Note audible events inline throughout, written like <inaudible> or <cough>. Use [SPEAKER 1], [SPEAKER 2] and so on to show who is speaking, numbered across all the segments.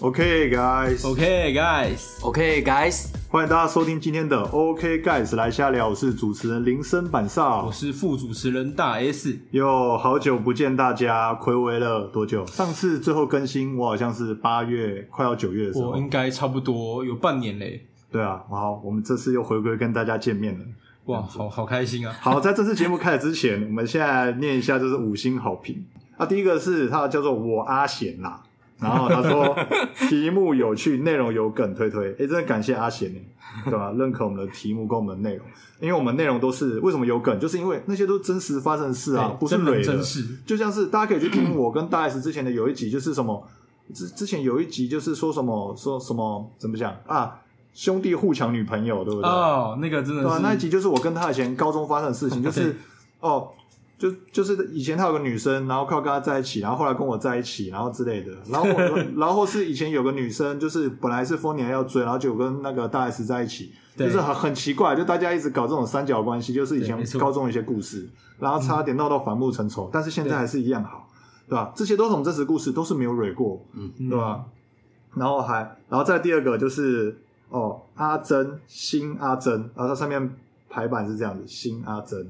[SPEAKER 1] OK guys，
[SPEAKER 2] OK guys，
[SPEAKER 3] OK guys，
[SPEAKER 1] 欢迎大家收听今天的 OK guys 来瞎聊，我是主持人林森板少
[SPEAKER 2] 我。是副主持人大 S，
[SPEAKER 1] 又好久不见大家，暌违了多久？上次最后更新我好像是八月快要九月的时候
[SPEAKER 2] 我，应该差不多有半年嘞，
[SPEAKER 1] 对啊，好，我们这次又回归跟大家见面了。
[SPEAKER 2] 哇，
[SPEAKER 1] 嗯
[SPEAKER 2] 好好开心啊！
[SPEAKER 1] 好，在这次节目开始之前，我们现在念一下就是五星好评。啊，第一个是他叫做我阿贤啦，然后他
[SPEAKER 2] <laughs>
[SPEAKER 1] 说题目有趣，内容有梗，推推。哎、真的感谢阿贤呢，对吧、认可我们的题目跟我们的内容，因为我们内容都是为什么有梗，就是因为那些都是真实发生的事啊，
[SPEAKER 2] 对
[SPEAKER 1] 不是
[SPEAKER 2] 真
[SPEAKER 1] 蕊
[SPEAKER 2] 人
[SPEAKER 1] 的
[SPEAKER 2] 真。事，
[SPEAKER 1] 就像是大家可以去听我跟大 S 之前的有一集，就是什么之之前有一集就是说什么说什么怎么讲啊，兄弟互抢女朋友，对不对？
[SPEAKER 2] 哦，那个真的
[SPEAKER 1] 对啊，那一
[SPEAKER 2] 是
[SPEAKER 1] 集就是我跟他以前高中发生的
[SPEAKER 2] <laughs>
[SPEAKER 1] 事情，就是
[SPEAKER 2] 对
[SPEAKER 1] 哦，就就是以前他有个女生，然后靠跟他在一起，然后后来跟我在一起，然后之类的，然后我
[SPEAKER 2] <laughs>
[SPEAKER 1] 然后是以前有个女生，就是本来是丰年要追，然后就跟那个大 S 在一起，就
[SPEAKER 2] 对
[SPEAKER 1] 是很很奇怪，就大家一直搞这种三角关系，就是以前
[SPEAKER 2] 对没错嗯
[SPEAKER 1] 高中的一些故事，然后差点闹到反目成仇，但是现在还是一样好，对吧？这些都是我们真实故事，都是没有蕊过，
[SPEAKER 2] 嗯
[SPEAKER 1] 对啊吧？然后还，然后再第二个就是哦，阿珍，新阿珍，然后它上面排版是这样子，新阿
[SPEAKER 2] <laughs>
[SPEAKER 1] 珍。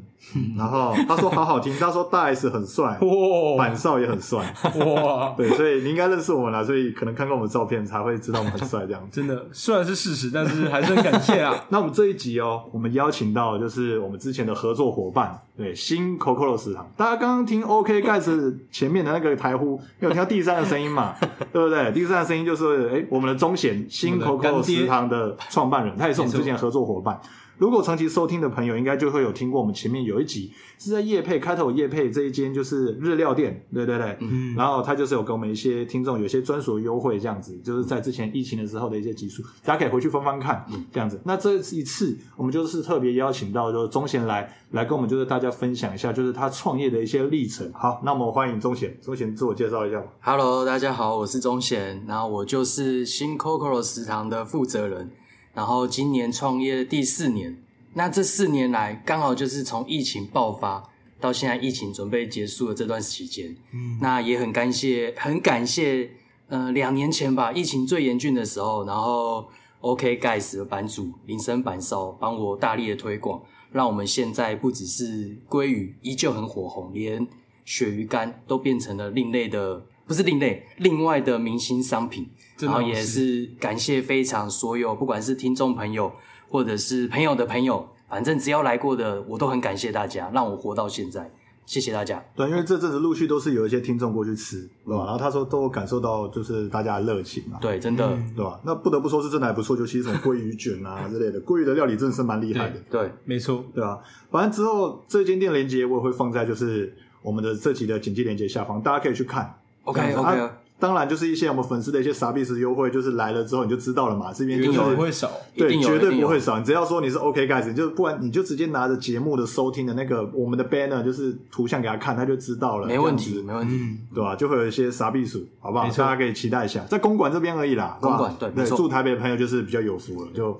[SPEAKER 1] 然后他说好好听，他说大 S 很帅，
[SPEAKER 2] 哇
[SPEAKER 1] 板少也很
[SPEAKER 2] <laughs>
[SPEAKER 1] 帅，
[SPEAKER 2] 哇，
[SPEAKER 1] 对，所以你应该认识我们啦，所以可能看过我们照片才会知道我们很帅这样子。。
[SPEAKER 2] 真的虽然是事实，但是还是很感谢啊
[SPEAKER 1] <laughs> 那我们这一集哦，我们邀请到就是我们之前的合作伙伴，对新 Coco 的食堂。大家刚刚听 OK <laughs> 盖子前面的那个台呼，有听到第三的声音嘛？
[SPEAKER 2] <laughs>
[SPEAKER 1] 对不对？第三的声音就是哎，我们的钟贤新
[SPEAKER 2] 我们的干
[SPEAKER 1] Coco
[SPEAKER 2] 爹
[SPEAKER 1] 食堂的创办人，他也是我们
[SPEAKER 2] 没错
[SPEAKER 1] 之前的合作伙伴。如果长期收听的朋友，应该就会有听过我们前面有一集是在叶配开头，叶配这一间就是日料店，对对对，
[SPEAKER 2] 嗯，
[SPEAKER 1] 然后他就是有给我们一些听众有一些专属优惠，这样子，就是在之前疫情的时候的一些集数，大家可以回去翻翻看，
[SPEAKER 2] 嗯
[SPEAKER 1] 这样子。那这一次我们就是特别邀请到就是钟贤来来跟我们就是大家分享一下，就是他创业的一些历程。好，那我们欢迎钟贤，钟贤自我介绍一下吧。
[SPEAKER 3] Hello，大家好，我是钟贤，然后我就是新 Coco 食堂的负责人，然后今年创业第四年，那这四年来刚好就是从疫情爆发到现在疫情准备结束的这段期间，嗯，那也很感谢，很感谢，呃，两年前吧，疫情最严峻的时候，然后 OK Guys 的版主林森板少帮我大力的推广，让我们现在不只是鲑鱼依旧很火红，连鳕鱼干都变成了另类的，不是另类，另外的明星商品。
[SPEAKER 2] 真
[SPEAKER 3] 然
[SPEAKER 2] 的
[SPEAKER 3] 后
[SPEAKER 2] 好
[SPEAKER 3] 也是感谢非常所有，不管是听众朋友或者是朋友的朋友，反正只要来过的，我都很感谢大家，让我活到现在，谢谢大家。
[SPEAKER 1] 对，因为这阵子陆续都是有一些听众过去吃，对吧？然后他说都有感受到就是大家的热情啊，
[SPEAKER 3] 对，真的，
[SPEAKER 2] 嗯
[SPEAKER 1] 对吧？那不得不说是真的还不错，尤其是什么鲑鱼卷啊之类的，鲑鱼的料理真的是蛮厉害的。
[SPEAKER 3] 对，
[SPEAKER 2] 没错，
[SPEAKER 1] 对啊，反正之后这间店连接我也会放在就是我们的这集的简介连接下方，大家可以去看。
[SPEAKER 3] OK，
[SPEAKER 1] 这样子
[SPEAKER 3] OK
[SPEAKER 1] 啊当然就是一些我们粉丝的一些傻逼式优惠，就是来了之后你就知道了嘛，这边就
[SPEAKER 2] 有
[SPEAKER 1] 是
[SPEAKER 2] 人会少，
[SPEAKER 3] 一
[SPEAKER 1] 对，
[SPEAKER 3] 定有
[SPEAKER 1] 绝
[SPEAKER 3] 一定
[SPEAKER 1] 对不
[SPEAKER 3] 有
[SPEAKER 1] 会少。你只要说你是 OK guys，你就不然你就直接拿着节目的收听的那个我们的 banner 就是图像给他看，他就知道了，
[SPEAKER 3] 没问题，
[SPEAKER 1] 这样子
[SPEAKER 3] 没问题。
[SPEAKER 2] 嗯，
[SPEAKER 1] 对吧、就会有一些傻避暑，好不好？
[SPEAKER 2] 没错
[SPEAKER 1] 大家可以期待一下，在公馆这边而已啦，
[SPEAKER 3] 公馆
[SPEAKER 1] 是吧
[SPEAKER 3] 对
[SPEAKER 1] 对，
[SPEAKER 3] 没错
[SPEAKER 1] 住台北的朋友就是比较有福了，就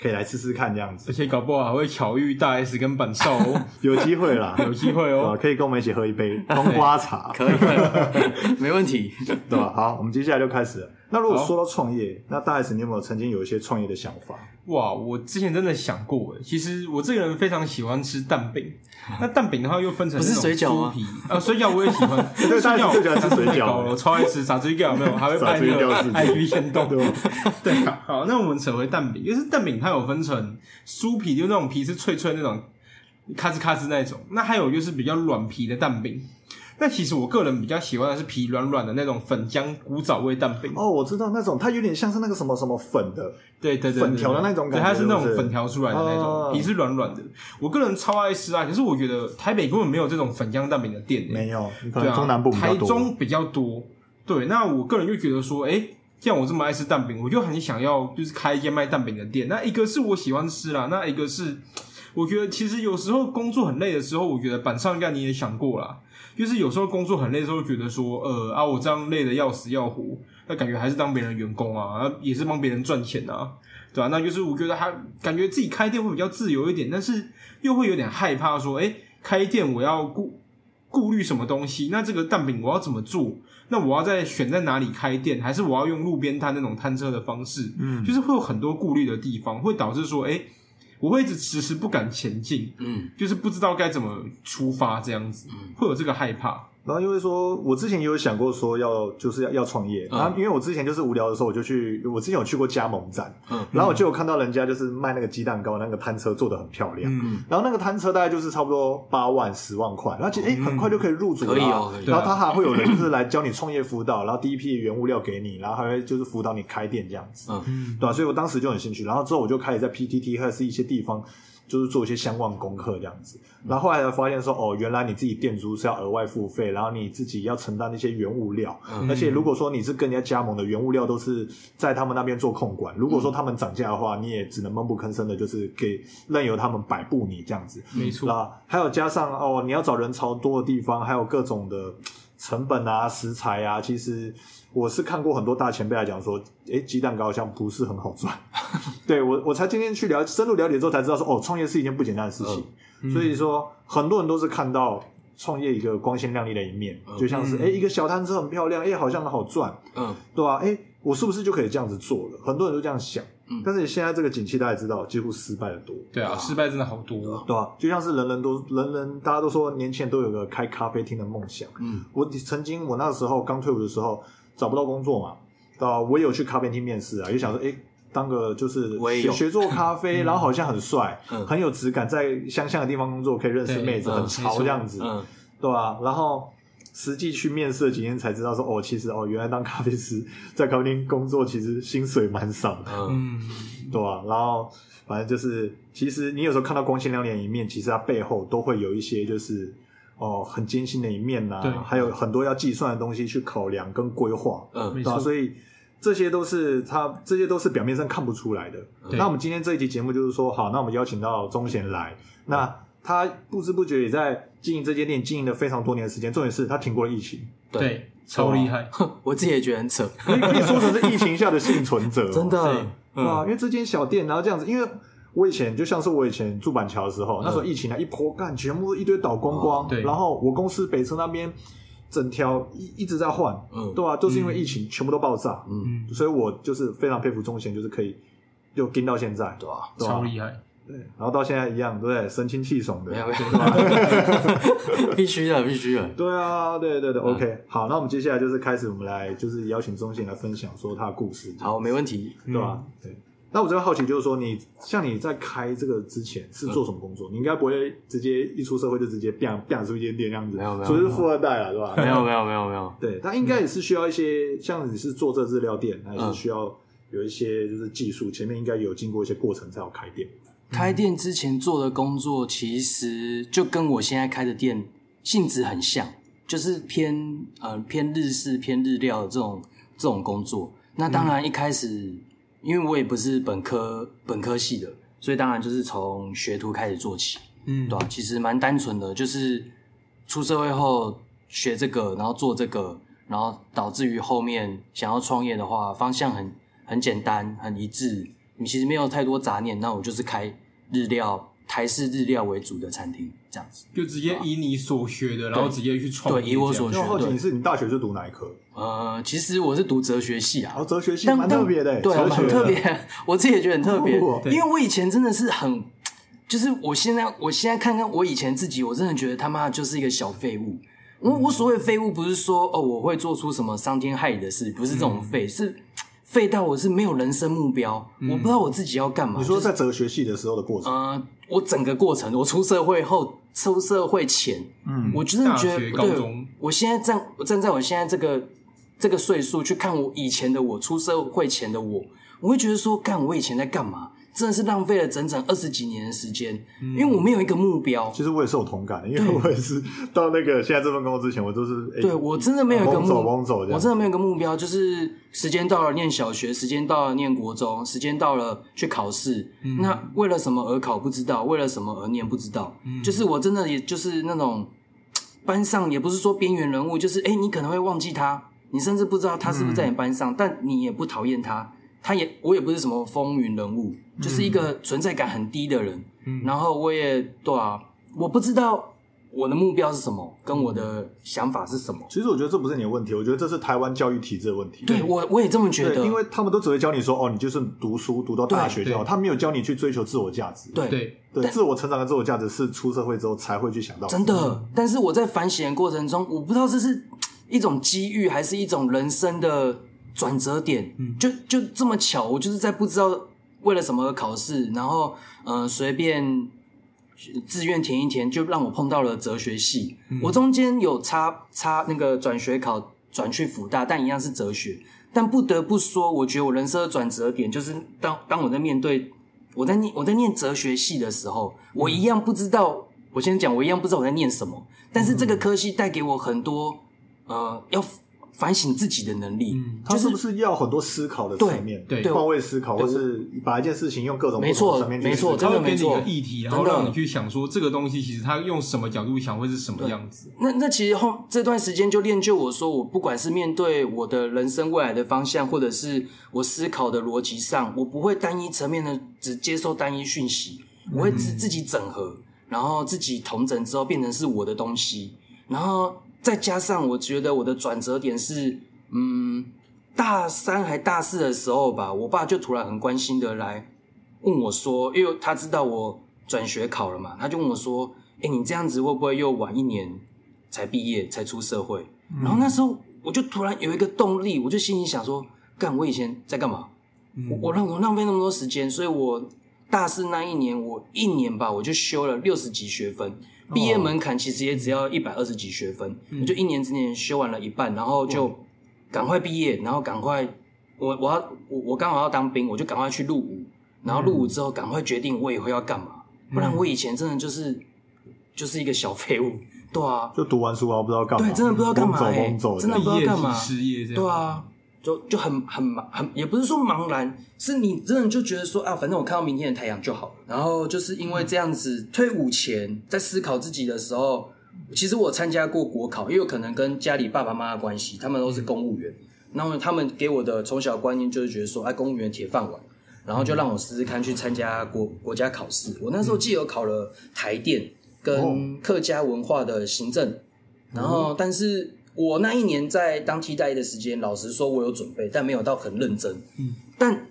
[SPEAKER 1] 可以来吃吃看这样
[SPEAKER 2] 而 <laughs>
[SPEAKER 1] 子，
[SPEAKER 2] 且搞不好还会巧遇大 S 跟板少
[SPEAKER 1] <laughs>
[SPEAKER 2] 哦，
[SPEAKER 1] 有机会啦，
[SPEAKER 2] <laughs> 有机会
[SPEAKER 1] 对吧？
[SPEAKER 2] 哦。哎
[SPEAKER 1] 可以跟我们一起喝一杯冬瓜茶，
[SPEAKER 3] 可以，可
[SPEAKER 1] 嗯
[SPEAKER 3] 以 <laughs> 没问题。
[SPEAKER 1] 对
[SPEAKER 2] <laughs>
[SPEAKER 1] 吧？好，我们接下来就开始了。那如果说到创业，那大 S 你有没有曾经有一些创业的想法？
[SPEAKER 2] 哇，我之前真的想过耶，其实我这个人非常喜欢吃蛋
[SPEAKER 3] <laughs>
[SPEAKER 2] 饼。那蛋饼的话又分成
[SPEAKER 3] 不是
[SPEAKER 2] 那种
[SPEAKER 3] 水饺
[SPEAKER 2] 酥
[SPEAKER 3] 吗
[SPEAKER 2] 皮，呃，水饺我也喜欢，
[SPEAKER 1] <laughs> 对大家最喜欢吃水饺
[SPEAKER 2] 水糕了我超爱吃炸水饺，有没有？还会
[SPEAKER 1] 炸
[SPEAKER 2] 拍那
[SPEAKER 1] 水饺
[SPEAKER 2] 个
[SPEAKER 1] 是
[SPEAKER 2] IG 先动，
[SPEAKER 1] 对吧
[SPEAKER 2] 对啊。好，那我们扯回蛋饼，就是蛋饼它有分成酥皮，就那种皮是脆脆那种，咔吱咔吱那种。那还有就是比较软皮的蛋饼。那其实我个人比较喜欢的是皮软软的那种粉浆古早味蛋饼。
[SPEAKER 1] 哦，我知道那种，它有点像是那个什么什么粉的，
[SPEAKER 2] 对对对，对
[SPEAKER 1] 粉条的那种感觉
[SPEAKER 2] 对它是那
[SPEAKER 1] 是不
[SPEAKER 2] 种
[SPEAKER 1] 是
[SPEAKER 2] 粉条出来的那
[SPEAKER 1] 哦
[SPEAKER 2] 种，皮是软软的。我个人超爱吃啊，可是我觉得台北根本没有这种粉浆蛋饼的店欸、
[SPEAKER 1] 没有，可
[SPEAKER 2] 对
[SPEAKER 1] 能
[SPEAKER 2] 啊，
[SPEAKER 1] 中南部比较
[SPEAKER 2] 台
[SPEAKER 1] 多。
[SPEAKER 2] 中比较多。对，那我个人就觉得说，哎、像我这么爱吃蛋饼，我就很想要就是开一间卖蛋饼的店。那一个是我喜欢吃啦，那一个是我觉得其实有时候工作很累的时候，我觉得板上应该你也想过啦，就是有时候工作很累的时候，觉得说，呃啊，我这样累的要死要活，那感觉还是当别人的员工啊，啊也是帮别人赚钱啊。对啊，那就是我觉得还感觉自己开店会比较自由一点，但是又会有点害怕说，哎、开店我要顾顾虑什么东西？那这个蛋饼我要怎么做？那我要在选在哪里开店，还是我要用路边摊那种摊车的方式？
[SPEAKER 1] 嗯
[SPEAKER 2] 就是会有很多顾虑的地方，会导致说，哎、我会一直迟迟不敢前进，
[SPEAKER 3] 嗯
[SPEAKER 2] 就是不知道该怎么出发，这样子
[SPEAKER 3] 嗯
[SPEAKER 2] 会有这个害怕。
[SPEAKER 1] 然后因为说，我之前也有想过说要就是要要创业，
[SPEAKER 3] 嗯
[SPEAKER 1] 然后因为我之前就是无聊的时候，我就去，我之前有去过加盟站，
[SPEAKER 3] 嗯
[SPEAKER 1] 然后我就有看到人家就是卖那个鸡蛋糕，那个摊车做的很漂亮，
[SPEAKER 2] 嗯
[SPEAKER 1] 然后那个摊车大概就是差不多八万十万块，然后其实哎、很快就可以入主了啊，
[SPEAKER 3] 可以哦可以
[SPEAKER 1] 然后他还会有人就是来教你创业辅导，然后第一批原物料给你，然后还会就是辅导你开店这样子，
[SPEAKER 3] 嗯
[SPEAKER 2] 嗯，
[SPEAKER 1] 对、啊、所以我当时就很兴趣，然后之后我就开始在 PTT 或者是一些地方，就是做一些相关功课这样子。然后后来才发现说，哦，原来你自己店租是要额外付费，然后你自己要承担那些原物料，
[SPEAKER 3] 嗯
[SPEAKER 1] 而且如果说你是跟人家加盟的原物料都是在他们那边做控管，如果
[SPEAKER 2] 嗯
[SPEAKER 1] 说他们涨价的话，你也只能闷不吭声的，就是给任由他们摆布你这样子。
[SPEAKER 2] 没错，
[SPEAKER 1] 那还有加上哦，你要找人潮多的地方，还有各种的成本啊、食材啊，其实我是看过很多大前辈来讲说，诶，鸡蛋糕好像不是很好赚。 <laughs> 对我，我才今天去了深入了解之后才知道说，哦，创业是一件不简单的事
[SPEAKER 2] 嗯
[SPEAKER 1] 情。
[SPEAKER 3] 嗯
[SPEAKER 1] 所以说，很多人都是看到创业一个光鲜亮丽的一面，
[SPEAKER 3] 嗯
[SPEAKER 1] 就像是
[SPEAKER 2] 嗯
[SPEAKER 1] 诶，一个小摊车很漂亮，诶，好像很好赚，
[SPEAKER 3] 嗯
[SPEAKER 1] 对吧、诶，我是不是就可以这样子做了？很多人都这样想
[SPEAKER 3] 嗯。
[SPEAKER 1] 但是现在这个景气，大家也知道，几乎失败的多。
[SPEAKER 2] 对啊，
[SPEAKER 3] 啊
[SPEAKER 2] 失败真的好多。
[SPEAKER 1] 对啊，就像是人人都人人大家都说年轻人都有个开咖啡厅的梦想。
[SPEAKER 3] 嗯
[SPEAKER 1] 我曾经我那时候刚退伍的时候找不到工作嘛，对吧、我也有去咖啡厅面试啊，也想说，诶，当个就是
[SPEAKER 3] 我也
[SPEAKER 1] 学
[SPEAKER 3] 有
[SPEAKER 1] 学做咖啡，然后好像很帅，
[SPEAKER 3] 嗯
[SPEAKER 1] 很有质感，在乡下的地方工作可以认识
[SPEAKER 2] 对
[SPEAKER 1] 妹子，
[SPEAKER 3] 嗯
[SPEAKER 1] 很
[SPEAKER 3] 没
[SPEAKER 1] 潮
[SPEAKER 3] 错
[SPEAKER 1] 这样子，
[SPEAKER 3] 嗯
[SPEAKER 1] 对吧、然后实际去面试了几天才知道说，哦，其实哦，原来当咖啡师在咖啡厅工作，其实薪水蛮少的。
[SPEAKER 3] 嗯
[SPEAKER 2] 嗯，
[SPEAKER 1] 对啊，然后反正就是，其实你有时候看到光鲜亮丽的一面，其实它背后都会有一些就是哦很艰辛的一面呐、
[SPEAKER 2] 对
[SPEAKER 1] 还有很多要计算的东西去考量跟规划，
[SPEAKER 3] 嗯
[SPEAKER 2] 没
[SPEAKER 1] 对啊，
[SPEAKER 2] 错，
[SPEAKER 1] 所以这些都是它这些都是表面上看不出来的。
[SPEAKER 2] 对
[SPEAKER 1] 那我们今天这一集节目就是说，好，那我们邀请到钟贤来，那他不知不觉也在经营这间店经营了非常多年的时间，重点是他挺过了疫情，
[SPEAKER 2] 对，超厉害。
[SPEAKER 3] 我自己也觉得很扯，
[SPEAKER 1] 可以可以说成是疫情下的幸存者、哦
[SPEAKER 3] <laughs> 真的
[SPEAKER 2] 对，
[SPEAKER 1] 对啊，
[SPEAKER 3] 嗯
[SPEAKER 1] 因为这间小店，然后这样子，因为我以前就像是我以前住板桥的时
[SPEAKER 3] 嗯
[SPEAKER 1] 候，那时候疫情啊一波干，全部一堆倒光光，
[SPEAKER 2] 哦对
[SPEAKER 1] 然后我公司北车那边整条一一直在换，
[SPEAKER 3] 嗯
[SPEAKER 1] 对啊，就是因为疫情全部都爆炸，
[SPEAKER 3] 嗯，
[SPEAKER 2] 嗯，
[SPEAKER 1] 所以我就是非常佩服钟贤，就是可以就跟到现在，
[SPEAKER 3] 对 <laughs> 啊，
[SPEAKER 1] 对啊，
[SPEAKER 2] 超厉害。
[SPEAKER 1] 对，然后到现在一样，对不对，神清气爽的
[SPEAKER 3] 没。有没有，必须的必须 <laughs> 的，
[SPEAKER 1] <laughs> 对啊，对对对、o
[SPEAKER 3] 嗯
[SPEAKER 1] k 好，那我们接下来就是开始，我们来就是邀请钟贤来分享说他的故事。
[SPEAKER 3] 好，没问题。
[SPEAKER 1] 对吧、对。那我这个好奇就是说你，像你在开这个之前是做什么
[SPEAKER 3] 嗯
[SPEAKER 1] 工作？你应该不会直接一出社会就直接变变出一间店这样子，
[SPEAKER 3] 没有没有
[SPEAKER 1] 除非是富二代了，啊对吧？
[SPEAKER 3] 没有没嗯有没有没有，
[SPEAKER 1] 对，但应该也是需要一些，像你是做这日料店，还是
[SPEAKER 3] 嗯
[SPEAKER 1] 需要有一些就是技术，前面应该有经过一些过程才有开店。
[SPEAKER 3] 嗯开店之前做的工作其实就跟我现在开的店性质很像，就是偏呃偏日式偏日料的这种这种工作。那当然一开始，因为我也不是本科本科系的，所以当然就是从学徒开始做起。
[SPEAKER 2] 嗯
[SPEAKER 3] 对、啊，其实蛮单纯的，就是出社会后学这个，然后做这个，然后导致于后面想要创业的话，方向很很简单，很一致，你其实没有太多杂念。那我就是开日料台式日料为主的餐厅这样子。
[SPEAKER 2] 就直接以你所学的，然后直接去创业这样。
[SPEAKER 3] 对以我所
[SPEAKER 1] 那我好奇
[SPEAKER 3] 对
[SPEAKER 1] 你是你大学是读哪一科？
[SPEAKER 3] 呃，其实我是读哲学系啊，
[SPEAKER 1] 然哦后哲学系
[SPEAKER 3] 但
[SPEAKER 1] 蛮
[SPEAKER 3] 但
[SPEAKER 1] 特别的、欸，
[SPEAKER 3] 对啊，
[SPEAKER 1] 哲
[SPEAKER 3] 蛮
[SPEAKER 1] 学
[SPEAKER 3] 特
[SPEAKER 1] 的。
[SPEAKER 3] 别， <laughs> 我自己也觉得很特别
[SPEAKER 1] 酷哦，
[SPEAKER 2] 对
[SPEAKER 3] 因为我以前真的是很，就是我现在我现在看看我以前自己，我真的觉得他妈就是一个小废物。我我所谓废物，不是说哦我会做出什么伤天害理的事，不是这种
[SPEAKER 1] 嗯
[SPEAKER 3] 废，是废到我是没有人生目标，我不知道我自己要干嘛。
[SPEAKER 1] 嗯你说在哲学系的时候的过程，
[SPEAKER 3] 呃，我整个过程，我出社会后，出社会前，
[SPEAKER 1] 嗯
[SPEAKER 3] 我真的觉
[SPEAKER 2] 大
[SPEAKER 3] 得
[SPEAKER 2] 学
[SPEAKER 3] 对，
[SPEAKER 2] 高中
[SPEAKER 3] 我现在站站在我现在这个这个岁数去看我以前的我，出社会前的我，我会觉得说，干我以前在干嘛？真的是浪费了整整二十几年的时间，
[SPEAKER 2] 嗯
[SPEAKER 3] 因为我没有一个目标。
[SPEAKER 1] 其实我也是有同感的，因为我也是到那个现在这份工作之前，我都是哎
[SPEAKER 3] 对我真的没有一个
[SPEAKER 1] 往
[SPEAKER 3] 目，
[SPEAKER 1] 走往走这样
[SPEAKER 3] 我真的没有一个目标，就是时间到了念小学，时间到了念国中，时间到了去考试。
[SPEAKER 1] 嗯
[SPEAKER 3] 那为了什么而考不知道，为了什么而念不知道，
[SPEAKER 1] 嗯
[SPEAKER 3] 就是我真的也就是那种班上也不是说边缘人物，就是哎、诶你可能会忘记他，你甚至不知道他是不是在你班
[SPEAKER 1] 嗯
[SPEAKER 3] 上，但你也不讨厌他，他也我也不是什么风云人物，
[SPEAKER 1] 嗯
[SPEAKER 3] 就是一个存在感很低的人。然后我也对啊，我不知道我的目标是什么，跟我的想法是什么。
[SPEAKER 1] 其实我觉得这不是你的问题，我觉得这是台湾教育体制的问题。
[SPEAKER 3] 对我我也这么觉
[SPEAKER 1] 对，
[SPEAKER 3] 得，
[SPEAKER 1] 因为他们都只会教你说，哦，你就是读书读到大学
[SPEAKER 2] 对
[SPEAKER 1] 就好，
[SPEAKER 2] 对
[SPEAKER 1] 他没有教你去追求自我价值。
[SPEAKER 3] 对
[SPEAKER 2] 对，
[SPEAKER 1] 对，自我成长跟自我价值是出社会之后才会去想到。
[SPEAKER 3] 真
[SPEAKER 1] 嗯
[SPEAKER 3] 的。但是我在反省的过程中，我不知道这是一种机遇，还是一种人生的转折点。
[SPEAKER 1] 嗯
[SPEAKER 3] 就就这么巧，我就是在不知道为了什么而考试，然后呃随便志愿填一填，就让我碰到了哲学系。
[SPEAKER 1] 嗯
[SPEAKER 3] 我中间有插插那个转学考转去辅大，但一样是哲学。但不得不说，我觉得我人生的转折点就是当当我在面对我在念我在念哲学系的时候，我一样不知道。我先讲，我一样不知道我在念什么，但是这个科系带给我很多呃要反省自己的能力。
[SPEAKER 1] 他是不是要很多思考的层面，
[SPEAKER 2] 对
[SPEAKER 3] 对
[SPEAKER 1] 换位思考，或是把一件事情用各种不
[SPEAKER 3] 没错
[SPEAKER 1] 同的层面去
[SPEAKER 3] 没错
[SPEAKER 1] 思考
[SPEAKER 2] 他
[SPEAKER 3] 真的
[SPEAKER 2] 会给
[SPEAKER 3] 没
[SPEAKER 2] 你一
[SPEAKER 3] 错
[SPEAKER 2] 个议题，然后
[SPEAKER 3] 真的
[SPEAKER 2] 让你去想说这个东西其实他用什么角度想会是什么样子。
[SPEAKER 3] 那那其实后这段时间就练就我说，我不管是面对我的人生未来的方向，或者是我思考的逻辑上，我不会单一层面的只接受单一讯息，我会自自己整合，然后自己统整之后变成是我的东西，然后再加上我觉得我的转折点是，嗯，大三还大四的时候吧，我爸就突然很关心的来问我说，因为他知道我转学考了嘛，他就问我说：“哎、你这样子会不会又晚一年才毕业，才出社会？”然后那时候我就突然有一个动力，我就心里想说：“干，我以前在干嘛？我我让我浪费那么多时间，所以我大四那一年，我一年吧，我就修了六十几学分。”毕业门槛其实也只要一百二十几学分，我就一年之内修完了一半，然后就赶快毕业，然后赶快我我要我我刚好要当兵，我就赶快去入伍，然后入伍之后赶快决定我以后要干嘛，不然我以前真的就是就是一个小废物，对啊，
[SPEAKER 1] 就读完书啊，不知道干嘛，
[SPEAKER 3] 对真的不知道干嘛
[SPEAKER 1] 懵走
[SPEAKER 3] 欸
[SPEAKER 1] 懵走，
[SPEAKER 3] 真的
[SPEAKER 2] 毕
[SPEAKER 3] 不知
[SPEAKER 2] 业
[SPEAKER 3] 道
[SPEAKER 2] 体
[SPEAKER 3] 干嘛
[SPEAKER 2] 失业这样，
[SPEAKER 3] 对啊，就就很很茫很，也不是说茫然，是你真的就觉得说啊，反正我看到明天的太阳就好了。然后就是因为这样子，
[SPEAKER 2] 嗯
[SPEAKER 3] 退伍前在思考自己的时候，其实我参加过国考，因为可能跟家里爸爸妈妈的关系，他们都
[SPEAKER 2] 嗯
[SPEAKER 3] 是公务员，然后他们给我的从小观念就是觉得说，哎、公务员铁饭碗。然后就让我试试看去参加国国家考试。我那时候既有考了台电
[SPEAKER 1] 哦
[SPEAKER 3] 跟客家文化的行政，然后但是我那一年在当替代役的时间，老实说我有准备，但没有到很认真。嗯，但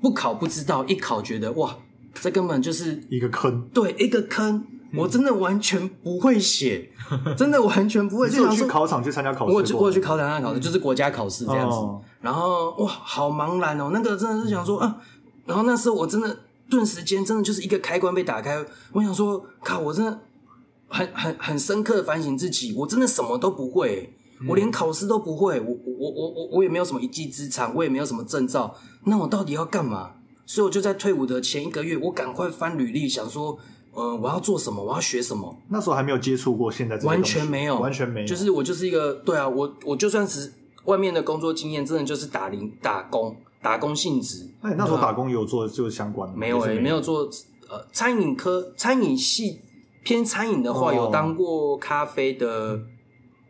[SPEAKER 3] 不考不知道，一考觉得哇，这根本就是
[SPEAKER 1] 一个坑。
[SPEAKER 3] 对一个坑，
[SPEAKER 1] 嗯
[SPEAKER 3] 我真的完全不
[SPEAKER 1] <laughs>
[SPEAKER 3] 会写，真的完全不会。
[SPEAKER 1] 你
[SPEAKER 3] 就
[SPEAKER 1] 有
[SPEAKER 3] 想
[SPEAKER 1] 去
[SPEAKER 3] 说
[SPEAKER 1] 考场去参加考试
[SPEAKER 3] 我
[SPEAKER 1] 过
[SPEAKER 3] 有去
[SPEAKER 1] 吗，
[SPEAKER 3] 我有去考场上考试，就是国家考试这样子。
[SPEAKER 1] 哦
[SPEAKER 3] 然后哇，好茫然哦，那个真的是想说啊，然后那时候我真的顿时间真的就是一个开关被打开，我想说靠，我真的很很很深刻的反省自己，我真的什么都不会欸，我连考试都不会，我我我我我也没有什么一技之长，我也没有什么证照，那我到底要干嘛？所以我就在退伍的前一个月，我赶快翻履历，想说，呃，我要做什么，我要学什么。
[SPEAKER 1] 那时候还没有接触过现在这些
[SPEAKER 3] 完
[SPEAKER 1] 东西
[SPEAKER 3] 全没有，
[SPEAKER 1] 完全没有，
[SPEAKER 3] 就是我就是一个对啊，我我就算是外面的工作经验，真的就是打零打工打工性质，
[SPEAKER 1] 那你那时候打工有做就是相关的吗
[SPEAKER 3] 啊没有哎
[SPEAKER 1] 还
[SPEAKER 3] 诶、
[SPEAKER 1] 是
[SPEAKER 3] 没有做呃餐饮科餐饮系偏餐饮的话，
[SPEAKER 1] 哦
[SPEAKER 3] 有当过咖啡的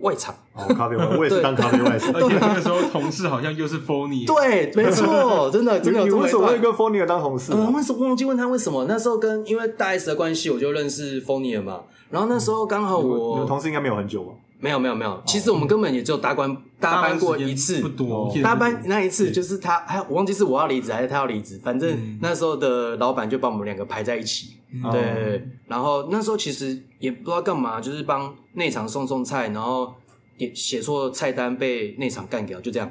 [SPEAKER 3] 外场，
[SPEAKER 1] <laughs> 哦，咖啡外，我也是当咖啡
[SPEAKER 3] <laughs>
[SPEAKER 1] 外
[SPEAKER 2] 而且那个时候同事好像又是 phony，
[SPEAKER 3] 啊对，没错，真的真
[SPEAKER 1] 你
[SPEAKER 3] 的有
[SPEAKER 1] 你
[SPEAKER 3] <laughs>
[SPEAKER 1] 为
[SPEAKER 3] 这么一
[SPEAKER 1] 什么会
[SPEAKER 3] 段。
[SPEAKER 1] 跟 f o n i 当同事啊？
[SPEAKER 3] 呃，为什么忘记问他为什么？那时候跟因为大 S 的关系，我就认识 f o n i 了嘛。然后那时候刚好
[SPEAKER 1] 你们
[SPEAKER 3] 我
[SPEAKER 1] 同事应该没有很久吧？
[SPEAKER 3] 没有没有没有，其实我们根本也只有搭关搭班过一次，
[SPEAKER 2] 不多
[SPEAKER 1] 哦，
[SPEAKER 2] 记得
[SPEAKER 3] 大
[SPEAKER 2] 不多
[SPEAKER 3] 班那一次就是他，哎，我忘记是我要离职还是他要离职，反
[SPEAKER 2] 嗯
[SPEAKER 3] 正那时候的老板就把我们两个排在一起。
[SPEAKER 1] 哦
[SPEAKER 3] 嗯对，然后那时候其实也不知道干嘛，就是帮内场送送菜，然后也写错菜单被内场干掉，
[SPEAKER 2] <laughs>
[SPEAKER 3] 就这样。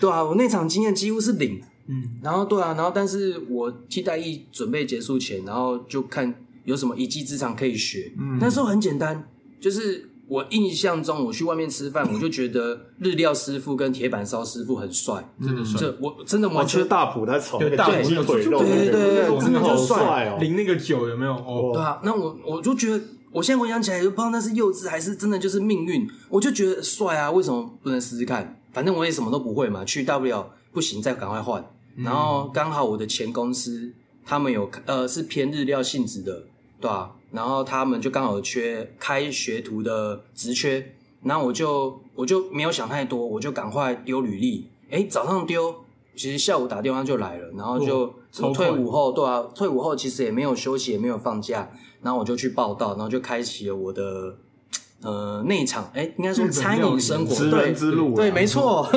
[SPEAKER 3] 对啊，我内场经验几乎是零。
[SPEAKER 2] 嗯，
[SPEAKER 3] 然后对啊，然后但是我替代役准备结束前，然后就看有什么一技之长可以学。
[SPEAKER 1] 嗯
[SPEAKER 3] 那时候很简单，就是我印象中我去外面吃饭，我就觉得日料师傅跟铁板烧师傅很帅，
[SPEAKER 2] 嗯真的帅，
[SPEAKER 3] 这我真的
[SPEAKER 1] 我
[SPEAKER 3] 完
[SPEAKER 1] 哦吃
[SPEAKER 3] 全
[SPEAKER 1] 大埔在炒那
[SPEAKER 2] 对
[SPEAKER 1] 个
[SPEAKER 2] 大
[SPEAKER 1] 酱
[SPEAKER 2] 埔
[SPEAKER 1] 鸡
[SPEAKER 2] 有
[SPEAKER 1] 腿肉，
[SPEAKER 2] 对
[SPEAKER 3] 对对对
[SPEAKER 1] 我
[SPEAKER 3] 真的
[SPEAKER 1] 好
[SPEAKER 3] 就帅
[SPEAKER 1] 帅哦！
[SPEAKER 2] 淋那个酒有没有？哦，
[SPEAKER 3] 对啊，那我我就觉得，我现在回想起来，就不知道那是幼稚还是真的就是命运。我就觉得帅啊，为什么不能试试看？反正我也什么都不会嘛，去大不了不行再赶快换。
[SPEAKER 2] 嗯
[SPEAKER 3] 然后刚好我的前公司他们有呃是偏日料性质的，对吧、然后他们就刚好缺开学徒的职缺，然后我就我就没有想太多，我就赶快丢履历。诶，早上丢，其实下午打电话就来了，然后就
[SPEAKER 2] 哦超
[SPEAKER 3] 退
[SPEAKER 2] 快
[SPEAKER 3] 伍后，对啊，退伍后其实也没有休息，也没有放假，然后我就去报道，然后就开启了我的呃内场，哎，应该说
[SPEAKER 2] 日本料
[SPEAKER 3] 餐
[SPEAKER 2] 理
[SPEAKER 3] 饮生活，
[SPEAKER 1] 职
[SPEAKER 3] 对
[SPEAKER 1] 人之路啊
[SPEAKER 3] 对，没错， <laughs> 啊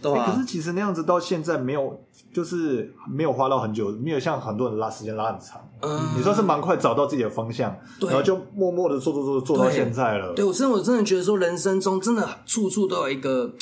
[SPEAKER 3] 对
[SPEAKER 1] 欸
[SPEAKER 3] 吧、
[SPEAKER 1] 可是其实那样子到现在没有，就是没有花到很久，没有像很多人拉时间拉很长。
[SPEAKER 3] 嗯
[SPEAKER 1] 你算是蛮快找到自己的方向，
[SPEAKER 3] 对
[SPEAKER 1] 然后就默默的做做做做到
[SPEAKER 3] 对
[SPEAKER 1] 现在了。
[SPEAKER 3] 对我真的我真的觉得说，人生中真的处处都有一个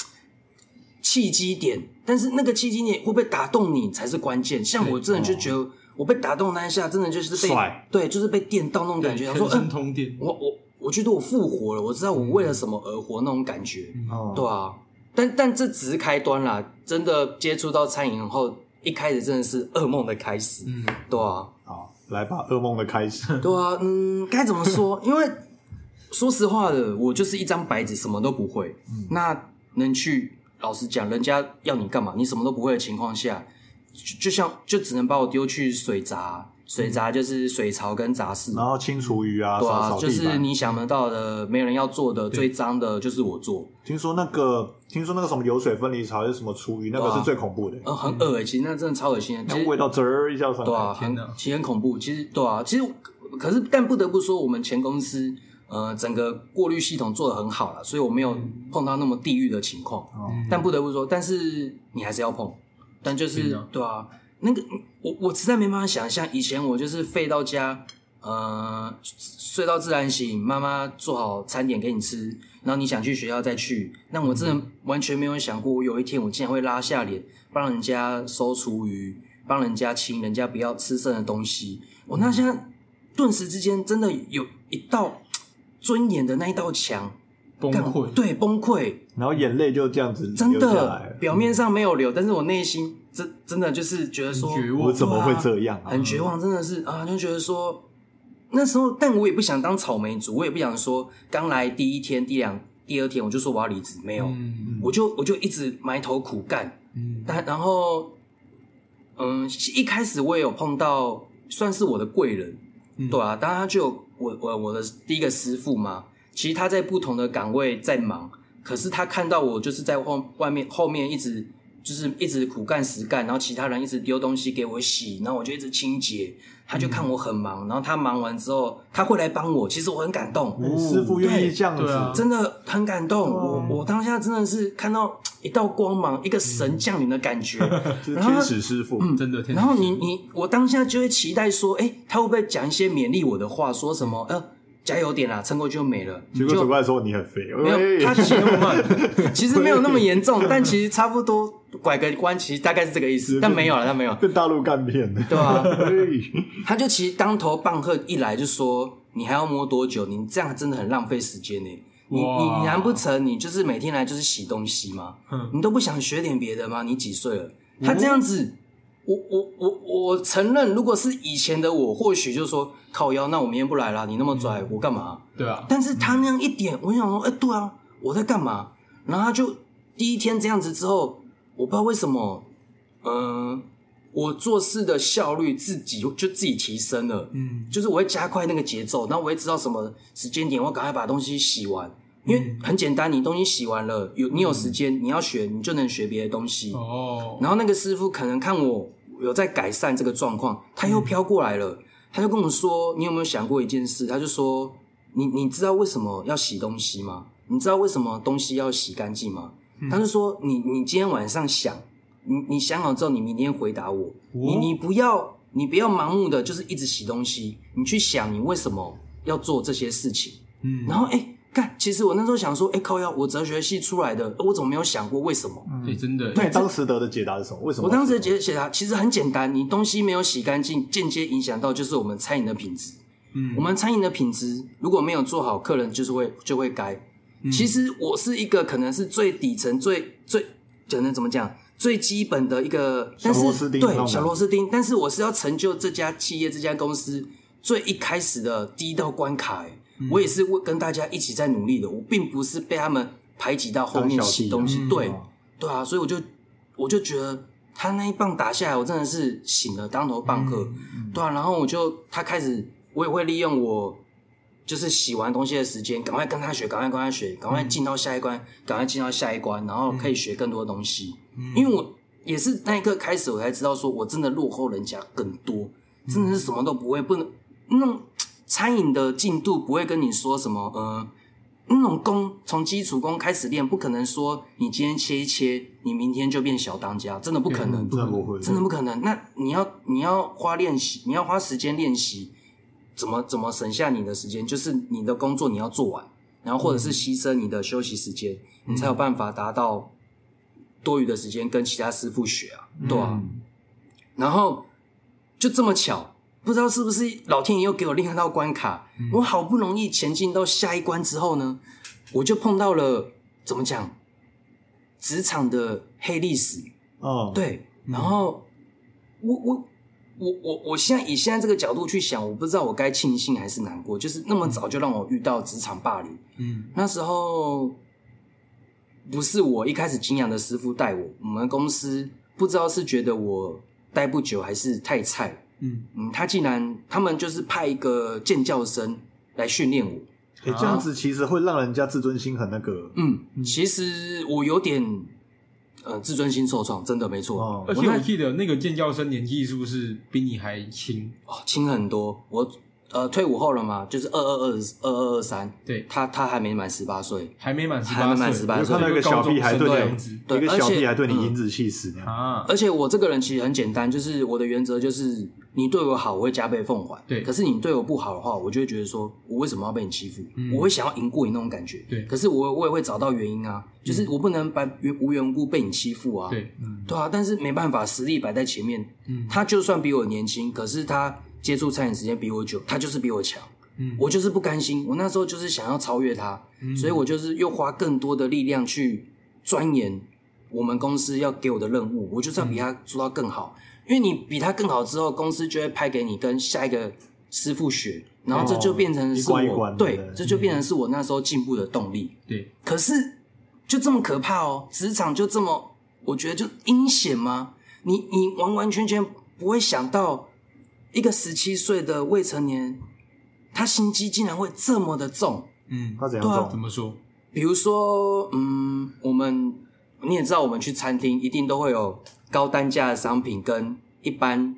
[SPEAKER 3] 契机点，但是那个契机点会不会打动你才是关键。像我真的就觉得，我被打动那一下，真的就是被
[SPEAKER 1] 哦帅
[SPEAKER 3] 对，就是被电到那种感觉，想说，
[SPEAKER 2] 神
[SPEAKER 3] 嗯、
[SPEAKER 2] 通电，
[SPEAKER 3] 我我我觉得我复活了，我知道我为了什么而活那种感觉，
[SPEAKER 1] 哦，
[SPEAKER 3] 对啊。但但这只是开端啦，真的接触到餐饮后，一开始真的是噩梦的开始，
[SPEAKER 2] 嗯，
[SPEAKER 3] 对啊。
[SPEAKER 1] 好，来吧，噩梦的开始。
[SPEAKER 3] 对啊，嗯，该怎么说？ <laughs> 因为说实话的，我就是一张白纸，什么都不会。那能去老实讲，人家要你干嘛，你什么都不会的情况下，就就像就只能把我丢去水闸，水闸就是水槽跟杂事。
[SPEAKER 1] 然后清厨余啊，
[SPEAKER 3] 对
[SPEAKER 1] 扫
[SPEAKER 3] 啊，
[SPEAKER 1] 扫
[SPEAKER 3] 就
[SPEAKER 1] 地
[SPEAKER 3] 是
[SPEAKER 1] 板。
[SPEAKER 3] 你想得到的，没人要做的，最脏的就是我做，
[SPEAKER 1] 听说那个，听说那个什么油水分离槽还是什么厨余，那个
[SPEAKER 3] 对啊
[SPEAKER 1] 是最恐怖的，
[SPEAKER 3] 呃，很恶心，其实那真的超恶心的。
[SPEAKER 1] 那
[SPEAKER 3] 其实
[SPEAKER 1] 味道滋儿一下上
[SPEAKER 3] 对
[SPEAKER 1] 来。
[SPEAKER 3] 啊，
[SPEAKER 2] 天
[SPEAKER 3] 很
[SPEAKER 2] 哪
[SPEAKER 3] 其实很恐怖。其实对啊，其实可是但不得不说，我们前公司呃整个过滤系统做的很好了，所以我
[SPEAKER 2] 嗯
[SPEAKER 3] 没有碰到那么地狱的情况。
[SPEAKER 1] 哦
[SPEAKER 3] 但不得不说，但是你还是要碰，但就是
[SPEAKER 2] 真的
[SPEAKER 3] 对啊，那个我我实在没办法想象，以前我就是废到家，呃，睡到自然醒，妈妈做好餐点给你吃，然后你想去学校再去，那我真的完全没有想过，我有一天我竟然会拉下脸帮人家收厨余，帮人家清人家不要吃剩的东西，我那现在顿时之间真的有一道尊严的那一道墙
[SPEAKER 2] 崩
[SPEAKER 3] 干
[SPEAKER 2] 溃，
[SPEAKER 3] 对崩溃。
[SPEAKER 1] 然后眼泪就这样子
[SPEAKER 3] 真
[SPEAKER 1] 流下来
[SPEAKER 3] 的。表
[SPEAKER 2] 嗯
[SPEAKER 3] 面上没有流，但是我内心真真的就是觉得说，
[SPEAKER 2] 很绝望嗯
[SPEAKER 1] 我怎么会这样啊？
[SPEAKER 3] 很绝望，真的是啊，就觉得说那时候，但我也不想当草莓族，我也不想说刚来第一天、第两、第二天我就说我要离职，没有，
[SPEAKER 2] 嗯
[SPEAKER 3] 我就我就一直埋头苦干。
[SPEAKER 2] 嗯，
[SPEAKER 3] 但然后，嗯，一开始我也有碰到算是我的贵人，
[SPEAKER 2] 嗯
[SPEAKER 3] 对啊，当然他就有我我我的第一个师傅嘛，其实他在不同的岗位在忙，可是他看到我就是在后外面后面一直就是一直苦干实干，然后其他人一直丢东西给我洗，然后我就一直清洁，他就看我很忙，然后他忙完之后他会来帮我，其实我很感动，
[SPEAKER 1] 哎师傅愿意这样
[SPEAKER 2] 对啊
[SPEAKER 1] 子，
[SPEAKER 3] 真的很感动，我
[SPEAKER 1] 哇
[SPEAKER 3] 我当下真的是看到一道光芒，一个神降临的感觉。
[SPEAKER 1] 就是
[SPEAKER 3] 啊
[SPEAKER 1] 天使师傅。
[SPEAKER 3] 嗯
[SPEAKER 2] 真的，天哪
[SPEAKER 3] 然后你你我当下就会期待说，哎、他会不会讲一些勉励我的话，说什么呃加油点啦，撑过去就没了。
[SPEAKER 1] 结果走过来说你很肥，
[SPEAKER 3] 没有，他
[SPEAKER 1] 哎
[SPEAKER 3] 其
[SPEAKER 1] <laughs>
[SPEAKER 3] 实其实没有那么严重，但其实差不多拐个弯，其实大概是这个意思，但没有了，但没有，
[SPEAKER 1] 被大陆干片的。
[SPEAKER 3] 对吧、
[SPEAKER 1] 哎
[SPEAKER 3] 他就其实当头棒喝一来就说：“你还要摸多久？你这样真的很浪费时间呢、你
[SPEAKER 2] 哇
[SPEAKER 3] 你难不成你就是每天来就是洗东西吗？
[SPEAKER 2] 嗯
[SPEAKER 3] 你都不想学点别的吗？你几岁了？他这样子，我我我我承认，如果是以前的我，或许就说靠腰，那我明天不来啦。你那么拽，我干嘛？
[SPEAKER 2] 对啊，
[SPEAKER 3] 但是他那样一点，我就想说，哎、对啊，我在干嘛？然后他就第一天这样子之后，我不知道为什么，嗯、我做事的效率自己就自己提升了，
[SPEAKER 2] 嗯，
[SPEAKER 3] 就是我会加快那个节奏，然后我会知道什么时间点，我赶快把东西洗完，
[SPEAKER 2] 嗯
[SPEAKER 3] 因为很简单，你东西洗完了，有你有时间，你要学，你就能学别的东西。
[SPEAKER 2] 哦，
[SPEAKER 3] 然后那个师傅可能看我有在改善这个状况，他又飘过来了，他就跟我说：“你有没有想过一件事？”他就说：“你你知道为什么要洗东西吗？你知道为什么东西要洗干净吗？”
[SPEAKER 2] 嗯
[SPEAKER 3] 他就说：“你你今天晚上想，你你想好之后，你明天回答我。你你不要你不要盲目的就是一直洗东西，你去想你为什么要做这些事情。”
[SPEAKER 2] 嗯，
[SPEAKER 3] 然后哎。干，其实我那时候想说，哎、靠腰，我哲学系出来的，我怎么没有想过为什么？
[SPEAKER 2] 哎，真的，
[SPEAKER 1] 那你当时得的解答是什么？为什么？
[SPEAKER 3] 我当时解解答其实很简单，你东西没有洗干净，间接影响到就是我们餐饮的品质。
[SPEAKER 2] 嗯
[SPEAKER 3] 我们餐饮的品质如果没有做好，客人就是会就会该。
[SPEAKER 1] 嗯
[SPEAKER 3] 其实我是一个可能是最底层、最最可能怎么讲最基本的一个，但
[SPEAKER 1] 小
[SPEAKER 3] 是
[SPEAKER 1] 螺丝钉那种
[SPEAKER 3] 对
[SPEAKER 1] 感觉
[SPEAKER 3] 小螺丝钉，但是我是要成就这家企业、这家公司最一开始的第一道关卡、欸
[SPEAKER 1] 嗯
[SPEAKER 3] 我也是为跟大家一起在努力的，我并不是被他们排挤到后面
[SPEAKER 1] 当小
[SPEAKER 3] 洗
[SPEAKER 1] 弟
[SPEAKER 3] 东西。
[SPEAKER 2] 嗯
[SPEAKER 3] 对，
[SPEAKER 1] 哦
[SPEAKER 3] 对啊，所以我就我就觉得他那一棒打下来，我真的是醒了当头棒
[SPEAKER 2] 嗯
[SPEAKER 3] 喝。对啊，然后我就他开始，我也会利用我就是洗完东西的时间，赶快跟他学，赶快跟他学，赶快进到下一关，赶快进到下一关，然后可以学更多东西。因为我也是那一刻开始，我才知道说我真的落后人家更多，真的是什么都不会，不能那种餐饮的进度不会跟你说什么，呃，那种功从基础功开始练，不可能说你今天切一切，你明天就变小当家，真嗯的不可能，
[SPEAKER 1] 真的不会，
[SPEAKER 3] 真的不可能。那你要你要花练习，你要花时间练习，怎么怎么省下你的时间？就是你的工作你要做完，然后或者是牺牲你的休息时间，你才有办法达到多余的时间跟其他师傅学啊，对啊。
[SPEAKER 1] 嗯
[SPEAKER 3] 然后就这么巧，不知道是不是老天爷又给我另一道关卡，我好不容易前进到下一关之后呢，我就碰到了怎么讲，职场的黑历史。
[SPEAKER 1] 哦，，
[SPEAKER 3] 对，然后、我我我我我现在以现在这个角度去想，我不知道我该庆幸还是难过，就是那么
[SPEAKER 1] 嗯
[SPEAKER 3] 早就让我遇到职场霸凌。
[SPEAKER 2] 嗯
[SPEAKER 3] 那时候不是我一开始敬仰的师傅带我，我们公司不知道是觉得我待不久还是太菜了，
[SPEAKER 2] 嗯，
[SPEAKER 3] 嗯，他竟然他们就是派一个建教生来训练我，
[SPEAKER 1] 哎，这样子其实会让人家自尊心很那个，
[SPEAKER 3] 嗯，其实我有点呃自尊心受创，真的没错，
[SPEAKER 1] 哦
[SPEAKER 2] 而
[SPEAKER 3] 我
[SPEAKER 2] 且
[SPEAKER 3] 那
[SPEAKER 2] 我记得那个建教生年纪是不是比你还轻？
[SPEAKER 3] 哦，轻很多。我呃退伍后了嘛，就是二二二二二二三，
[SPEAKER 2] 对，
[SPEAKER 3] 他他还没满十八岁，
[SPEAKER 2] 还没满十
[SPEAKER 3] 还
[SPEAKER 2] 八
[SPEAKER 3] 没
[SPEAKER 2] 岁，
[SPEAKER 3] 满18
[SPEAKER 1] 就
[SPEAKER 3] 岁
[SPEAKER 1] 看到一个小屁孩对
[SPEAKER 2] 高中生的
[SPEAKER 1] 你
[SPEAKER 2] 样子，
[SPEAKER 3] 对
[SPEAKER 1] 一个
[SPEAKER 3] 而且嗯
[SPEAKER 1] 小屁孩对你颐指气使那样，
[SPEAKER 2] 啊，
[SPEAKER 3] 而且我这个人其实很简单，就是我的原则就是你对我好，我会加倍奉还。
[SPEAKER 2] 对
[SPEAKER 3] 可是你对我不好的话，我就会觉得说我为什么要被你欺负？
[SPEAKER 2] 嗯
[SPEAKER 3] 我会想要赢过你那种感觉。
[SPEAKER 2] 对嗯
[SPEAKER 3] 可是我我也会找到原因啊，就是我不能白无缘无故被你欺负啊。，
[SPEAKER 2] 对，
[SPEAKER 3] 对啊，但是没办法，实力摆在前面。
[SPEAKER 2] 嗯
[SPEAKER 3] 他就算比我年轻，可是他接触餐饮时间比我久，他就是比我强。
[SPEAKER 2] 嗯
[SPEAKER 3] 我就是不甘心，我那时候就是想要超越他，
[SPEAKER 1] 嗯
[SPEAKER 3] 所以我就是又花更多的力量去钻研我们公司要给我的任务，我就是
[SPEAKER 1] 嗯
[SPEAKER 3] 要比他做到更好。因为你比他更好之后，公司就会派给你跟下一个师傅学，然后这就变成是我、
[SPEAKER 1] 哦一关一关的嗯
[SPEAKER 3] 对
[SPEAKER 1] 对，
[SPEAKER 3] 这就变成是我那时候进步的动力。
[SPEAKER 2] 对，
[SPEAKER 3] 可是就这么可怕哦，职场就这么，我觉得就阴险吗？你你完完全全不会想到，一个十七岁的未成年，他心机竟然会这么的重。
[SPEAKER 2] 嗯，
[SPEAKER 1] 他怎
[SPEAKER 3] 对啊
[SPEAKER 1] 样
[SPEAKER 2] 怎
[SPEAKER 1] 种？
[SPEAKER 2] 么说？
[SPEAKER 3] 比如说，嗯，我们你也知道，我们去餐厅一定都会有高单价的商品跟一般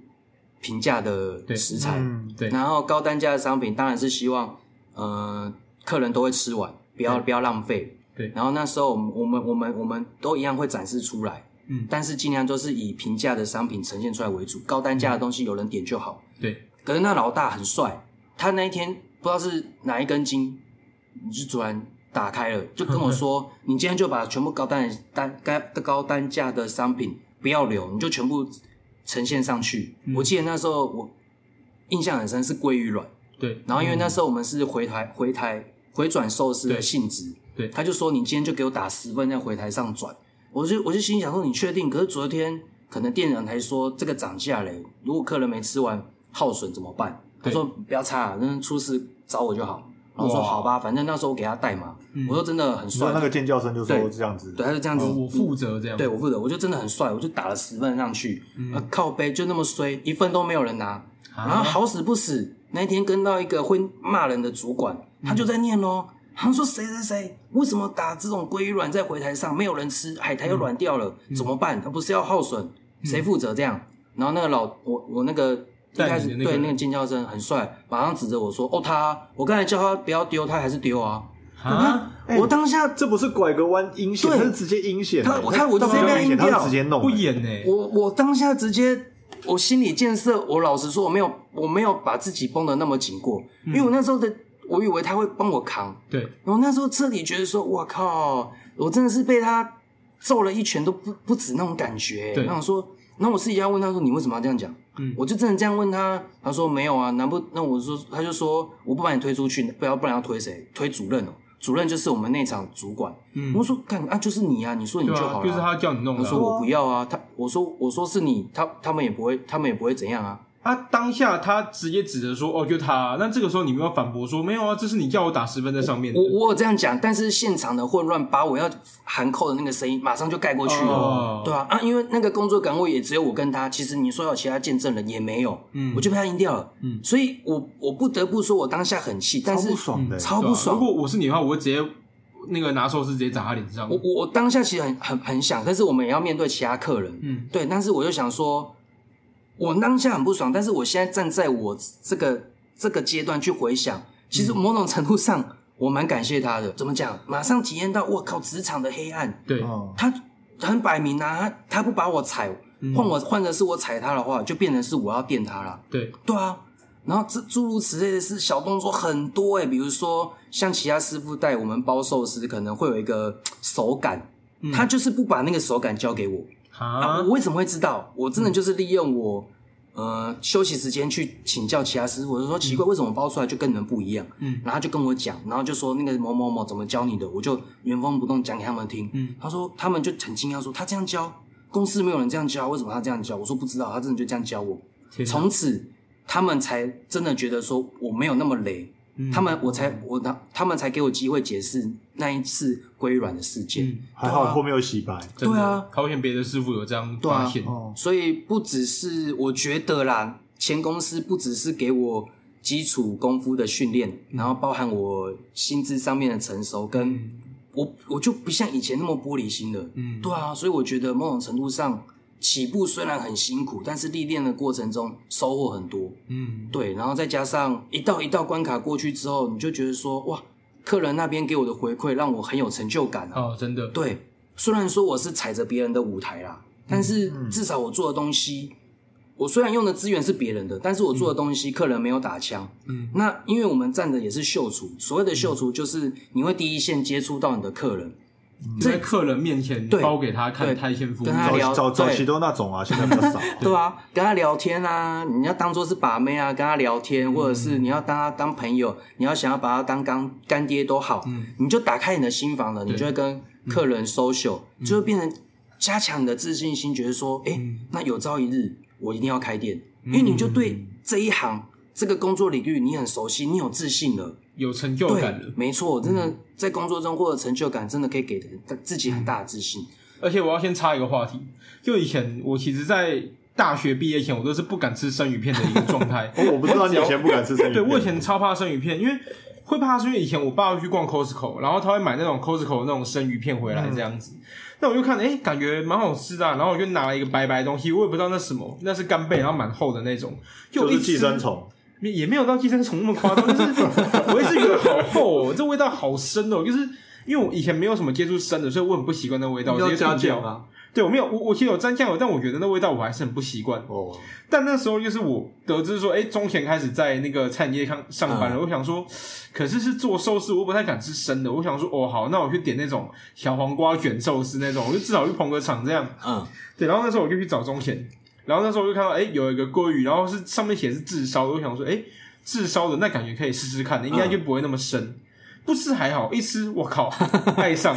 [SPEAKER 3] 平价的
[SPEAKER 2] 对
[SPEAKER 3] 食材，
[SPEAKER 1] 嗯
[SPEAKER 2] 对，
[SPEAKER 3] 然后高单价的商品当然是希望，呃，客人都会吃完，不要
[SPEAKER 2] 对
[SPEAKER 3] 不要浪费。
[SPEAKER 2] 对
[SPEAKER 3] 然后那时候我们我们我们我们都一样会展示出来，
[SPEAKER 2] 嗯
[SPEAKER 3] 但是尽量都是以平价的商品呈现出来为主，高单
[SPEAKER 2] 嗯
[SPEAKER 3] 价的东西有人点就好。
[SPEAKER 2] 对，
[SPEAKER 3] 可是那老大很帅，他那一天不知道是哪一根筋，就突然打开了，就跟我说：“你今天就把全部高单单高高单价的商品不要留，你就全部呈现上去。
[SPEAKER 2] 嗯
[SPEAKER 3] 我记得那时候我印象很深是鲑鱼卵，
[SPEAKER 2] 对，
[SPEAKER 3] 然后因为那时候我们是回台回台回转寿司的
[SPEAKER 2] 对
[SPEAKER 3] 性质，
[SPEAKER 2] 对
[SPEAKER 3] 他就说你今天就给我打十分在回台上转，我就我就心想说你确定？可是昨天可能店长还说这个涨价嘞，如果客人没吃完耗损怎么办？他
[SPEAKER 2] 对
[SPEAKER 3] 说不要差、那出事找我就好。然后说
[SPEAKER 2] 哇嗯
[SPEAKER 3] 好吧，反正那时候我给他带嘛，我说真的很
[SPEAKER 1] 你说
[SPEAKER 3] 帅，
[SPEAKER 1] 那个尖叫声就说
[SPEAKER 3] 对
[SPEAKER 1] 这样子，
[SPEAKER 3] 对，他就这样子，
[SPEAKER 2] 哦我我负责这样，
[SPEAKER 3] 对我负责，我就真的很帅，我就打了十份上去，
[SPEAKER 2] 嗯
[SPEAKER 3] 啊靠背就那么衰，一份都没有人拿，
[SPEAKER 2] 啊
[SPEAKER 3] 然后好死不死，那一天跟到一个会骂人的主管，他就在念哦，他说谁谁谁为什么打这种鲑鱼卵在回台上没有人吃，海苔又软掉了，怎么办？他不是要耗损，谁负责这样？然后那个老我我那个。一
[SPEAKER 2] 带
[SPEAKER 3] 开
[SPEAKER 2] 你
[SPEAKER 3] 始
[SPEAKER 2] 的那个
[SPEAKER 3] 对
[SPEAKER 2] 人
[SPEAKER 3] 那个尖叫声很帅，马上指着我说：“哦，他啊，我刚才叫他不要丢，他还是丢啊！”
[SPEAKER 2] 啊，
[SPEAKER 1] 哎
[SPEAKER 3] 我当下
[SPEAKER 1] 这不是拐个弯阴险，
[SPEAKER 3] 对
[SPEAKER 1] 他是直接阴险欸，
[SPEAKER 3] 他我看我
[SPEAKER 1] 他不
[SPEAKER 3] 直接
[SPEAKER 1] 叫
[SPEAKER 3] 被
[SPEAKER 1] 阴险，
[SPEAKER 3] 阴掉
[SPEAKER 1] 他是直接弄欸，
[SPEAKER 2] 不演呢，
[SPEAKER 3] 我我当下直接，我心理建设，我老实说，我没有我没有把自己绷得那么紧过，因为我那时候的我以为他会帮我扛，
[SPEAKER 2] 对，
[SPEAKER 3] 然后那时候彻底觉得说，哇靠，我真的是被他揍了一拳都不不止那种感觉、
[SPEAKER 2] 对
[SPEAKER 3] 然后我说，然后我私底下问他说，你为什么要这样讲？
[SPEAKER 2] 嗯
[SPEAKER 3] 我就真的这样问他，他说没有啊，难不那我说他就说我不把你推出去，不要不然要推谁？推主任哦，主任就是我们内场主管。
[SPEAKER 2] 嗯
[SPEAKER 3] 我，说干啊，就是你啊，你说你
[SPEAKER 2] 对
[SPEAKER 3] 就
[SPEAKER 2] 啊
[SPEAKER 3] 好，了啊、
[SPEAKER 2] 就是他叫你弄
[SPEAKER 3] 我
[SPEAKER 2] 的
[SPEAKER 3] 说
[SPEAKER 2] 啊。
[SPEAKER 3] 我不要啊，他我说我说是你，他他们也不会，他们也不会怎样啊。
[SPEAKER 2] 他当下他直接指着说：“哦，就他。”那这个时候你没有反驳说：“没有啊，这是你叫我打十分在上面的
[SPEAKER 3] 我。我有这样讲，但是现场的混乱把我要喊扣的那个声音马上就盖过去了，
[SPEAKER 2] 哦
[SPEAKER 3] 对啊啊，因为那个工作岗位也只有我跟他，其实你说有其他见证人也没有，
[SPEAKER 2] 嗯
[SPEAKER 3] 我就被他赢掉了，
[SPEAKER 2] 嗯
[SPEAKER 3] 所以我我不得不说我当下很气，但
[SPEAKER 1] 超
[SPEAKER 3] 是嗯
[SPEAKER 1] 不爽的欸，
[SPEAKER 3] 超
[SPEAKER 2] 对啊
[SPEAKER 3] 不爽
[SPEAKER 2] 如果我是你的话，我会直接那个拿寿司直接砸他脸上
[SPEAKER 3] 我。我我当下其实很很很想，但是我们也要面对其他客人，
[SPEAKER 2] 嗯，
[SPEAKER 3] 对。但是我就想说，我当下很不爽，但是我现在站在我这个这个阶段去回想，其
[SPEAKER 1] 嗯
[SPEAKER 3] 实某种程度上我蛮感谢他的。怎么讲？马上体验到我靠职场的黑暗，
[SPEAKER 2] 对，
[SPEAKER 1] 哦，
[SPEAKER 3] 他很摆明啊，他他不把我踩，
[SPEAKER 2] 嗯
[SPEAKER 3] 换我换的是我踩他的话，就变成是我要电他了。
[SPEAKER 2] 对，
[SPEAKER 3] 对啊，然后这诸如此类的事，小动作很多欸诶、比如说像其他师傅带我们包寿司，可能会有一个手感，
[SPEAKER 2] 嗯
[SPEAKER 3] 他就是不把那个手感交给我啊
[SPEAKER 2] 啊嗯
[SPEAKER 3] 我，为什么会知道？我真的就是利用我。呃，休息时间去请教其他师傅，我就说奇怪，为什么包出来就跟你们不一样？
[SPEAKER 2] 嗯
[SPEAKER 3] 然后他就跟我讲，然后就说那个某某某怎么教你的，我就原封不动讲给他们听。
[SPEAKER 2] 嗯
[SPEAKER 3] 他说他们就很惊讶说他这样教，公司没有人这样教，为什么他这样教？我说不知道，他真的就这样教我。
[SPEAKER 2] 天哪
[SPEAKER 3] 从此他们才真的觉得说我没有那么累，
[SPEAKER 2] 嗯
[SPEAKER 3] 他们我才我他他们才给我机会解释那一次龟软的事件。
[SPEAKER 2] 嗯，
[SPEAKER 1] 还好后面有洗白。
[SPEAKER 2] 真的
[SPEAKER 3] 对啊，
[SPEAKER 2] 好险别的师傅有这样
[SPEAKER 3] 对啊
[SPEAKER 2] 发现，
[SPEAKER 1] 哦，
[SPEAKER 3] 所以不只是我觉得啦，前公司不只是给我基础功夫的训练，然后包含我心智上面的成熟，跟
[SPEAKER 2] 嗯
[SPEAKER 3] 我我就不像以前那么玻璃心了。
[SPEAKER 2] 嗯，
[SPEAKER 3] 对啊，所以我觉得某种程度上，起步虽然很辛苦，但是历练的过程中收获很多。
[SPEAKER 2] 嗯，
[SPEAKER 3] 对，然后再加上一道一道关卡过去之后，你就觉得说，哇，客人那边给我的回馈让我很有成就感啊。
[SPEAKER 2] 哦，真的，
[SPEAKER 3] 对，虽然说我是踩着别人的舞台啦，但是至少我做的东西，我虽然用的资源是别人的，但是我做的东西客人没有打枪。
[SPEAKER 2] 嗯
[SPEAKER 3] 那因为我们站的也是秀厨，所谓的秀厨就是你会第一线接触到你的客人，
[SPEAKER 2] 在客人面前
[SPEAKER 3] 对
[SPEAKER 2] 包给他看
[SPEAKER 3] 对
[SPEAKER 2] 太线服务，
[SPEAKER 3] 跟他聊
[SPEAKER 1] 早早早
[SPEAKER 3] 对
[SPEAKER 1] 期都那种啊，现在比较少。。
[SPEAKER 3] <laughs> 对啊，跟他聊天啊，你要当做是把妹啊，跟他聊天，或者
[SPEAKER 2] 嗯
[SPEAKER 3] 是你要当他当朋友，你要想要把他当干干爹都好，
[SPEAKER 2] 嗯
[SPEAKER 3] 你就打开你的心房了，你就会跟客人 social，、就会变成加强你的自信心，觉得说，哎、
[SPEAKER 2] 嗯
[SPEAKER 3] 那有朝一日我一定要开店，因为你就对这一行这个工作领域你很熟悉，你有自信了，
[SPEAKER 2] 有成就
[SPEAKER 3] 对
[SPEAKER 2] 感了，。嗯
[SPEAKER 3] 没错，真的在工作中获得成就感，真的可以给自己很大的自信。
[SPEAKER 2] 而且我要先插一个话题，就以前我其实，在大学毕业前，我都是不敢吃生鱼片的一个状态
[SPEAKER 3] <laughs>
[SPEAKER 1] 哦，我不知道你以前不敢吃生鱼片。
[SPEAKER 2] 对我以前超怕生鱼片，因为会怕是因为以前我爸会去逛 Costco，然后他会买那种 Costco 的那种生鱼片回
[SPEAKER 1] 嗯
[SPEAKER 2] 来这样子。那我就看，哎、感觉蛮好吃的啊、然后我就拿了一个白白的东西，我也不知道那什么，那是干贝，然后蛮厚的那种，
[SPEAKER 1] 就
[SPEAKER 2] 一
[SPEAKER 1] 是
[SPEAKER 2] 吃
[SPEAKER 1] 寄生虫，
[SPEAKER 2] 也也没有到寄生虫那么夸张，就是 <laughs> 我一直觉得好厚哦，这味道好深哦，就是因为我以前没有什么接触生的，所以我很不习惯那味道，我直接吐掉。
[SPEAKER 1] 啊。
[SPEAKER 2] 对，我没有，我我其实有沾酱油，但我觉得那味道我还是很不习惯。
[SPEAKER 1] 哦，
[SPEAKER 2] 但那时候就是我得知说，哎、中前开始在那个餐饮业上上班了，我想说，可是是做寿司，我不太敢吃生的，我想说，哦好，那我去点那种小黄瓜卷寿司那种，我就至少去捧个场这样。
[SPEAKER 3] 嗯，
[SPEAKER 2] 对，然后那时候我就去找中贤，然后那时候我就看到哎、诶有一个鲑鱼，然后是上面写是炙烧的，我想说哎、诶炙烧的那感觉可以试试看，应该就不会那么深。不吃还好，一吃我靠爱上，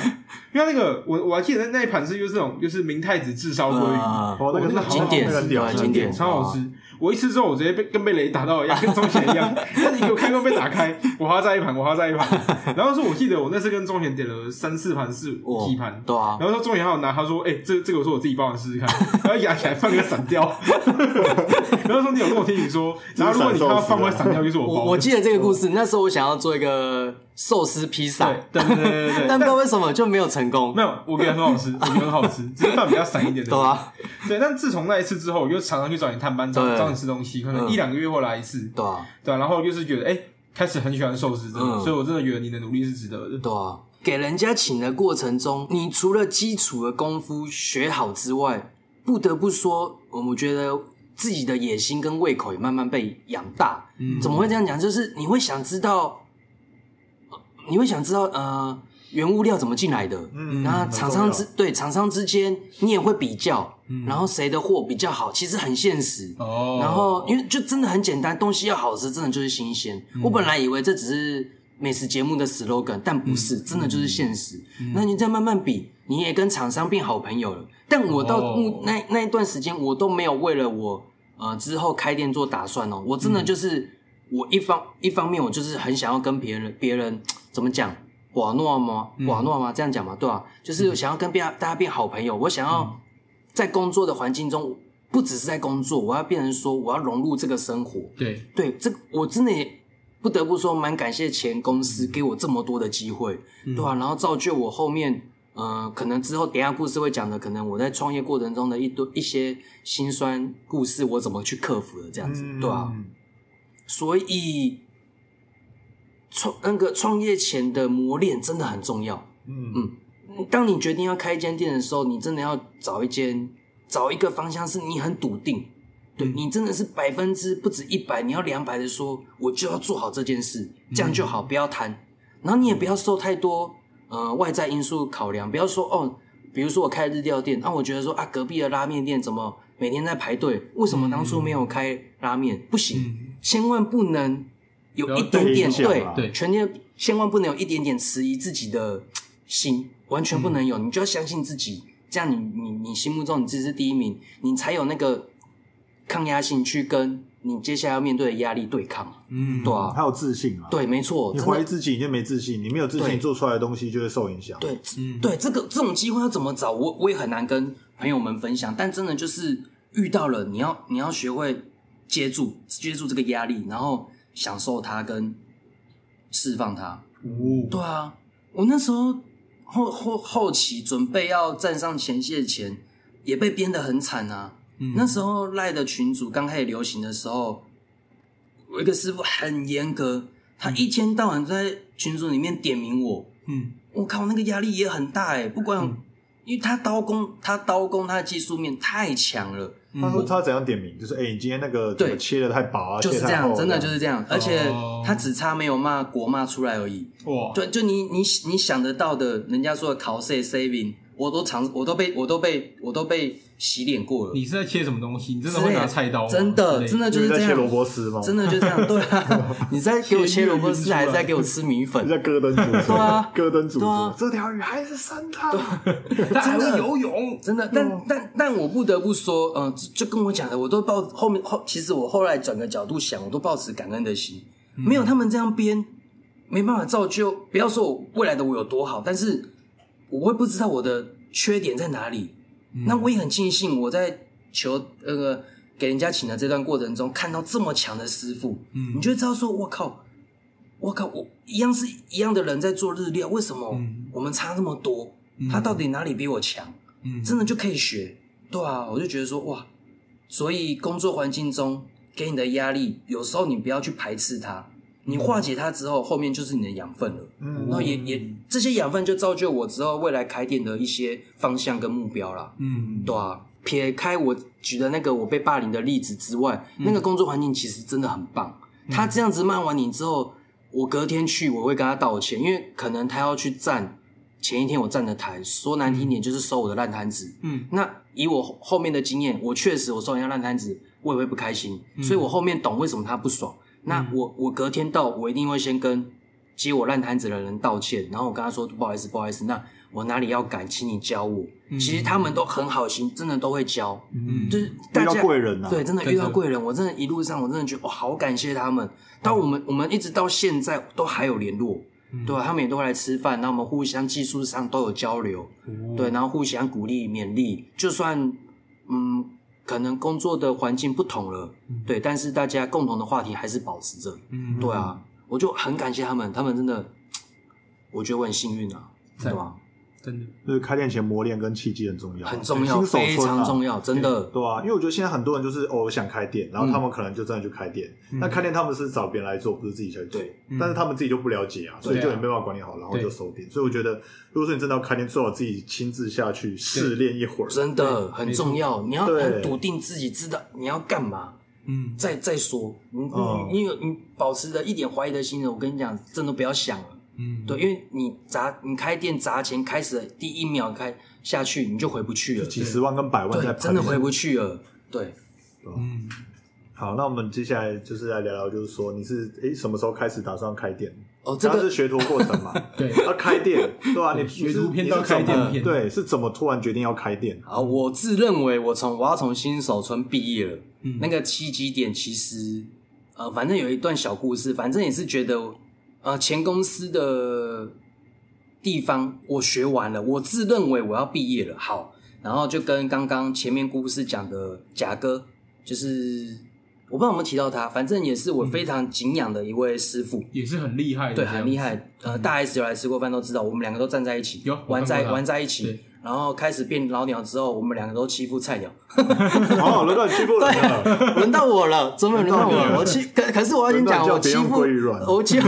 [SPEAKER 2] 因为那个我我还记得那一盘是就是那种就是明太子炙烧鲑鱼。
[SPEAKER 3] 啊
[SPEAKER 1] 哦，那个
[SPEAKER 2] 那个
[SPEAKER 1] 好
[SPEAKER 2] 经典
[SPEAKER 1] 那个屌
[SPEAKER 3] 对，
[SPEAKER 1] 那个
[SPEAKER 3] 经典啊
[SPEAKER 1] 屌
[SPEAKER 2] 超好吃！我一吃之后，我直接被跟被雷打到一样，跟中贤一样。但你给我开关被打开，我花在一盘，我花在一盘。然后说，我记得我那次跟中贤点了三四盘，是
[SPEAKER 3] 哦
[SPEAKER 2] 几盘，
[SPEAKER 3] 对啊，
[SPEAKER 2] 然后他中间还有拿，他说：“哎、这这个我说我自己帮忙试试看。”然后压起来放个散掉。 <laughs> 然后说你有跟我提醒说，然后如果你看到放会散掉，就是我包
[SPEAKER 3] 我
[SPEAKER 2] 的。
[SPEAKER 3] 我记得这个故事，
[SPEAKER 2] 嗯
[SPEAKER 3] 那时候我想要做一个寿司披萨，
[SPEAKER 2] 对对对对对
[SPEAKER 3] <laughs>
[SPEAKER 2] 对，
[SPEAKER 3] 但
[SPEAKER 2] 但
[SPEAKER 3] 不知道为什么就没有成功
[SPEAKER 2] 没，有，我觉得很好吃，我觉得很好吃，只是饭比较散一点的。
[SPEAKER 3] <laughs> 对啊，
[SPEAKER 2] 对，但自从那一次之后，我就常常去找你探班，找
[SPEAKER 3] 对
[SPEAKER 2] 找你吃东西，可能
[SPEAKER 3] 嗯
[SPEAKER 2] 一两个月后来一次。
[SPEAKER 3] 对啊，
[SPEAKER 2] 对啊，然后就是觉得哎、开始很喜欢寿司，真的，
[SPEAKER 3] 嗯
[SPEAKER 2] 所以我真的觉得你的努力是值得的。
[SPEAKER 3] 对啊。给人家请的过程中，你除了基础的功夫学好之外，不得不说，我们觉得自己的野心跟胃口也慢慢被养大。
[SPEAKER 2] 嗯
[SPEAKER 3] 怎么会这样讲？就是你会想知道，你会想知道，呃，原物料怎么进来的，
[SPEAKER 1] 嗯
[SPEAKER 3] 然后厂商之对厂商之间，你也会比较，
[SPEAKER 2] 嗯
[SPEAKER 3] 然后谁的货比较好，其实很现实。
[SPEAKER 2] 哦
[SPEAKER 3] 然后因为就真的很简单，东西要好吃，真的就是新鲜。
[SPEAKER 2] 嗯
[SPEAKER 3] 我本来以为这只是美食节目的 slogan，但不是，真的就是现实。
[SPEAKER 2] 嗯
[SPEAKER 3] 那你再慢慢比，你也跟厂商变好朋友了。但我
[SPEAKER 2] 哦
[SPEAKER 3] 到目、那那一段时间，我都没有为了我呃之后开店做打算哦。我真的就是、我一方一方面，我就是很想要跟别人别人怎么讲。瓦诺吗？瓦诺吗？这样讲嘛，对吧、就是想要跟变大家变好朋友，我想要在工作的环境中，不只是在工作，我要变成说我要融入这个生活。
[SPEAKER 2] 对，
[SPEAKER 3] 对，这个我真的也不得不说，蛮感谢前公司给我这么多的机会，对啊，然后造就我后面，呃，可能之后等一下故事会讲的，可能我在创业过程中的
[SPEAKER 1] 嗯
[SPEAKER 3] 一堆一些辛酸故事，我怎么去克服的这样子，对啊，所以创那个创业前的磨练真的很重要。
[SPEAKER 1] 嗯
[SPEAKER 3] 嗯当你决定要开一间店的时候，你真的要找一间找一个方向，是你很笃定，对
[SPEAKER 2] 嗯
[SPEAKER 3] 你真的是百分之不止一百，你要两百的说，我就要做好这件事，这样就好，不要
[SPEAKER 2] 嗯
[SPEAKER 3] 贪。然后你也不要受太多呃外在因素考量，不要说哦，比如说我开日料店，那、我觉得说啊隔壁的拉面店怎么每天在排队，为什么当初没有开拉面？不行，
[SPEAKER 2] 嗯，
[SPEAKER 3] 千万不能有
[SPEAKER 2] 不要
[SPEAKER 3] 一点点
[SPEAKER 1] 被影响
[SPEAKER 3] 对
[SPEAKER 1] 啊
[SPEAKER 2] 对
[SPEAKER 3] 全天千万不能有一点点迟疑自己的心，完全不能有，你就要相信自己，这样你你你心目中你自己是第一名，你才有那个抗压性去跟你接下来要面对的压力对抗。
[SPEAKER 2] 嗯，
[SPEAKER 3] 对啊
[SPEAKER 1] 还有自信啊。，
[SPEAKER 3] 对，没错，
[SPEAKER 1] 你
[SPEAKER 3] 真
[SPEAKER 1] 怀疑
[SPEAKER 3] 的
[SPEAKER 1] 自己，你就没自信；你没有自
[SPEAKER 3] 对
[SPEAKER 1] 信，做出来的东西就会受影响。
[SPEAKER 3] 对
[SPEAKER 2] 嗯，
[SPEAKER 3] 对，这个这种机会要怎么找，我我也很难跟朋友们分享。但真的就是遇到了，你要你要学会接住接住这个压力，然后享受它跟释放它。
[SPEAKER 2] 哦，
[SPEAKER 3] 对啊，我那时候后后后期准备要站上前线前，也被编得很惨啊。
[SPEAKER 2] 嗯
[SPEAKER 3] 那时候赖的群主刚开始流行的时候，我一个师傅很严格，他一天到晚在群组里面点名我，
[SPEAKER 2] 嗯
[SPEAKER 3] 我靠，那个压力也很大哎、不管、
[SPEAKER 2] 嗯
[SPEAKER 3] 因为他刀工，他刀工，他的技术面太强了，
[SPEAKER 1] 他说
[SPEAKER 2] 嗯
[SPEAKER 1] 他怎样点名，就是哎，你今天那个
[SPEAKER 3] 对
[SPEAKER 1] 怎么切的太薄啊，
[SPEAKER 3] 就是
[SPEAKER 1] 切
[SPEAKER 3] 这
[SPEAKER 1] 太
[SPEAKER 3] 样，
[SPEAKER 1] 厚
[SPEAKER 3] 真的就是这样，而且
[SPEAKER 2] 哦
[SPEAKER 3] 他只差没有骂国骂出来而已。
[SPEAKER 2] 哇，
[SPEAKER 3] 对，就你你你想得到的，人家说的 cos saving，我都尝，我都被我都被我都被洗脸过了，
[SPEAKER 2] 你是在切什么东西？你真的会拿菜刀吗？
[SPEAKER 3] 真的真
[SPEAKER 2] 的，
[SPEAKER 3] 的就是
[SPEAKER 1] 因为
[SPEAKER 3] 这
[SPEAKER 1] 在切
[SPEAKER 3] 样，
[SPEAKER 1] 萝卜丝嘛，
[SPEAKER 3] 真的就这样，对
[SPEAKER 2] <laughs>
[SPEAKER 3] 啊，你在给我切萝卜丝，还是在给我吃米
[SPEAKER 1] 你
[SPEAKER 3] 粉？
[SPEAKER 1] 在戈登主厨，
[SPEAKER 3] 对啊
[SPEAKER 1] 戈登主
[SPEAKER 3] 对啊
[SPEAKER 1] 厨，这条鱼还是生的，
[SPEAKER 2] 他还
[SPEAKER 3] 真
[SPEAKER 2] 会
[SPEAKER 3] 的
[SPEAKER 2] 游泳，
[SPEAKER 3] 真的，但但但我不得不说，嗯、就就跟我讲的，我都抱后面后，其实我后来转个角度想，我都抱持感恩的心，
[SPEAKER 2] 嗯
[SPEAKER 3] 没有他们这样编，没办法造就，不要说我未来的我有多好，但是我会不知道我的缺点在哪里。
[SPEAKER 2] 嗯
[SPEAKER 3] 那我也很庆幸，我在求那个、给人家请的这段过程中，看到这么强的师傅，
[SPEAKER 2] 嗯
[SPEAKER 3] 你就会知道说，我靠，我靠，我一样是一样的人在做日料，为什么
[SPEAKER 2] 嗯
[SPEAKER 3] 我们差那么多？他到底哪里比我强？
[SPEAKER 2] 嗯
[SPEAKER 3] 真的就可以学，对啊，我就觉得说哇，所以工作环境中给你的压力，有时候你不要去排斥它，你化解它之后，后面就是你的养分了。然
[SPEAKER 1] 嗯，
[SPEAKER 3] 后也也这些养分就造就我之后未来开店的一些方向跟目标啦。
[SPEAKER 2] 嗯
[SPEAKER 3] 对啊，撇开我举的那个我被霸凌的例子之外，那个工作环境其实真的很棒。他这样子骂完你之后，我隔天去我会跟他道歉，因为可能他要去站前一天我站的台，说难听点就是收我的烂摊子。
[SPEAKER 2] 嗯
[SPEAKER 3] 那以我后后面的经验，我确实我收人家烂摊子，我也会不开心，所以我后面懂为什么他不爽。那我我隔天到，我一定会先跟接我烂摊子的人道歉，然后我跟他说不好意思，不好意思，那我哪里要改，请你教我。其实他们都很好心，真的都会教，
[SPEAKER 2] 嗯，
[SPEAKER 3] 就是大
[SPEAKER 1] 遇到
[SPEAKER 3] 家
[SPEAKER 1] 贵人啊，
[SPEAKER 3] 对，，真的
[SPEAKER 2] 真
[SPEAKER 3] 遇
[SPEAKER 2] 的
[SPEAKER 3] 到贵人，我真的一路上我真的觉得我哦好感谢他们。到我们我们一直到现在都还有联络，对啊吧？他们也都会来吃饭，那我们互相技术上都有交流，
[SPEAKER 1] 嗯
[SPEAKER 2] 哦
[SPEAKER 3] 对，然后互相鼓励勉励。就算嗯，可能工作的环境不同了，
[SPEAKER 1] 嗯
[SPEAKER 3] 对，但是大家共同的话题还是保持着，
[SPEAKER 2] 嗯
[SPEAKER 3] 对啊，我就很感谢他们，他们真的，我觉得我很幸运啊，对吧？
[SPEAKER 2] 真的，
[SPEAKER 1] 就是开店前磨练跟契机很重要，
[SPEAKER 3] 很重要，
[SPEAKER 1] 新手
[SPEAKER 3] 非
[SPEAKER 1] 村
[SPEAKER 3] 常
[SPEAKER 1] 啊
[SPEAKER 3] 重要，真的，
[SPEAKER 1] 对啊，因为我觉得现在很多人就是哦，我想开店，
[SPEAKER 3] 嗯
[SPEAKER 1] 然后他们可能就真的去开店。那开店他们是找别人来做，不是自己去做
[SPEAKER 3] 对。嗯
[SPEAKER 1] 但是他们自己就不了解啊，所以就也没办法管理好，然后就收店。所以我觉得，如果说你真的要开店，最好自己亲自下去试练一会儿。
[SPEAKER 3] 真的很重要。你要
[SPEAKER 1] 对
[SPEAKER 3] 很笃定自己知道你要干嘛，
[SPEAKER 2] 嗯
[SPEAKER 3] 再再说，你
[SPEAKER 1] 嗯
[SPEAKER 3] 你你有你保持着一点怀疑的心的，我跟你讲，真的不要想了。
[SPEAKER 2] 嗯，
[SPEAKER 3] 对，因为你砸你开店砸钱开始的第一秒开下去，你就回不去了，
[SPEAKER 1] 几十万跟百万在
[SPEAKER 3] 对，
[SPEAKER 1] 喷
[SPEAKER 3] 真的回不去了。对，
[SPEAKER 2] 嗯
[SPEAKER 1] 好，那我们接下来就是来聊聊，就是说你是诶什么时候开始打算开店？
[SPEAKER 3] 哦，这
[SPEAKER 1] 刚刚
[SPEAKER 3] 个
[SPEAKER 1] 是学徒过程
[SPEAKER 3] <laughs>
[SPEAKER 1] 嘛，
[SPEAKER 2] 对，
[SPEAKER 1] 要开店，对吧？你
[SPEAKER 2] 对
[SPEAKER 1] 你
[SPEAKER 2] 学
[SPEAKER 1] 是
[SPEAKER 2] 徒片
[SPEAKER 1] 你是
[SPEAKER 2] 到开
[SPEAKER 1] 怎么
[SPEAKER 2] 店片
[SPEAKER 1] 对，是怎么突然决定要开店？ <laughs>
[SPEAKER 3] 啊，我自认为我从我要从新手村毕业了，
[SPEAKER 2] 嗯
[SPEAKER 3] 那个契机点其实呃，反正有一段小故事，反正也是觉得呃前公司的地方我学完了，我自认为我要毕业了，好，然后就跟刚刚前面故事讲的贾哥，就是我不知道有没有提到他，反正也是
[SPEAKER 2] 嗯
[SPEAKER 3] 我非常敬仰的一位师傅。
[SPEAKER 2] 也是很厉害的，
[SPEAKER 3] 对，很厉。害。呃，大 S 有来吃过饭都知道，我们两个都站在一起，
[SPEAKER 2] 嗯有我
[SPEAKER 3] 玩
[SPEAKER 2] 看
[SPEAKER 3] 在
[SPEAKER 2] 过他
[SPEAKER 3] 玩在一起
[SPEAKER 2] 对。
[SPEAKER 3] 然后开始变老鸟之后，我们两个都欺负菜鸟，
[SPEAKER 1] 哦，轮到你欺负人了，
[SPEAKER 3] <laughs> 轮到我了，终于轮到我
[SPEAKER 1] 轮到你
[SPEAKER 3] 了。
[SPEAKER 1] 了
[SPEAKER 3] 我欺可可是我要
[SPEAKER 1] 轮
[SPEAKER 3] 先
[SPEAKER 1] 到
[SPEAKER 3] 讲，
[SPEAKER 1] 你叫
[SPEAKER 3] 我欺
[SPEAKER 1] 别用
[SPEAKER 3] 负
[SPEAKER 1] 鲑
[SPEAKER 3] <laughs>
[SPEAKER 1] 鱼卵
[SPEAKER 3] 我欺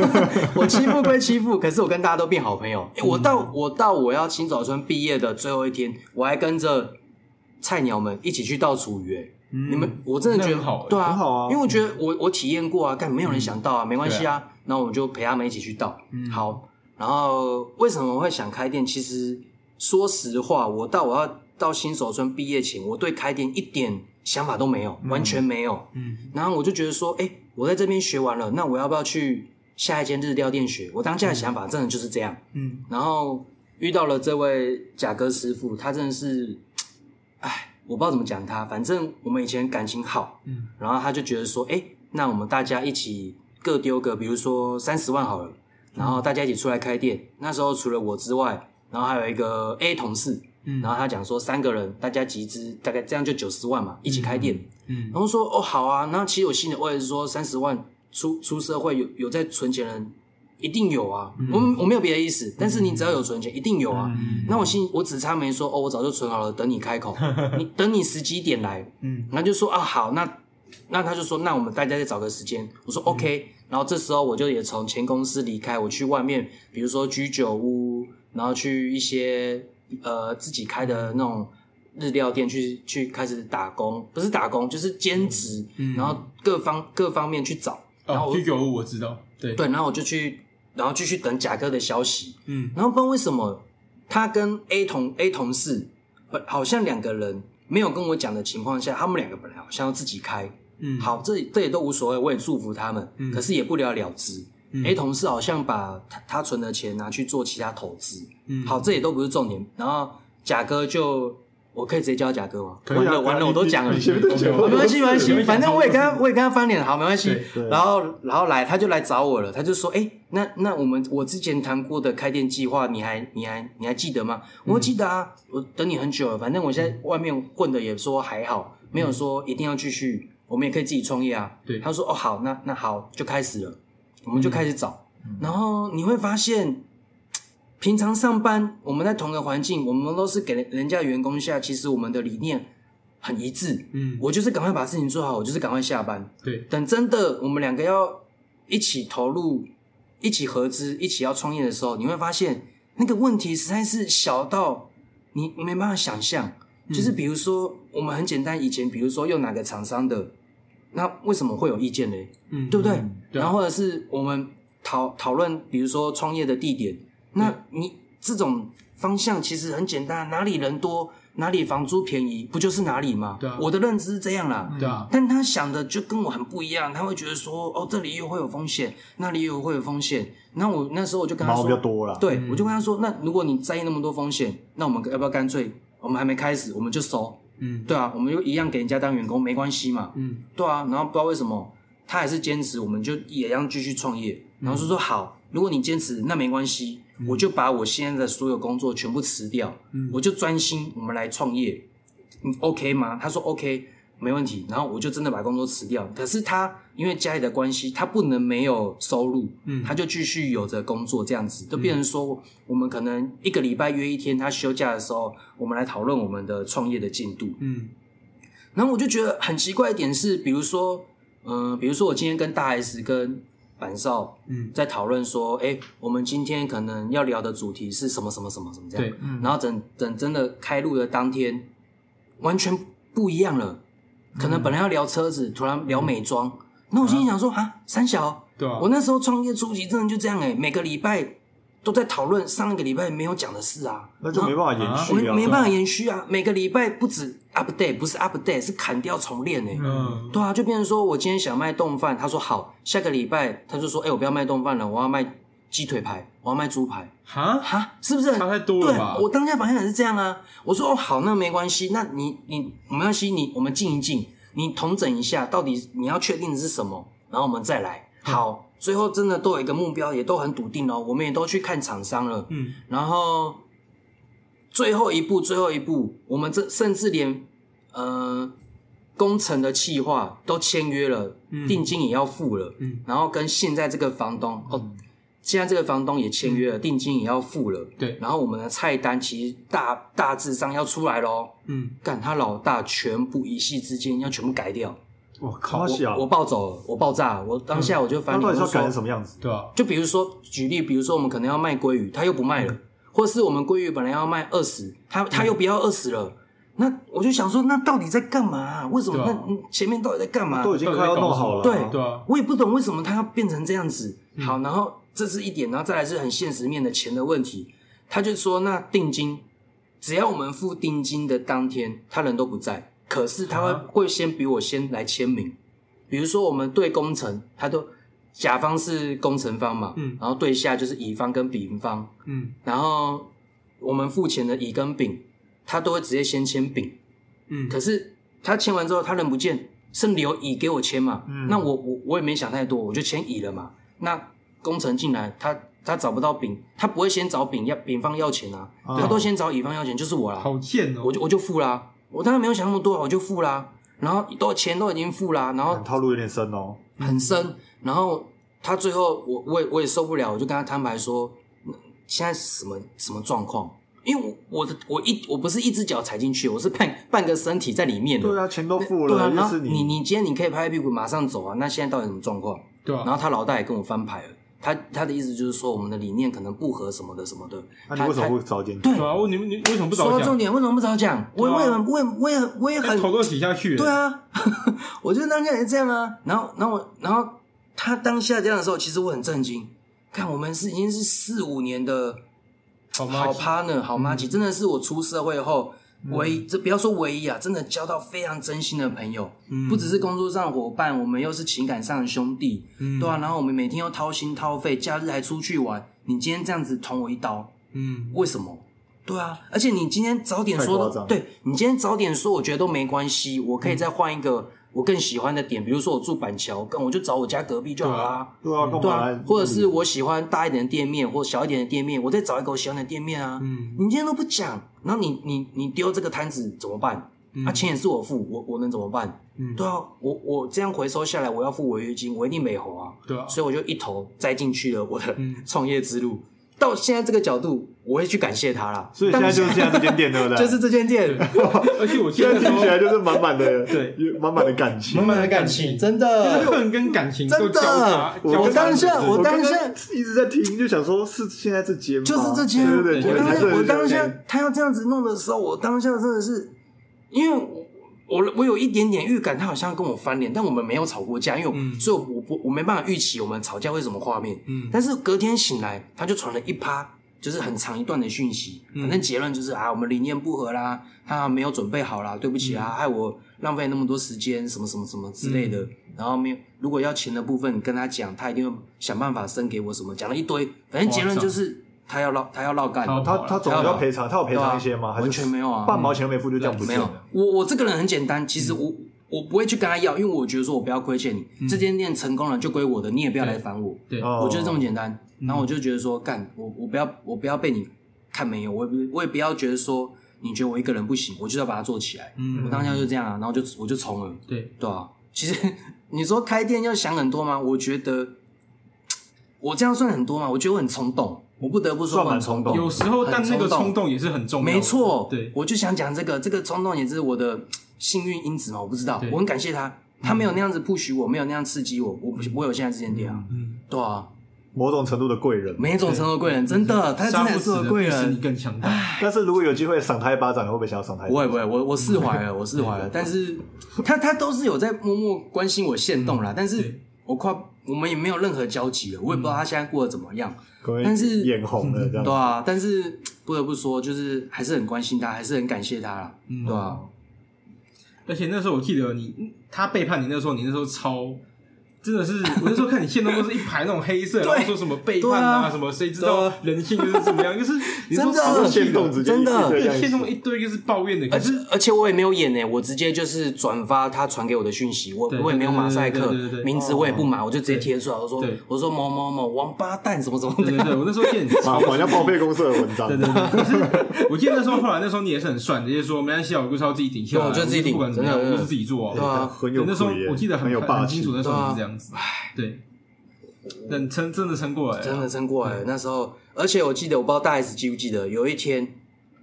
[SPEAKER 3] 我欺负归欺负，可是我跟大家都变好朋友。诶我到我到我要新手村毕业的最后一天，我还跟着菜鸟们一起去倒欸厨余。诶你们我真的觉
[SPEAKER 2] 那
[SPEAKER 3] 得
[SPEAKER 2] 很好欸
[SPEAKER 3] 对啊，
[SPEAKER 1] 很好啊嗯
[SPEAKER 3] 因为我觉得我我体验过啊，但没有人想到啊，没关系啊，然后我就陪他们一起去倒。
[SPEAKER 2] 嗯
[SPEAKER 3] 好，然后为什么会想开店？其实说实话，我到我要到新手村毕业前，我对开店一点想法都没有，完全没有。
[SPEAKER 2] 嗯，
[SPEAKER 3] 然后我就觉得说，哎，我在这边学完了，那我要不要去下一间日料店学？我当下的想法真的就是这样。
[SPEAKER 2] 嗯，
[SPEAKER 3] 然后遇到了这位贾哥师傅，他真的是，哎，我不知道怎么讲他，反正我们以前感情好，
[SPEAKER 2] 嗯，
[SPEAKER 3] 然后他就觉得说，哎，那我们大家一起各丢个，比如说三十万好了，然后大家一起出来开店。那时候除了我之外，然后还有一个 A 同事，
[SPEAKER 2] 嗯
[SPEAKER 3] 然后他讲说三个人大家集资，大概这样就九十万嘛，一起开店。
[SPEAKER 2] 嗯
[SPEAKER 3] 然后说哦好啊，然后其实我心里我也是说三十万出出社会有有在存钱的人一定有啊，我我没有别的意思，但是你只要有存钱一定有啊。
[SPEAKER 2] 嗯
[SPEAKER 3] 那我心我只差没说哦，我早就存好了，等你开
[SPEAKER 2] <laughs>
[SPEAKER 3] 口，你等你时机点来，
[SPEAKER 2] 嗯
[SPEAKER 3] 然后就说啊好，那那他就说那我们大家再找个时间，我
[SPEAKER 2] 嗯
[SPEAKER 3] 说 OK，、然后这时候我就也从前公司离开，我去外面，比如说居酒屋，然后去一些呃自己开的那种日料店去去开始打工，不是打工就是兼职，
[SPEAKER 2] 嗯
[SPEAKER 3] 然后各方各方面去找，然后
[SPEAKER 2] 哦
[SPEAKER 3] 我、
[SPEAKER 2] ，Q 九五我知道，对，
[SPEAKER 3] 对，然后我就去，然后继续等贾哥的消息，
[SPEAKER 2] 嗯
[SPEAKER 3] 然后不知道为什么，他跟 A 同 A 同事，本好像两个人没有跟我讲的情况下，他们两个本来好像要自己开，
[SPEAKER 2] 嗯，
[SPEAKER 3] 好，这这也都无所谓，我也祝福他们，
[SPEAKER 2] 嗯
[SPEAKER 3] 可是也不了了之。
[SPEAKER 2] 嗯
[SPEAKER 3] A 同事好像把他他存的钱拿去做其他投资，
[SPEAKER 2] 嗯，
[SPEAKER 3] 好，这也都不是重点。然后贾哥就，我可以直接叫他贾哥吗？
[SPEAKER 2] 可以啊
[SPEAKER 3] 完了完了，我都讲了
[SPEAKER 1] 你，前面都讲了，
[SPEAKER 3] 没
[SPEAKER 1] <laughs>
[SPEAKER 3] 关系，没关
[SPEAKER 2] 你
[SPEAKER 3] 系，
[SPEAKER 2] 们
[SPEAKER 3] 反正我也跟他，
[SPEAKER 2] 讲
[SPEAKER 3] 我也跟他翻脸，好，没关系
[SPEAKER 2] 对。
[SPEAKER 1] 对
[SPEAKER 3] 然后，然后来，他就来找我了，他就说：“哎，那那我们我之前谈过的开店计划，你还你还你还记得吗？”我说
[SPEAKER 2] 嗯
[SPEAKER 3] 记得啊，我等你很久了，反正我现在外面混的也说还好，没有说一定要继续，我们也可以自己创业
[SPEAKER 2] 嗯
[SPEAKER 3] 啊。
[SPEAKER 2] 对嗯
[SPEAKER 3] 他说：“哦，好，那那好，就开始了，我们就开始找。然后你会发现，平常上班我们在同个环境，我们都是给人人家员工下，其实我们的理念很一致。
[SPEAKER 2] 嗯，
[SPEAKER 3] 我就是赶快把事情做好，我就是赶快下班。
[SPEAKER 2] 对，
[SPEAKER 3] 等真的我们两个要一起投入、一起合资、一起要创业的时候，你会发现那个问题实在是小到你没办法想象。就是比如说，我们很简单，以前比如说用哪个厂商的，那为什么会有意见呢？
[SPEAKER 2] 嗯，
[SPEAKER 3] 对不对？
[SPEAKER 2] 对啊
[SPEAKER 3] 然后或者是我们讨讨论，比如说创业的地点，那你这种方向其实很简单，哪里人多，哪里房租便宜，不就是哪里吗？
[SPEAKER 2] 对啊
[SPEAKER 3] 我的认知是这样啦。
[SPEAKER 2] 对啊，
[SPEAKER 3] 但他想的就跟我很不一样，他会觉得说，哦，这里又会有风险，那里又会有风险。那我那时候我就跟他
[SPEAKER 1] 毛
[SPEAKER 3] 说，
[SPEAKER 1] 比较多
[SPEAKER 2] 啊
[SPEAKER 1] 啦。
[SPEAKER 2] 嗯
[SPEAKER 3] 对，我就跟他说，那如果你在意那么多风险，那我们要不要干脆，我们还没开始，我们就收，
[SPEAKER 2] 嗯
[SPEAKER 3] 对啊，我们就一样给人家当员工，没关系嘛，
[SPEAKER 2] 嗯
[SPEAKER 3] 对啊，然后不知道为什么他还是坚持，我们就也要继续创业。
[SPEAKER 2] 嗯
[SPEAKER 3] 然后就说好，如果你坚持，那没关系，我就把我现在的所有工作全部辞掉，
[SPEAKER 2] 嗯
[SPEAKER 3] 我就专心我们来创业，你 OK 吗？他说 OK，没问题。然后我就真的把工作辞掉。可是他因为家里的关系，他不能没有收入，
[SPEAKER 2] 嗯
[SPEAKER 3] 他就继续有着工作这样子，就变成说我们可能一个礼拜约一天，他休假的时候，我们来讨论我们的创业的进度。
[SPEAKER 2] 嗯
[SPEAKER 3] 然后我就觉得很奇怪一点是，比如说，嗯、比如说我今天跟大 S 跟板少
[SPEAKER 2] 嗯，
[SPEAKER 3] 在讨论说，哎，我们今天可能要聊的主题是什么什么什么什么这样。
[SPEAKER 2] 对，嗯
[SPEAKER 3] 然后整整真的开录的当天，完全不一样了。可
[SPEAKER 1] 嗯
[SPEAKER 3] 能本来要聊车子，突然聊美妆。那我心里想说啊，三
[SPEAKER 1] 哦
[SPEAKER 3] 小，
[SPEAKER 2] 对啊，
[SPEAKER 3] 我那时候创业初期真的就这样哎、每个礼拜都在讨论上一个礼拜没有讲的事啊。
[SPEAKER 1] 那就没办法延
[SPEAKER 3] 我
[SPEAKER 1] 续
[SPEAKER 3] 们
[SPEAKER 1] 啊。
[SPEAKER 3] 没办法延续啊，每个礼拜不止 update，不是 update，是砍掉重练呢、
[SPEAKER 2] 嗯
[SPEAKER 3] 对啊，就变成说我今天想卖冻饭，他说好，下个礼拜他就说，哎、我不要卖冻饭了，我要卖鸡腿排，我要卖猪排，
[SPEAKER 2] 哈，
[SPEAKER 3] 哈，是不是？
[SPEAKER 2] 差太多了吧
[SPEAKER 3] 对，我当下反应也是这样啊。我说哦，好，那没关系，那你你没关系，你我们静一静，你统整一下，到底你要确定的是什么，然后我们再来。好，最后真的都有一个目标，也都很笃定哦，我们也都去看厂商了，
[SPEAKER 2] 嗯
[SPEAKER 3] 然后最后一步，最后一步，我们这甚至连呃工程的计划都签约了，
[SPEAKER 2] 嗯
[SPEAKER 3] 定金也要付了，
[SPEAKER 2] 嗯
[SPEAKER 1] 嗯
[SPEAKER 3] 然后跟现在这个房东哦，现在这个房东也签约了，定金也要付了，
[SPEAKER 2] 对
[SPEAKER 3] 然后我们的菜单其实大大致上要出来咯。
[SPEAKER 2] 嗯，
[SPEAKER 3] 干他老大全部一夕之间要全部改掉，
[SPEAKER 2] 我
[SPEAKER 1] 好
[SPEAKER 2] 靠，
[SPEAKER 1] 小，
[SPEAKER 3] 我暴走了，我爆炸了，我当下我就
[SPEAKER 1] 他
[SPEAKER 3] 翻脸，
[SPEAKER 1] 啊嗯到
[SPEAKER 3] 我
[SPEAKER 1] 底要
[SPEAKER 3] 就
[SPEAKER 1] 改成
[SPEAKER 3] 说，
[SPEAKER 1] 什么样子？
[SPEAKER 2] 对啊，
[SPEAKER 3] 就比如说举例，比如说我们可能要卖鲑鱼，他又不卖
[SPEAKER 2] 嗯
[SPEAKER 3] 了，或是我们鲑鱼本来要卖二十，他他又不要二十了。那我就想说，那到底在干嘛、为什么？
[SPEAKER 2] 对啊
[SPEAKER 3] 那嗯前面到底在干嘛？
[SPEAKER 1] 都已经快要弄好了，
[SPEAKER 3] 对
[SPEAKER 2] 对啊，
[SPEAKER 3] 我也不懂为什么它要变成这样子。
[SPEAKER 2] 嗯
[SPEAKER 3] 好，然后这是一点，然后再来是很现实面的钱的问题。他就说，那定金，只要我们付定金的当天，他人都不在，可是他会、
[SPEAKER 2] 啊
[SPEAKER 3] 会先比我先来签名。比如说我们对工程，他都甲方是工程方嘛，
[SPEAKER 2] 嗯
[SPEAKER 3] 然后对下就是乙方跟丙方，
[SPEAKER 2] 嗯
[SPEAKER 3] 然后我们付钱的乙跟丙，他都会直接先签丙。
[SPEAKER 2] 嗯，
[SPEAKER 3] 可是他签完之后，他人不见，剩留乙给我签嘛。
[SPEAKER 1] 嗯
[SPEAKER 3] 那我我我也没想太多，我就签乙了嘛。那工程进来，他他找不到丙，他不会先找丙要丙方要钱啊，
[SPEAKER 1] 哦
[SPEAKER 3] 他都先找乙方要钱，就是我啦，
[SPEAKER 2] 好贱哦，
[SPEAKER 3] 我就我就付啦。我当然没有想那么多，我就付啦。然后都钱都已经付啦，然后
[SPEAKER 1] 套路有点深哦。
[SPEAKER 3] 很深，然后他最后我我也我也受不了，我就跟他摊牌说，嗯现在是什么什么状况？因为我我的我一我不是一只脚踩进去，我是半半个身体在里面的。
[SPEAKER 1] 对啊，钱都付
[SPEAKER 3] 对
[SPEAKER 1] 了，
[SPEAKER 3] 啊，
[SPEAKER 1] 又
[SPEAKER 3] 然后
[SPEAKER 1] 是
[SPEAKER 3] 你你今天你可以拍屁股马上走啊，那现在到底什么状况？
[SPEAKER 2] 对
[SPEAKER 3] 然
[SPEAKER 2] 啊，
[SPEAKER 3] 后他老大也跟我翻牌了，他他的意思就是说我们的理念可能不合什么的什么的。
[SPEAKER 1] 那你为什么
[SPEAKER 3] 他
[SPEAKER 1] 不早点
[SPEAKER 3] 对
[SPEAKER 1] 讲？
[SPEAKER 2] 对啊，我你们你为什么不
[SPEAKER 3] 说
[SPEAKER 2] 早
[SPEAKER 3] 到重
[SPEAKER 2] 讲？
[SPEAKER 3] 点，为什么不早讲？我也
[SPEAKER 2] 对啊
[SPEAKER 3] 我也很我也我也很我也很
[SPEAKER 2] 头都洗下去了，
[SPEAKER 3] 对啊， <laughs> 我觉得当下也是这样啊。然后，然后我，然后他当下这样的时候，其实我很震惊。看，我们是已经是四五年的
[SPEAKER 2] 好吗？
[SPEAKER 3] 好 partner，好妈吉，真的是我出社会后唯一，这不要说唯一啊，真的交到非常真心的朋友，
[SPEAKER 2] 嗯
[SPEAKER 3] 不只是工作上的伙伴，我们又是情感上的兄弟，
[SPEAKER 2] 嗯
[SPEAKER 3] 对啊。然后我们每天又掏心掏肺，假日还出去玩。你今天这样子捅我一刀，
[SPEAKER 2] 嗯，
[SPEAKER 3] 为什么？对啊，而且你今天早点说
[SPEAKER 1] 太夸张
[SPEAKER 3] 都，
[SPEAKER 1] 了
[SPEAKER 3] 对你今天早点说，我觉得都没关系，我可以再换一个我更喜欢的点，比如说我住板桥，跟我就找我家隔壁就好啦，
[SPEAKER 1] 对啊，干
[SPEAKER 3] 对
[SPEAKER 1] 嘛
[SPEAKER 3] 啊？，或者是我喜欢大一点的店面，或小一点的店面，我再找一个我喜欢的店面啊。
[SPEAKER 2] 嗯
[SPEAKER 3] 你今天都不讲，然后你你你丢这个摊子怎么办？
[SPEAKER 2] 嗯
[SPEAKER 3] 啊，钱也是我付，我我能怎么办？
[SPEAKER 2] 嗯，
[SPEAKER 3] 对啊，我我这样回收下来，我要付违约金，我一定没红啊。
[SPEAKER 2] 对啊，
[SPEAKER 3] 所以我就一头栽进去了我的
[SPEAKER 2] 嗯
[SPEAKER 3] <laughs> 创业之路。到现在这个角度，我会去感谢他啦。
[SPEAKER 1] 所以现在就是现在这间店，对不对？
[SPEAKER 3] 但就是这间店，
[SPEAKER 2] 而且我
[SPEAKER 1] <laughs>
[SPEAKER 2] 记
[SPEAKER 1] 现
[SPEAKER 2] 得
[SPEAKER 1] 在听起来
[SPEAKER 2] 说，
[SPEAKER 1] 就是满满的，
[SPEAKER 2] 对，
[SPEAKER 1] 满满的感情。
[SPEAKER 3] 满的感情，真 <laughs> 的。
[SPEAKER 2] 恨跟感情都
[SPEAKER 3] 真
[SPEAKER 2] 交
[SPEAKER 3] 的
[SPEAKER 2] 叉，，交
[SPEAKER 3] 我
[SPEAKER 2] 叉
[SPEAKER 3] 当下，
[SPEAKER 2] 着
[SPEAKER 3] 我当下
[SPEAKER 1] 刚刚一直在听，就想说是现在这间吗？
[SPEAKER 3] 就是这间啊。
[SPEAKER 1] 对对对，
[SPEAKER 3] 我当下，
[SPEAKER 1] 对
[SPEAKER 3] 我当
[SPEAKER 1] 对
[SPEAKER 3] 下他要这样子弄的时候，我当下真的是，因为我我我有一点点预感，他好像要跟我翻脸，但我们没有吵过架，因为我、
[SPEAKER 2] 嗯
[SPEAKER 3] 所以我不我没办法预期我们吵架会是什么画面。
[SPEAKER 2] 嗯
[SPEAKER 3] 但是隔天醒来，他就传了一趴，就是很长一段的讯息，
[SPEAKER 2] 嗯
[SPEAKER 3] 反正结论就是啊，我们理念不合啦，他没有准备好啦，对不起啊，害我浪费那么多时间，什么什么什么之类的。然后没有，如果要钱的部分，你跟他讲，他一定会想办法生给我什么，讲了一堆，反正结论就是他要绕，他要绕干，
[SPEAKER 2] 好
[SPEAKER 1] 他他总要赔偿，他有赔
[SPEAKER 3] 对啊
[SPEAKER 1] 偿一些吗？还是
[SPEAKER 3] 完全没有啊
[SPEAKER 1] 半毛钱没付就这样不
[SPEAKER 3] 没
[SPEAKER 1] 见嗯
[SPEAKER 3] 有
[SPEAKER 1] 了。，
[SPEAKER 3] 我我这个人很简单，其实我、我不会去跟他要，因为我觉得说我不要亏欠你，这间店成功了就归我的，你也不要来烦我。
[SPEAKER 2] 对，
[SPEAKER 1] 嗯哦嗯
[SPEAKER 3] 我就是这么简单。然后我就觉得说，干我我不要我不要被你看没有，我也不我也不要觉得说你觉得我一个人不行，我就是要把它做起来。
[SPEAKER 2] 嗯
[SPEAKER 3] 我当下就这样啊，然后就我就冲了，
[SPEAKER 2] 对，
[SPEAKER 3] 对啊。其实 <laughs> 你说开店要想很多吗？我觉得我这样算很多吗？我觉得我很冲动，我不得不说
[SPEAKER 1] 算
[SPEAKER 3] 我很
[SPEAKER 1] 蛮冲
[SPEAKER 3] 冲
[SPEAKER 1] 动
[SPEAKER 2] 有时候但那个冲动也是很重要的，
[SPEAKER 3] 没错，
[SPEAKER 2] 对，
[SPEAKER 3] 我就想讲这个，这个冲动也是我的幸运因子嘛，我不知道
[SPEAKER 2] 对，嗯
[SPEAKER 3] 我很感谢他，他没有那样子 push 我，没有那样刺激我，我我有现在这间店啊，
[SPEAKER 2] 嗯，
[SPEAKER 3] 对啊，
[SPEAKER 1] 某种程度的贵人。
[SPEAKER 3] 每种成为贵人，真的，他真
[SPEAKER 2] 杀
[SPEAKER 3] 的
[SPEAKER 2] 嗯不
[SPEAKER 3] 是
[SPEAKER 2] 死
[SPEAKER 3] 个
[SPEAKER 2] 的
[SPEAKER 3] 贵
[SPEAKER 2] 必使你
[SPEAKER 3] 人。
[SPEAKER 2] 更强大，
[SPEAKER 1] 但是如果有机会赏他一巴掌，你会不会想要赏他一巴
[SPEAKER 3] 不
[SPEAKER 1] 掌？
[SPEAKER 3] 会不会，我我释怀了，我释怀了。但是他他都是有在默默关心我现动啦，但是
[SPEAKER 2] 嗯对嗯
[SPEAKER 3] 我快我们也没有任何交集了，我也不知道他现在过得怎么样。
[SPEAKER 1] 可能
[SPEAKER 3] 但是
[SPEAKER 1] 眼红了这样
[SPEAKER 3] 对。啊，但是不得不说，就是还是很关心他，还是很感谢他啦。
[SPEAKER 2] 嗯
[SPEAKER 3] 对啊，
[SPEAKER 2] 而且那时候我记得你，嗯他背叛你那时候，你那时候超。真的是，我那时候看你现动都是一排那种黑
[SPEAKER 3] <laughs>
[SPEAKER 2] 色，然后说什么背叛
[SPEAKER 3] 对
[SPEAKER 2] 啊，
[SPEAKER 3] 啊
[SPEAKER 2] 什么谁知道人性就是怎么样，就是你说
[SPEAKER 3] 真的啊
[SPEAKER 2] 超生气
[SPEAKER 1] 现动直接
[SPEAKER 3] 真的
[SPEAKER 1] 一堆这样子
[SPEAKER 2] 对，现动一堆就是抱怨的，可
[SPEAKER 3] 而且
[SPEAKER 2] 是
[SPEAKER 3] 而且我也没有演呢、我直接就是转发他传给我的讯息，我
[SPEAKER 2] 对
[SPEAKER 3] 我也没有马赛
[SPEAKER 2] 对
[SPEAKER 3] 克
[SPEAKER 2] 对对对对哦
[SPEAKER 3] 名字，我也不买，我就直接贴出来，我说
[SPEAKER 2] 对
[SPEAKER 3] 我说某某某王八蛋什么什么
[SPEAKER 2] 对
[SPEAKER 3] 的，
[SPEAKER 2] 对对，我那时候
[SPEAKER 1] <laughs>
[SPEAKER 2] 见你
[SPEAKER 1] 啊，
[SPEAKER 2] 超
[SPEAKER 1] 好像报废公社的文章。
[SPEAKER 2] 对对对，可是 <laughs> 我记得那时候，后来那时候你也是很帅，直接说没关系啊，我就是要自己顶下来，
[SPEAKER 3] 对我就自己顶
[SPEAKER 2] 不管怎么样，
[SPEAKER 3] 真的
[SPEAKER 2] 我就是自己做啊。
[SPEAKER 3] 对啊啊
[SPEAKER 1] 很有
[SPEAKER 2] 那时候
[SPEAKER 1] 贵耶
[SPEAKER 2] 我记得很
[SPEAKER 1] 很有霸
[SPEAKER 2] 很
[SPEAKER 1] 气
[SPEAKER 2] 清楚，那时候你是这样子，对，等撑真的撑过来啊
[SPEAKER 3] 真
[SPEAKER 2] 了。
[SPEAKER 3] 的撑过来了。那时候，而且我记得，我不知道大 S 记不记得，有一天，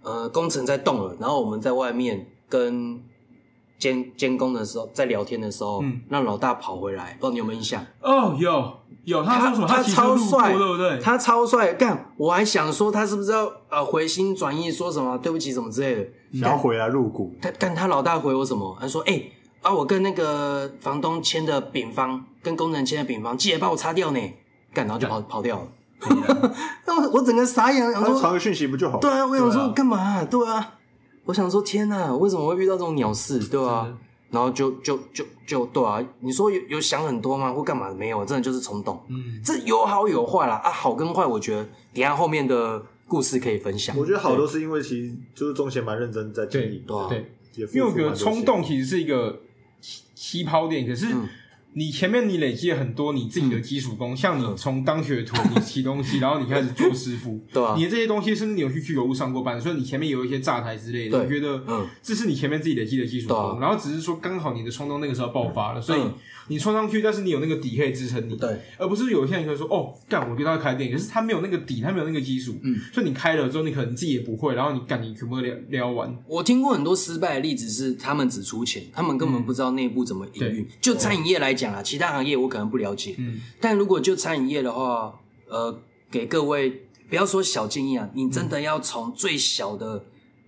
[SPEAKER 3] 呃，工程在动了，然后我们在外面跟监监工的时候，在聊天的时候，
[SPEAKER 2] 嗯
[SPEAKER 3] 让老大跑回来，不知道你有没有印象？
[SPEAKER 2] 哦，有有，他说什么？
[SPEAKER 3] 他
[SPEAKER 2] 骑车
[SPEAKER 3] 超
[SPEAKER 2] 路过，
[SPEAKER 3] 帅
[SPEAKER 2] 对不对？
[SPEAKER 3] 他超帅，干！我还想说他是不是要呃回心转意，说什么对不起什么之类的。
[SPEAKER 1] 想要回来入股，
[SPEAKER 3] 他但他老大回我什么？他说：“哎、啊，我跟那个房东签的丙方，跟工人签的丙方，记得帮我擦掉呢。”干，然后就跑跑掉了。 <laughs> 那我我整个傻眼，想
[SPEAKER 1] 他传
[SPEAKER 3] 说：“
[SPEAKER 1] 个讯息不就好？
[SPEAKER 3] 对啊，我想
[SPEAKER 2] 对啊
[SPEAKER 3] 说干嘛、对啊，我想说天哪、为什么会遇到这种鸟事？对啊
[SPEAKER 2] 真的，
[SPEAKER 3] 然后就就就就对啊，你说有有想很多吗？或干嘛？没有，真的就是冲动。
[SPEAKER 2] 嗯，
[SPEAKER 3] 这有好有坏啦啊，好跟坏，我觉得等一下后面的故事可以分享。
[SPEAKER 1] 我觉得好多是因为其实就是钟贤蛮认真在经营，
[SPEAKER 3] 对啊
[SPEAKER 2] 对，
[SPEAKER 1] 也付出
[SPEAKER 2] 因为我觉得
[SPEAKER 1] 蛮多心
[SPEAKER 2] 冲动其实是一个起起跑点，可是
[SPEAKER 3] 嗯
[SPEAKER 2] 你前面你累积了很多你自己的基础功，像你从当学徒，你骑东
[SPEAKER 3] <laughs>
[SPEAKER 2] 西，然后你开始做师傅，
[SPEAKER 3] 对啊
[SPEAKER 2] 你的这些东西甚至你有去去油路上过班，所以你前面有一些炸台之类的，
[SPEAKER 3] 对
[SPEAKER 2] 我觉得
[SPEAKER 3] 嗯
[SPEAKER 2] 这是你前面自己累积的基础
[SPEAKER 3] 对啊
[SPEAKER 2] 功，然后只是说刚好你的冲动那个时候爆发了，所以
[SPEAKER 3] 嗯
[SPEAKER 2] 你冲上去，但是你有那个底可以支撑你，
[SPEAKER 3] 对，
[SPEAKER 2] 而不是有些人可以说哦，干，我觉得他开店，可是他没有那个底，他没有那个基础，
[SPEAKER 3] 嗯，
[SPEAKER 2] 所以你开了之后，你可能自己也不会，然后你干，你全部都撩撩完，
[SPEAKER 3] 我听过很多失败的例子，是他们只出钱，他们根本不知道内部怎么营
[SPEAKER 1] 嗯
[SPEAKER 3] 运。就餐饮业来讲啊，其他行业我可能不了解，
[SPEAKER 2] 嗯，
[SPEAKER 3] 但如果就餐饮业的话，呃，给各位不要说小建议啊，你真的要从最小的、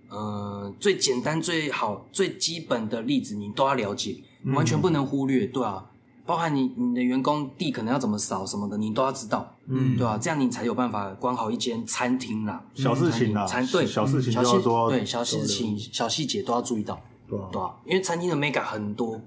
[SPEAKER 3] 呃最简单、最好、最基本的例子，你都要了解，
[SPEAKER 1] 嗯
[SPEAKER 3] 完全不能忽略，对啊。包含你你的员工地可能要怎么扫什么的，你都要知道，
[SPEAKER 1] 嗯
[SPEAKER 3] 对啊，这样你才有办法管好一间餐厅啦。
[SPEAKER 1] 小事情啊，
[SPEAKER 3] 餐对嗯
[SPEAKER 1] 小事情就
[SPEAKER 3] 小
[SPEAKER 1] 要
[SPEAKER 3] 细
[SPEAKER 1] 多
[SPEAKER 3] 对小事情、小细节都要注意到，
[SPEAKER 1] 对啊
[SPEAKER 3] 对啊，因为餐厅的 mega 很多，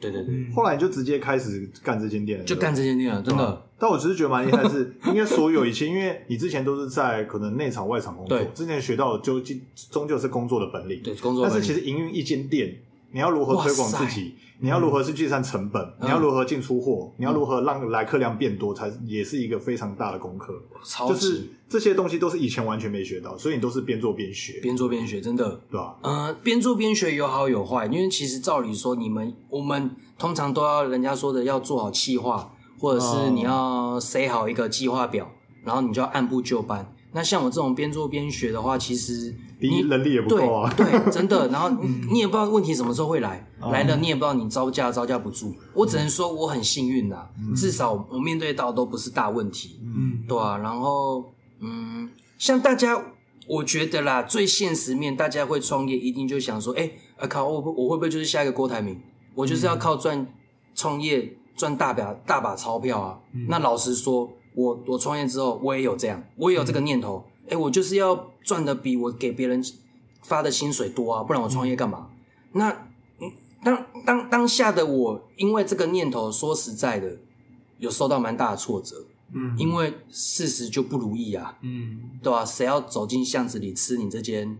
[SPEAKER 3] 对对
[SPEAKER 2] 嗯
[SPEAKER 3] 对，
[SPEAKER 1] 后来你就直接开始干这间店了，
[SPEAKER 3] 就
[SPEAKER 1] 对吧
[SPEAKER 3] 干这件事了，真的，
[SPEAKER 1] 但我只是觉得蛮厉害的是，应该所有一切，因为你之前都是在可能内场外场工作
[SPEAKER 3] 对，
[SPEAKER 1] 之前学到的究竟终究是工作的本领，
[SPEAKER 3] 对工作
[SPEAKER 1] 但
[SPEAKER 3] 能
[SPEAKER 1] 是其
[SPEAKER 3] 力
[SPEAKER 1] 实营运一间店，你要如何推广自己，你要
[SPEAKER 3] 嗯
[SPEAKER 1] 如何去计算成本，你要如何进出货，你要如何让来客量变多，才也是一个非常大的功课。
[SPEAKER 3] 超
[SPEAKER 1] 就是
[SPEAKER 3] 级
[SPEAKER 1] 这些东西都是以前完全没学到，所以你都是边做边学，
[SPEAKER 3] 边做边学，真的，
[SPEAKER 1] 对吧？
[SPEAKER 3] 呃，边做边学有好有坏，因为其实照理说，你们我们通常都要人家说的要做好计划，或者
[SPEAKER 1] 哦
[SPEAKER 3] 是你要塞好一个计划表，然后你就要按部就班。那像我这种边做边学的话，其实
[SPEAKER 1] 第一
[SPEAKER 3] 你
[SPEAKER 1] 能力也不够啊，嗯哦
[SPEAKER 3] 对对，真的。
[SPEAKER 1] <laughs>
[SPEAKER 3] 然后你你也不知道问题什么时候会来，来了你也不知道你招架招架不住。我只能说我很幸运啦，
[SPEAKER 1] 嗯
[SPEAKER 3] 至少我面对到都不是大问题，
[SPEAKER 2] 嗯，
[SPEAKER 3] 对啊。然后嗯，像大家，我觉得啦，最现实面，大家会创业一定就想说，哎，啊靠，我会我会不会就是下一个郭台铭？我就是要靠赚创业赚大把大把钞票啊。那老实说，我我创业之后，我也有这样，我也有这个念头，哎、我就是要赚的比我给别人发的薪水多啊，不然我创业干嘛？那嗯当当当下的我，因为这个念头，说实在的，有受到蛮大的挫折，
[SPEAKER 2] 嗯
[SPEAKER 3] 因为事实就不如意啊，
[SPEAKER 2] 嗯
[SPEAKER 3] 对吧、谁要走进巷子里吃你这间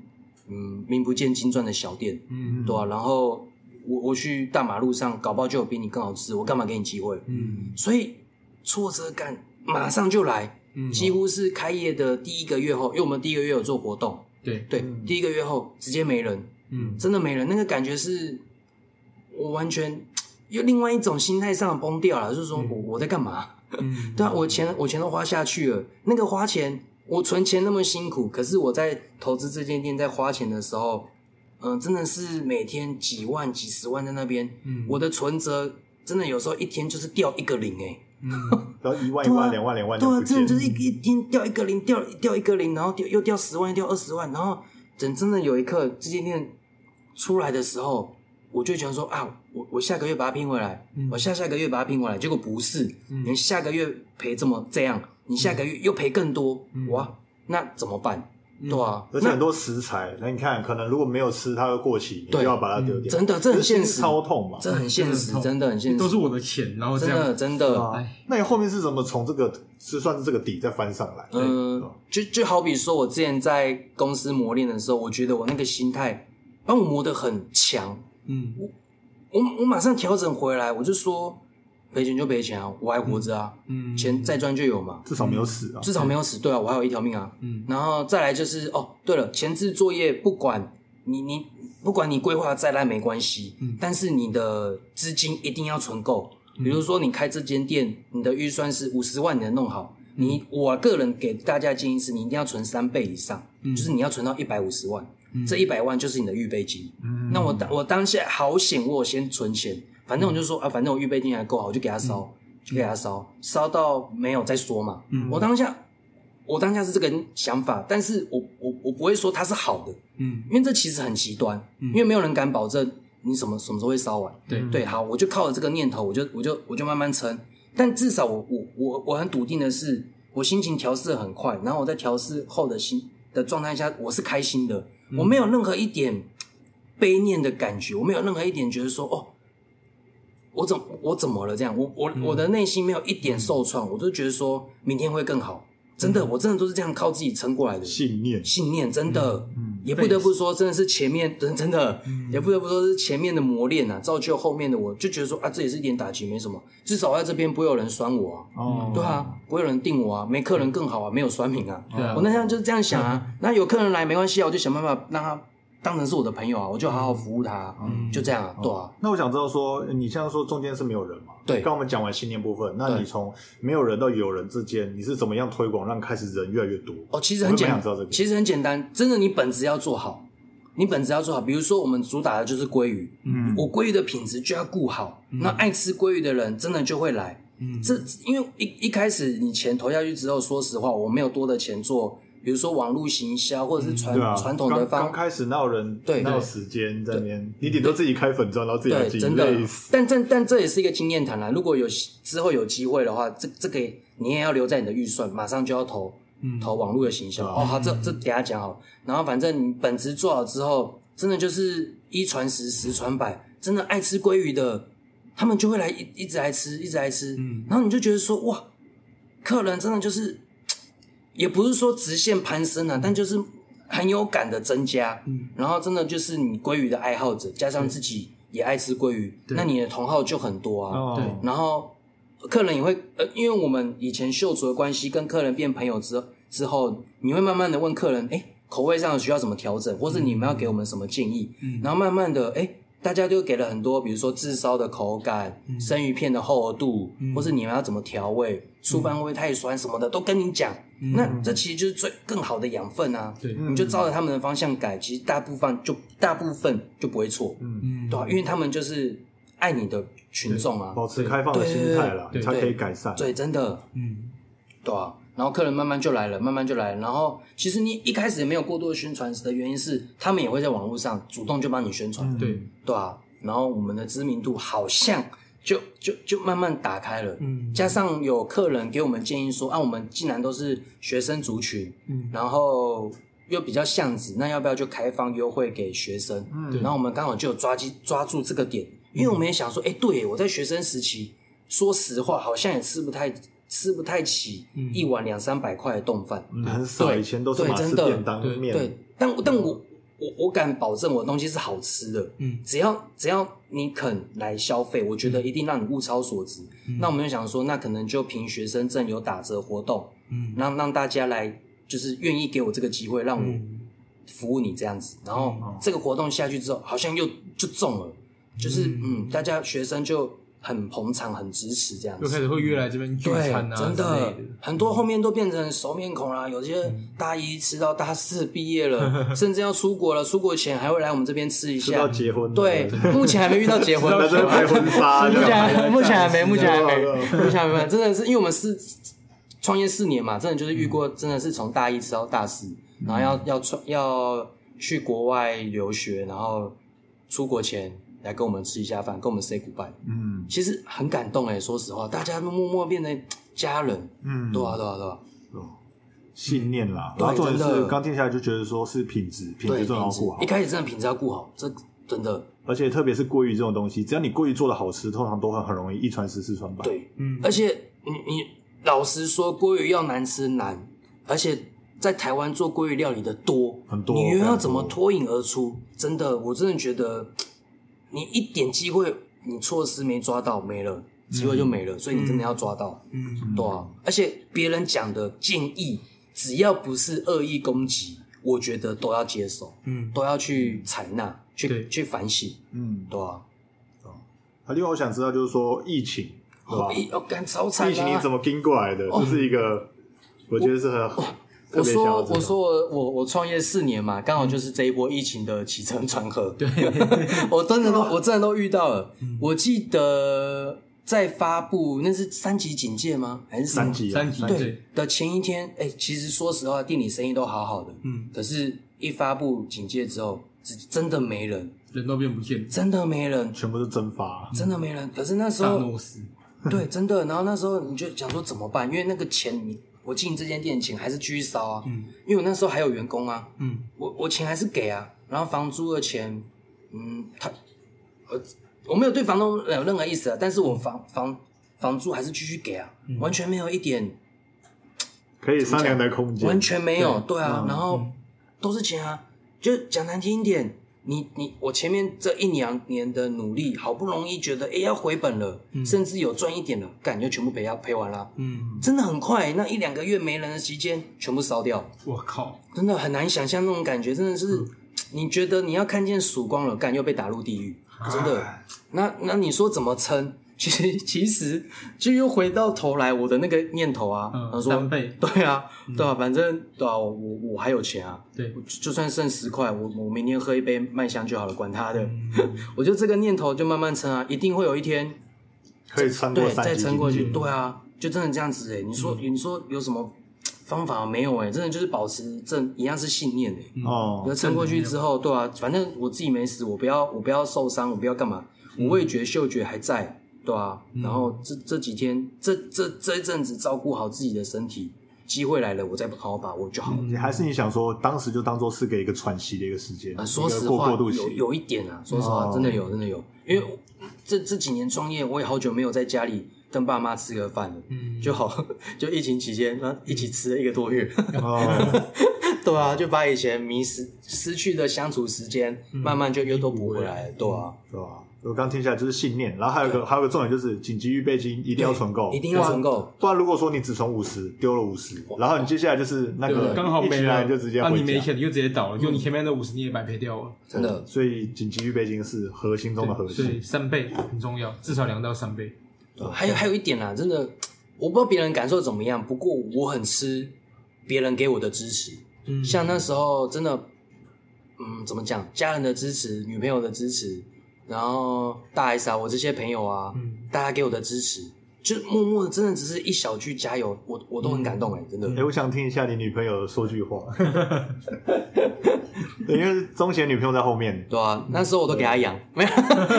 [SPEAKER 3] 嗯名不见经传的小店？
[SPEAKER 2] 嗯
[SPEAKER 3] 对啊，然后我我去大马路上，搞不好就有比你更好吃，我干嘛给你机会？
[SPEAKER 2] 嗯
[SPEAKER 3] 所以挫折感马上就来，
[SPEAKER 2] 嗯，
[SPEAKER 3] 几乎是开业的第一个月后，因为我们第一个月有做活动，
[SPEAKER 2] 对，
[SPEAKER 3] 对，第一个月后直接没人，
[SPEAKER 2] 嗯
[SPEAKER 3] 真的没人，那个感觉是我完全有另外一种心态上的崩掉了，就是说我我在干嘛？
[SPEAKER 2] 嗯，
[SPEAKER 3] 对啊，我钱我钱都花下去了，那个花钱，我存钱那么辛苦，可是我在投资这间店在花钱的时候，嗯、真的是每天几万几十万在那边，
[SPEAKER 2] 嗯
[SPEAKER 3] 我的存折真的有时候一天就是掉一个零哎、 <laughs>
[SPEAKER 2] 嗯
[SPEAKER 1] 然后一万一
[SPEAKER 3] 对啊
[SPEAKER 1] 万两万两万就
[SPEAKER 3] 对啊
[SPEAKER 1] 不，见
[SPEAKER 3] 真的就是一一天掉一个零，掉掉一个零，然后掉又掉十万，又掉二十万，然后等真的有一刻这间店出来的时候，我就会觉得说啊，我我下个月把它拼回来，
[SPEAKER 2] 嗯
[SPEAKER 3] 我下下个月把它拼回来，结果不是，
[SPEAKER 2] 嗯
[SPEAKER 3] 你下个月赔这么这样，你下个月又赔更多，
[SPEAKER 2] 嗯
[SPEAKER 3] 哇，那怎么办？
[SPEAKER 2] 嗯
[SPEAKER 3] 对啊，
[SPEAKER 1] 而且很多食材，那你看，可能如果没有吃，它会过期，你就
[SPEAKER 3] 对嗯
[SPEAKER 1] 要把它丢掉。
[SPEAKER 3] 真的这很现
[SPEAKER 1] 就是
[SPEAKER 3] 实，
[SPEAKER 1] 超痛嘛。
[SPEAKER 3] 这很现实，
[SPEAKER 2] 真
[SPEAKER 3] 真的很现实，
[SPEAKER 2] 都是我的钱，然后这
[SPEAKER 3] 真
[SPEAKER 2] 样
[SPEAKER 3] 的真的。
[SPEAKER 1] 啊
[SPEAKER 2] 哎，
[SPEAKER 1] 那你后面是怎么从这个是算是这个底再翻上来？
[SPEAKER 3] 嗯，就就好比说，我之前在公司磨练的时候，我觉得我那个心态帮我磨得很强，
[SPEAKER 2] 嗯
[SPEAKER 3] 我我马上调整回来，我就说赔钱就赔钱啊，我还活着啊，
[SPEAKER 2] 嗯，
[SPEAKER 3] 钱再赚就有嘛，
[SPEAKER 1] 至少没有死啊。
[SPEAKER 3] 至少没有死，对啊，我还有一条命啊。
[SPEAKER 2] 嗯
[SPEAKER 3] 然后再来就是哦，对了，前置作业不管你你不管你规划再烂没关系，
[SPEAKER 2] 嗯
[SPEAKER 3] 但是你的资金一定要存够，比如说你开这间店，你的预算是五十万，你能弄好。你我个人给大家建议是，你一定要存三倍以上，
[SPEAKER 2] 嗯
[SPEAKER 3] 就是你要存到一百五十万，这一百万就是你的预备金。那我当我当下好险，我有先存钱，反正我就说啊，反正我预备金还够好，我就给他烧，就给他烧，烧到没有再说嘛。我当下我当下是这个想法，但是我我我不会说它是好的，
[SPEAKER 2] 嗯，
[SPEAKER 3] 因为这其实很极端，因为没有人敢保证你什么什么时候会烧完。
[SPEAKER 2] 对
[SPEAKER 3] 对，好，我就靠着这个念头，我就我就我就慢慢撑。但至少我我我我很笃定的是，我心情调试得很快，然后我在调试后的心的状态下，我是开心的，我没有任何一点悲念的感觉，我没有任何一点觉得说哦，我怎我怎么了这样？我我、我的内心没有一点受创，我就觉得说明天会更好。真的，我真的都是这样靠自己撑过来的。
[SPEAKER 1] 信念，
[SPEAKER 3] 信念，真的，
[SPEAKER 1] 嗯
[SPEAKER 3] 也不得不说，真的是前面 <laughs> 真真的，也不得不说是前面的磨练啊，造就后面的我，就觉得说啊，这也是一点打击，没什么，至少在这边不会有人酸我啊，
[SPEAKER 1] 哦，
[SPEAKER 3] 对啊，不会有人定我啊，没客人更好啊，没有酸民啊，
[SPEAKER 1] 嗯
[SPEAKER 2] 对啊
[SPEAKER 3] 我那天就是这样想啊，那有客人来没关系啊，我就想办法让他当成是我的朋友啊，我就好好服务他啊，
[SPEAKER 1] 嗯
[SPEAKER 3] 就这样啊，对啊，
[SPEAKER 1] 那我想知道说，你像说中间是没有人嘛？
[SPEAKER 3] 对
[SPEAKER 1] 刚我们讲完信念部分，那
[SPEAKER 3] 对
[SPEAKER 1] 你从没有人到有人之间，你是怎么样推广让开始人越来越多？
[SPEAKER 3] 哦，其实
[SPEAKER 1] 我
[SPEAKER 3] 很
[SPEAKER 1] 也蛮
[SPEAKER 3] 简
[SPEAKER 1] 想知道这个
[SPEAKER 3] 其实很简单，真的，你本质要做好，你本质要做好。比如说，我们主打的就是鲑鱼，
[SPEAKER 1] 嗯
[SPEAKER 3] 我鲑鱼的品质就要顾好，那爱吃鲑鱼的人真的就会来。
[SPEAKER 2] 嗯
[SPEAKER 3] 这因为一一开始你钱投下去之后，说实话，我没有多的钱做，比如说网络行销或者是传、
[SPEAKER 1] 对啊，
[SPEAKER 3] 传统的
[SPEAKER 1] 刚刚
[SPEAKER 3] 方。
[SPEAKER 1] 开始哪有人
[SPEAKER 3] 对
[SPEAKER 1] 哪有时间在那边？你顶多自己开粉砖，然后自己来
[SPEAKER 3] 对，
[SPEAKER 1] 经营，
[SPEAKER 3] 真的
[SPEAKER 1] 累死，
[SPEAKER 3] 但但但这也是一个经验谈啦。如果有之后有机会的话，这这个你也要留在你的预算，马上就要投投网络的行销。
[SPEAKER 1] 对啊
[SPEAKER 3] 哦，好，这这等一下讲好了。然后反正你本职做好之后，真的就是一传十，十传百，真的爱吃鲑鱼的，他们就会来一一直来吃，一直来吃。
[SPEAKER 2] 嗯
[SPEAKER 3] 然后你就觉得说，哇，客人真的就是，也不是说直线攀升啊，但就是很有感的增加。
[SPEAKER 2] 嗯，
[SPEAKER 3] 然后真的就是你鲑鱼的爱好者，加上自己也爱吃鲑鱼，
[SPEAKER 2] 对
[SPEAKER 3] 那你的同好就很多啊。
[SPEAKER 1] 哦
[SPEAKER 2] 对
[SPEAKER 3] 然后客人也会呃，因为我们以前秀厨的关系，跟客人变朋友之之后，你会慢慢的问客人，哎，口味上需要怎么调整，或是你们要给我们什么建议？
[SPEAKER 2] 嗯
[SPEAKER 3] 然后慢慢的，哎，大家就给了很多，比如说炙烧的口感、生鱼片的厚度，
[SPEAKER 2] 嗯
[SPEAKER 3] 或是你们要怎么调味，醋饭会不会太酸什么的，都跟你讲。
[SPEAKER 2] 嗯
[SPEAKER 3] 那这其实就是最更好的养分啊！
[SPEAKER 2] 对
[SPEAKER 1] 嗯
[SPEAKER 3] 你就照着他们的方向改，其实大部分就大部分就不会错，
[SPEAKER 1] 嗯，
[SPEAKER 2] 嗯
[SPEAKER 3] 对啊、因为他们就是爱你的群众啊，
[SPEAKER 1] 保持开放的心态啦，
[SPEAKER 2] 对
[SPEAKER 1] 你才可以改善。
[SPEAKER 3] 对，真的，
[SPEAKER 2] 嗯
[SPEAKER 3] 对啊。然后客人慢慢就来了，慢慢就来了。然后其实你一开始也没有过多的宣传的原因是，他们也会在网络上主动就帮你宣传，
[SPEAKER 1] 嗯
[SPEAKER 2] 对
[SPEAKER 3] 对啊。然后我们的知名度好像就就就慢慢打开了，
[SPEAKER 2] 嗯
[SPEAKER 3] 加上有客人给我们建议说，啊，我们既然都是学生族群，
[SPEAKER 2] 嗯
[SPEAKER 3] 然后又比较巷子，那要不要就开放优惠给学生？
[SPEAKER 1] 嗯
[SPEAKER 3] 然后我们刚好就有抓机抓住这个点，因为我们也想说，哎，对我在学生时期，说实话好像也吃不太吃不太起
[SPEAKER 2] 嗯
[SPEAKER 3] 一碗两三百块的冻饭，
[SPEAKER 1] 嗯，很少，
[SPEAKER 3] 对
[SPEAKER 1] 以前都是
[SPEAKER 3] 对
[SPEAKER 1] 马斯
[SPEAKER 3] 真的
[SPEAKER 1] 便当
[SPEAKER 2] 对
[SPEAKER 1] 面，
[SPEAKER 3] 对，但但我我我敢保证我的东西是好吃的，
[SPEAKER 2] 嗯
[SPEAKER 3] 只要只要你肯来消费，我觉得一定让你物超所值。
[SPEAKER 2] 嗯
[SPEAKER 3] 那我们就想说，那可能就凭学生证有打折活动，
[SPEAKER 2] 嗯
[SPEAKER 3] 让让大家来就是愿意给我这个机会，让我
[SPEAKER 2] 嗯
[SPEAKER 3] 服务你这样子。然后这个活动下去之后，好像又就中了，就是
[SPEAKER 2] 嗯
[SPEAKER 3] 嗯，大家学生就很捧场、很支持这样
[SPEAKER 2] 又开
[SPEAKER 3] 子。
[SPEAKER 2] 始会约来这边聚
[SPEAKER 3] 对，
[SPEAKER 2] 餐啊之
[SPEAKER 3] 真
[SPEAKER 2] 类
[SPEAKER 3] 的
[SPEAKER 2] 的，嗯
[SPEAKER 3] 很多后面都变成熟面孔啦。有些大一吃到大四毕
[SPEAKER 2] <laughs>
[SPEAKER 3] 业了，甚至要出国了，出国前还会来我们这边吃一
[SPEAKER 1] 吃到
[SPEAKER 3] 下。
[SPEAKER 1] 结婚，
[SPEAKER 3] 对，目前还没遇到结婚
[SPEAKER 1] <laughs> 那
[SPEAKER 3] 的，
[SPEAKER 1] 真的拍婚纱，
[SPEAKER 3] 目前还啊目前还没，目前还
[SPEAKER 1] 对
[SPEAKER 3] 没
[SPEAKER 1] 对，
[SPEAKER 3] <laughs> 目前还没，真的是因为我们是创业四年嘛，真的就是遇
[SPEAKER 1] 嗯
[SPEAKER 3] 过，真的是从大一吃到大四，然后要要创要去国外留学，然后出国前来跟我们吃一下饭，跟我们 say goodbye，
[SPEAKER 1] 嗯
[SPEAKER 3] 其实很感动哎、说实话，大家都默默变成家人，
[SPEAKER 1] 嗯，
[SPEAKER 3] 对啊对啊对啊，
[SPEAKER 1] 信念啦，
[SPEAKER 3] 对
[SPEAKER 1] 然后重点
[SPEAKER 3] 真
[SPEAKER 1] 是
[SPEAKER 3] 的
[SPEAKER 1] 刚听下来就觉得说是品质，品
[SPEAKER 3] 对
[SPEAKER 1] 质重要
[SPEAKER 3] 品质
[SPEAKER 1] 顾好
[SPEAKER 3] 一，开始真的品质要顾好，这真的
[SPEAKER 1] 而且特别是鲑鱼这种东西，只要你鲑鱼做的好吃，通常都很很容易一传十，十传百。，
[SPEAKER 3] 对，
[SPEAKER 2] 嗯
[SPEAKER 3] 而且你你老实说，鲑鱼要难吃难，而且在台湾做鲑鱼料理的多
[SPEAKER 1] 很多
[SPEAKER 3] 你又要
[SPEAKER 1] 很
[SPEAKER 3] 怎么
[SPEAKER 1] 多
[SPEAKER 3] 脱颖而出？真的，我真的觉得你一点机会你措施没抓到，没了机
[SPEAKER 1] 嗯
[SPEAKER 3] 会就没了，所以你真的要抓到，
[SPEAKER 2] 嗯
[SPEAKER 3] 对啊。而且别人讲的建议，只要不是恶意攻击，我觉得都要接受，
[SPEAKER 2] 嗯
[SPEAKER 3] 都要去采纳，去
[SPEAKER 2] 对
[SPEAKER 3] 去反省，
[SPEAKER 1] 嗯，
[SPEAKER 3] 对啊。
[SPEAKER 1] 啊，另外我想知道就是说疫情，对吧
[SPEAKER 3] 哦，？一哦，干超惨、啊！
[SPEAKER 1] 疫情你怎么跟过来的？
[SPEAKER 3] 哦
[SPEAKER 1] 这是一个，我觉得是很特
[SPEAKER 3] 我
[SPEAKER 1] 别想要
[SPEAKER 3] 说
[SPEAKER 1] 知道嗯
[SPEAKER 3] 哦我说我我我创业四年嘛，刚好就是这一波疫情的起承转合。对， <laughs> 我
[SPEAKER 1] <laughs>
[SPEAKER 3] 真的都我真的都遇到了。
[SPEAKER 1] 嗯
[SPEAKER 3] 我记得在发布那是三级警戒吗？还是什么
[SPEAKER 1] 三级啊
[SPEAKER 2] 三级
[SPEAKER 1] 三
[SPEAKER 2] 对
[SPEAKER 3] 对的前一天？哎、其实说实话，店里生意都好好的，
[SPEAKER 2] 嗯，
[SPEAKER 3] 可是一发布警戒之后，只真的没人，
[SPEAKER 2] 人都变不见了，
[SPEAKER 3] 真的没人，
[SPEAKER 1] 全部是蒸发，
[SPEAKER 3] 真的没人。可是那时
[SPEAKER 2] 萨
[SPEAKER 3] 候
[SPEAKER 2] 诺斯，
[SPEAKER 3] 对，真的。然后那时候你就想说怎么办？因为那个钱你我进这间店钱还是继续烧啊，
[SPEAKER 2] 嗯
[SPEAKER 3] 因为我那时候还有员工啊，
[SPEAKER 2] 嗯，
[SPEAKER 3] 我我钱还是给啊，然后房租的钱，嗯，他我我没有对房东有任何意思啊，但是我房房房租还是继续给啊，
[SPEAKER 1] 嗯
[SPEAKER 3] 完全没有一点，
[SPEAKER 1] 可以商量的空间
[SPEAKER 3] 完。全没有，对啊，
[SPEAKER 1] 嗯
[SPEAKER 3] 然后都是钱啊，就讲难听一点，你你我前面这一两年的努力，好不容易觉得哎要回本了，
[SPEAKER 1] 嗯
[SPEAKER 3] 甚至有赚一点了，干就全部赔要赔完了，啊
[SPEAKER 2] 嗯，
[SPEAKER 3] 真的很快，那一两个月没人的期间全部烧掉，
[SPEAKER 2] 我靠，
[SPEAKER 3] 真的很难想象那种感觉，真的是，你觉得你要看见曙光了，干又被打入地狱，真的。那那你说怎么撑？ <laughs> 其实其实就又回到头来，我的那个念头啊，
[SPEAKER 2] 嗯，
[SPEAKER 3] 他说
[SPEAKER 2] 三倍，
[SPEAKER 3] <laughs> 对啊，对啊，反正对啊，我我还有钱啊，
[SPEAKER 2] 对
[SPEAKER 3] 我，就就算剩十块，我我明天喝一杯麦香就好了，管他的，
[SPEAKER 2] 嗯
[SPEAKER 3] 我就这个念头就慢慢撑啊，一定会有一天
[SPEAKER 1] 可以穿过
[SPEAKER 3] 对，
[SPEAKER 1] 三
[SPEAKER 3] 再
[SPEAKER 1] 级
[SPEAKER 3] 撑过去，
[SPEAKER 2] 嗯
[SPEAKER 3] 对啊，就真的这样子哎、你说、你说有什么方法没有哎、真的就是保持正一样是信念哎、
[SPEAKER 2] 嗯
[SPEAKER 1] 哦
[SPEAKER 3] 我，撑过去之后，对啊，反正我自己没死，我不要我不要受伤，我不要干嘛，
[SPEAKER 1] 嗯
[SPEAKER 3] 我味觉、嗅觉还在，对啊。然后这这几天，这这这一阵子照顾好自己的身体，机会来了，我再好好把握就好
[SPEAKER 2] 嗯
[SPEAKER 3] 了。
[SPEAKER 1] 还是你想说，当时就当做是给一个喘息的一个时间，
[SPEAKER 3] 啊，说
[SPEAKER 1] 嗯一个
[SPEAKER 3] 实
[SPEAKER 1] 过
[SPEAKER 3] 话
[SPEAKER 1] 过渡，期
[SPEAKER 3] 有有一点啊，说实话，
[SPEAKER 1] 哦
[SPEAKER 3] 真的有，真的有，因为这这几年创业，我也好久没有在家里跟爸妈吃个饭了，
[SPEAKER 2] 嗯
[SPEAKER 3] 就好， <laughs> 就疫情期间，然后一起吃了一个多月，
[SPEAKER 2] <laughs>
[SPEAKER 1] 哦，
[SPEAKER 3] <laughs> 对啊，就把以前迷失失去的相处时间，
[SPEAKER 1] 嗯
[SPEAKER 3] 慢慢就又都补回来了，对啊，
[SPEAKER 1] 对吧？我刚听起来就是信念，然后还有一个还有一个重点就是紧急预备金一定要存够，
[SPEAKER 3] 一定要存够，
[SPEAKER 1] 不然如果说你只存五十，丢了五十，然后你接下来就是那个
[SPEAKER 2] 对刚好
[SPEAKER 1] 一
[SPEAKER 2] 没
[SPEAKER 1] 起
[SPEAKER 2] 了
[SPEAKER 1] 来就直接
[SPEAKER 2] 啊，你
[SPEAKER 1] 回
[SPEAKER 2] 没
[SPEAKER 1] 家，
[SPEAKER 2] 钱你就直接倒了，就你前面的五十你也白赔掉了，
[SPEAKER 3] 真的。
[SPEAKER 1] 所以紧急预备金是核心中的核
[SPEAKER 2] 对，所以
[SPEAKER 1] 心。
[SPEAKER 2] 三倍很重要，至少两到三倍，
[SPEAKER 3] 还有还有一点啊啦，真的，我不知道别人感受怎么样，不过我很吃别人给我的支持。
[SPEAKER 2] 嗯
[SPEAKER 3] 像那时候真的，嗯，怎么讲，家人的支持，女朋友的支持，然后大 S 啊，我这些朋友啊，
[SPEAKER 2] 嗯
[SPEAKER 3] 大家给我的支持，就默默的，真的只是一小句加油，我我都很感动哎、真的。
[SPEAKER 1] 哎、我想听一下你女朋友说句
[SPEAKER 2] <laughs>
[SPEAKER 1] 话，对因为钟贤女朋友在后面
[SPEAKER 3] 对啊，那时候我都给他养，没有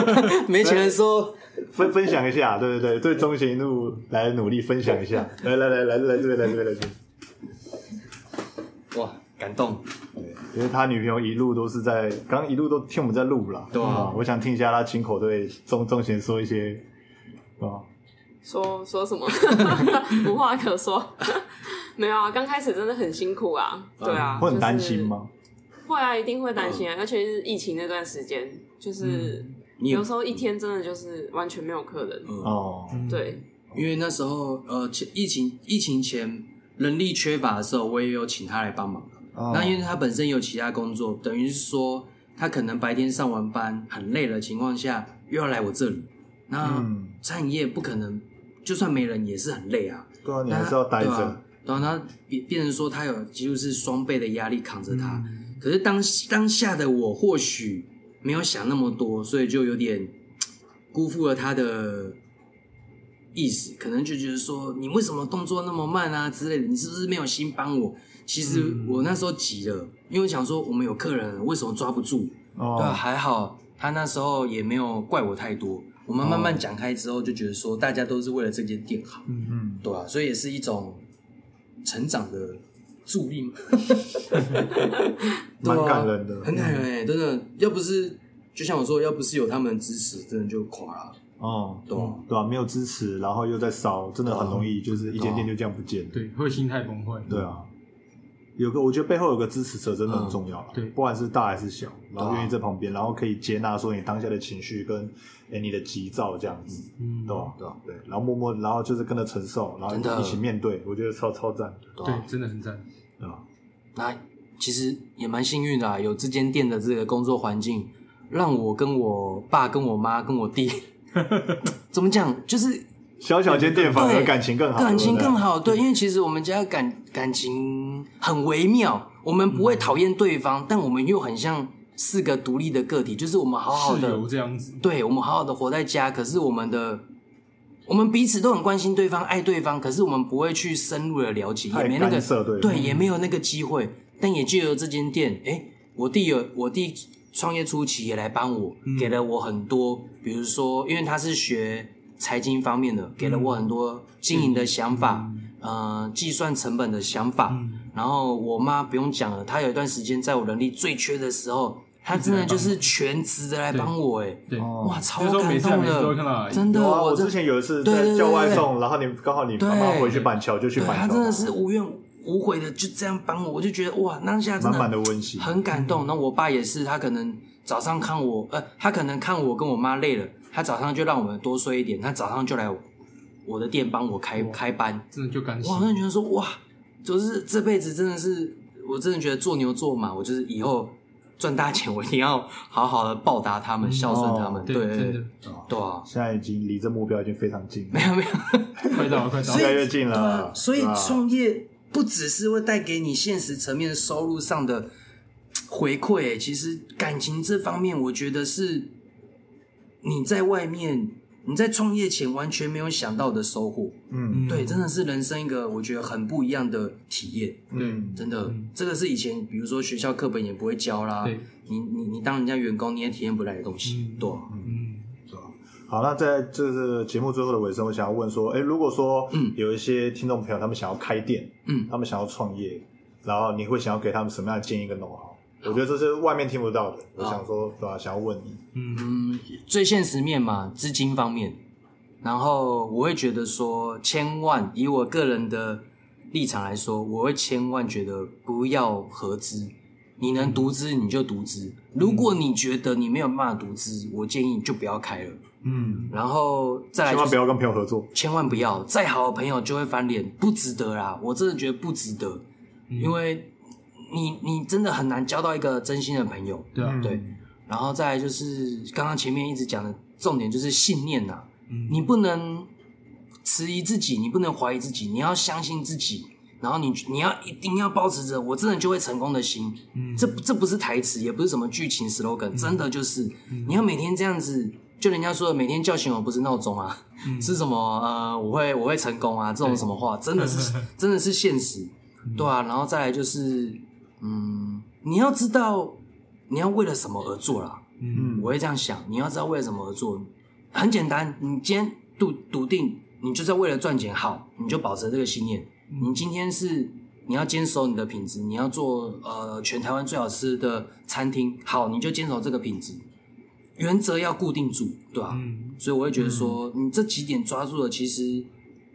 [SPEAKER 3] <laughs> 没钱的时候，
[SPEAKER 1] 分分享一下，对对对，对钟贤一路来努力分享一
[SPEAKER 3] <laughs>
[SPEAKER 1] 下，来来来来来这边来这边来这边，
[SPEAKER 3] 哇，感动，
[SPEAKER 1] 对，因为他女朋友一路都是在，刚一路都听我们在录啦，
[SPEAKER 3] 对啊
[SPEAKER 1] 嗯我想听一下他亲口对钟钟贤说一些，啊，
[SPEAKER 4] 说说什么？ <laughs> 无话可说。 <laughs> 没有啊，刚开始真的很辛苦啊，对啊，
[SPEAKER 1] 嗯会很担心
[SPEAKER 4] 就
[SPEAKER 1] 吗？嗯
[SPEAKER 4] 是？会啊，一定会担心啊，尤其是疫情那段时间，就是
[SPEAKER 3] 你也
[SPEAKER 4] 有时候一天真的就是完全没有客人，
[SPEAKER 1] 哦，
[SPEAKER 3] 嗯
[SPEAKER 2] 嗯
[SPEAKER 4] 对，
[SPEAKER 3] 因为那时候呃，前疫情疫情前人力缺乏的时候，我也有请他来帮忙。
[SPEAKER 1] 哦
[SPEAKER 3] 那因为他本身有其他工作，等于是说他可能白天上完班很累的情况下，又要来我这里。那
[SPEAKER 1] 嗯
[SPEAKER 3] 餐饮业不可能，就算没人也是很累啊。
[SPEAKER 1] 对啊，你
[SPEAKER 3] 那
[SPEAKER 1] 还是要待
[SPEAKER 3] 对
[SPEAKER 1] 着
[SPEAKER 3] 啊，然后他变变成说他有几乎是双倍的压力扛着他。
[SPEAKER 2] 嗯
[SPEAKER 3] 可是当当下的我或许没有想那么多，所以就有点辜负了他的意思，可能就觉得说你为什么动作那么慢啊之类的，你是不是没有心帮我？其实
[SPEAKER 2] 嗯
[SPEAKER 3] 我那时候急了，因为我想说我们有客人，为什么抓不住？对、啊，
[SPEAKER 1] 哦，
[SPEAKER 3] 还好他那时候也没有怪我太多。我们慢慢讲开之后，就觉得说大家都是为了这间店好，
[SPEAKER 2] 嗯
[SPEAKER 1] 嗯，
[SPEAKER 3] 对啊，所以也是一种成长的助力嘛。
[SPEAKER 1] 蛮
[SPEAKER 3] 对啊
[SPEAKER 1] 感人的，嗯
[SPEAKER 3] 很感人哎、真的，要不是就像我说，要不是有他们的支持，真的就垮了，
[SPEAKER 1] 哦，
[SPEAKER 3] 对啊吧、
[SPEAKER 1] 对吧、没有支持，然后又在烧，真的很容易，就是一间店就这样不见了。
[SPEAKER 2] 对，会心态崩
[SPEAKER 3] 嗯
[SPEAKER 2] 溃，
[SPEAKER 1] 对啊，有个我觉得背后有个支持者真的很重要了、
[SPEAKER 2] 嗯对
[SPEAKER 1] 不管是大还是小，然后
[SPEAKER 3] 对啊
[SPEAKER 1] 愿意在旁边，然后可以接纳说你当下的情绪跟哎、你的急躁这样子，
[SPEAKER 2] 嗯，
[SPEAKER 1] 对吧、对、啊、对，然后默默，然后就是跟着承受，然
[SPEAKER 3] 真的
[SPEAKER 1] 后一起面对，我觉得超超赞，
[SPEAKER 3] 对
[SPEAKER 2] 对
[SPEAKER 3] 啊，
[SPEAKER 2] 真的很赞，
[SPEAKER 1] 对吧、
[SPEAKER 3] 那其实也蛮幸运的、啊，有这间店的这个工作环境， <laughs> 让我跟我爸、跟我妈、跟我弟，怎么讲，就是
[SPEAKER 1] 小小间店反而感情更好，
[SPEAKER 3] 感情
[SPEAKER 1] 对不对
[SPEAKER 3] 更好，对，因为其实我们家感感情很微妙，我们不会讨厌对方，但我们又很像四个独立的个体，就是我们哦好好
[SPEAKER 2] 室
[SPEAKER 3] 的
[SPEAKER 2] 友这样子，
[SPEAKER 3] 对我们好好的活在家，可是我们的我们彼此都很关心对方、爱对方，可是我们不会去深入的了解，也
[SPEAKER 1] 太
[SPEAKER 3] 没那
[SPEAKER 1] 干涉
[SPEAKER 3] 个
[SPEAKER 1] 对
[SPEAKER 3] 对，也没有那个机会。但也借由这间店，哎，我弟有我弟创业初期也来帮我，
[SPEAKER 1] 嗯
[SPEAKER 3] 给了我很多，比如说，因为他是学财经方面
[SPEAKER 1] 嗯
[SPEAKER 3] 的，给了我很多经营的想法，呃，计算成本的想法。
[SPEAKER 1] 嗯
[SPEAKER 3] 然后我妈不用讲了，她有一段时间在我能力最缺的时候，她真的就是全职的来帮我、哎。
[SPEAKER 2] 对，
[SPEAKER 1] 哦
[SPEAKER 3] 哇，超
[SPEAKER 2] 那嗯时候每
[SPEAKER 3] 感
[SPEAKER 2] 次来
[SPEAKER 3] 动
[SPEAKER 2] 每次都会看
[SPEAKER 3] 的，
[SPEAKER 2] 到阿姨，
[SPEAKER 3] 真的，
[SPEAKER 1] 有啊，我
[SPEAKER 3] 这
[SPEAKER 1] 之前有一次
[SPEAKER 3] 对对
[SPEAKER 1] 在
[SPEAKER 3] 对
[SPEAKER 1] 叫外
[SPEAKER 3] 对对
[SPEAKER 1] 送，然后你刚好你妈妈
[SPEAKER 3] 对
[SPEAKER 1] 回去板桥就去
[SPEAKER 3] 对他
[SPEAKER 1] 板桥
[SPEAKER 3] 真
[SPEAKER 1] 嘛
[SPEAKER 3] 的，是无怨无悔的就这样帮我，我就觉得哇，当下真
[SPEAKER 1] 满满
[SPEAKER 3] 的
[SPEAKER 1] 的温馨。
[SPEAKER 3] 很感
[SPEAKER 2] 嗯
[SPEAKER 3] 动。那我爸也是，他可能早上看我，呃，他可能看我跟我妈累了，他早上就让我们多睡一点，他早上就来我我的店帮我开开班，
[SPEAKER 2] 真的就感
[SPEAKER 3] 我
[SPEAKER 2] 情
[SPEAKER 3] 好。像觉得说哇，就是这辈子真的是，我真的觉得做牛做马，我就是以后赚大钱，我一定要好好的报答他们，孝顺他
[SPEAKER 2] 嗯
[SPEAKER 3] 们，
[SPEAKER 2] 哦对，
[SPEAKER 3] 对
[SPEAKER 2] 真的
[SPEAKER 3] 对对啊，
[SPEAKER 1] 现在已经离这目标已经非常近了
[SPEAKER 3] 没，有没有。
[SPEAKER 2] 快到了，快到
[SPEAKER 1] 越
[SPEAKER 2] 了，
[SPEAKER 1] 来越近
[SPEAKER 3] 对啊
[SPEAKER 1] 了。
[SPEAKER 3] 所以
[SPEAKER 1] 是吧
[SPEAKER 3] 创业不只是会带给你现实层面收入上的回馈、欸，其实感情这方面，我觉得是你在外面你在创业前完全没有想到的收获。
[SPEAKER 1] 嗯
[SPEAKER 3] 对，真的是人生一个我觉得很不一样的体验。
[SPEAKER 1] 嗯，
[SPEAKER 3] 真的
[SPEAKER 2] 嗯，
[SPEAKER 3] 这个是以前比如说学校课本也不会教啦
[SPEAKER 2] 对，
[SPEAKER 3] 你你你当人家员工你也体验不来的东西
[SPEAKER 2] 嗯，
[SPEAKER 3] 对啊，
[SPEAKER 2] 嗯，
[SPEAKER 1] 好，那在就是节目最后的尾声，我想要问说，哎，如果说
[SPEAKER 3] 嗯
[SPEAKER 1] 有一些听众朋友他们想要开店，
[SPEAKER 3] 嗯
[SPEAKER 1] 他们想要创业，然后你会想要给他们什么样的建议跟 know how？我觉得这是外面听不到的，我想说，对吧？想要问你，
[SPEAKER 3] 嗯，最现实面嘛，资金方面。然后我会觉得说，千万以我个人的立场来说，我会千万觉得不要合资。你能独资你就独资，如果你觉得你没有办法独资，我建议你就不要开了。
[SPEAKER 1] 嗯，
[SPEAKER 3] 然后再来
[SPEAKER 1] 千
[SPEAKER 3] 就
[SPEAKER 1] 万不
[SPEAKER 3] 是
[SPEAKER 1] 要跟朋友合作，
[SPEAKER 3] 千万不要，再好的朋友就会翻脸，不值得啦！我真的觉得不值得，
[SPEAKER 1] 嗯
[SPEAKER 3] 因为你你真的很难交到一个真心的朋友。
[SPEAKER 2] 对啊，
[SPEAKER 1] 嗯
[SPEAKER 3] 对，然后再来就是刚刚前面一直讲的重点就是信念呐、你不能迟疑自己，你不能怀疑自己，你要相信自己，然后你你要一定要保持着我真的就会成功的心，这这不是台词，也不是什么剧情 slogan，、真的就是、你要每天这样子，就人家说的每天叫醒我不是闹钟啊，
[SPEAKER 2] 嗯
[SPEAKER 3] 是什么呃我会我会成功啊这种什么话，真的是真的是现实，对啊，然后再来就是嗯，你要知道你要为了什么而做啦，
[SPEAKER 1] 嗯，
[SPEAKER 3] 我会这样想，你要知道为了什么而做，很简单，你今天笃笃定，你就是为了赚钱，好，你就保持这个信念。你今天是你要坚守你的品质，你要做呃全台湾最好吃的餐厅，好，你就坚守这个品质，原则要固定住，对吧、
[SPEAKER 2] 嗯，
[SPEAKER 3] 所以我会觉得说，你这几点抓住了，其实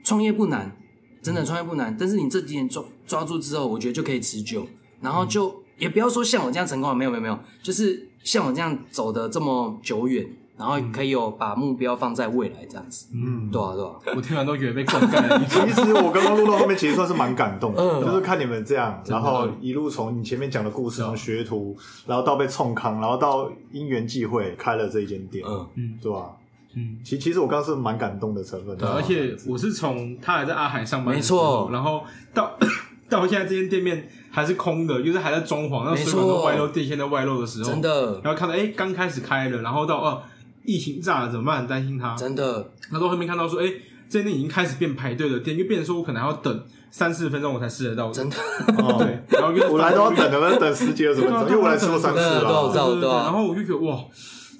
[SPEAKER 3] 创业不难，真的创业不难。但是你这几点抓抓住之后，我觉得就可以持久。然后就、也不要说像我这样成功了，啊没有没有没有，就是像我这样走的这么久远，然后可以有把目标放在未来这样子。
[SPEAKER 1] 嗯，
[SPEAKER 3] 对啊对啊，
[SPEAKER 2] 我听完都觉得被灌溉了一口。
[SPEAKER 1] 其实我刚刚录到后面，其实算是蛮感动的，
[SPEAKER 3] <laughs> 嗯
[SPEAKER 1] 就是看你们这样，
[SPEAKER 2] 的
[SPEAKER 1] 然后一路从你前面讲的故事，从学徒，然后到被冲康，然后到因缘际会开了这一间店，
[SPEAKER 3] 嗯
[SPEAKER 1] 对吧？
[SPEAKER 2] 嗯，
[SPEAKER 1] 其其实我刚刚是蛮感动的成分，
[SPEAKER 2] <laughs> 对，而且我是从他还在阿海上班的
[SPEAKER 3] 没
[SPEAKER 2] 时候，
[SPEAKER 3] 错
[SPEAKER 2] 然后到 <coughs> 到现在这间店面还是空的，就是还在装潢，那水管都外露，电线在外露的时候，
[SPEAKER 3] 真，的
[SPEAKER 2] 然后看到哎刚开始开了，然后到哦疫情炸了怎么办？很担心他，
[SPEAKER 3] 真的，
[SPEAKER 2] 那到后面看到说，哎、这间店已经开始变排队的店，就变成说我可能还要等三四十分钟我才吃得到。
[SPEAKER 3] 真的
[SPEAKER 1] 哦
[SPEAKER 2] 对，然后
[SPEAKER 1] <laughs>
[SPEAKER 2] 又
[SPEAKER 1] 我来都要等，了，等十几二十分钟，因为我来吃过三次
[SPEAKER 3] 啊对
[SPEAKER 1] 了
[SPEAKER 3] 啊对。啊
[SPEAKER 2] 对对对，然后我就觉得哇，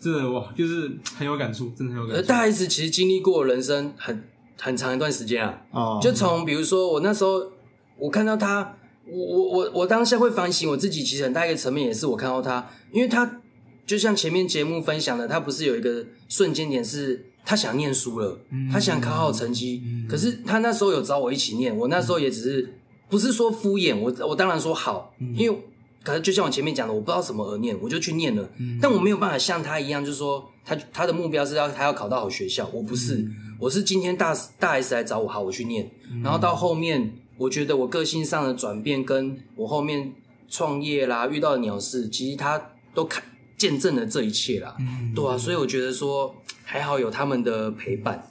[SPEAKER 2] 真的哇，就是很有感触，真的很有
[SPEAKER 3] 呃，
[SPEAKER 2] 感触。
[SPEAKER 3] 大 S 其实经历过人生很很长一段时间啊。
[SPEAKER 1] 哦，
[SPEAKER 3] 就从比如说我那时候，我看到他，我我我我当下会反省我自己，其实很大一个层面也是我看到他，因为他就像前面节目分享的，他不是有一个瞬间点是。他想念书了，他想考好成绩，可是他那时候有找我一起念，我那时候也只是不是说敷衍，我我当然说好，因为可是就像我前面讲的，我不知道什么而念，我就去念了，但我没有办法像他一样，就是说他他的目标是要他要考到好学校，我不是，我是今天大大 S 来找我，好，我去念，然后到后面，我觉得我个性上的转变，跟我后面创业啦，遇到的鸟事，其实他都看
[SPEAKER 2] 嗯
[SPEAKER 3] 啊见证了这一切啦，对啊，所以我觉得说还好有他们的陪伴，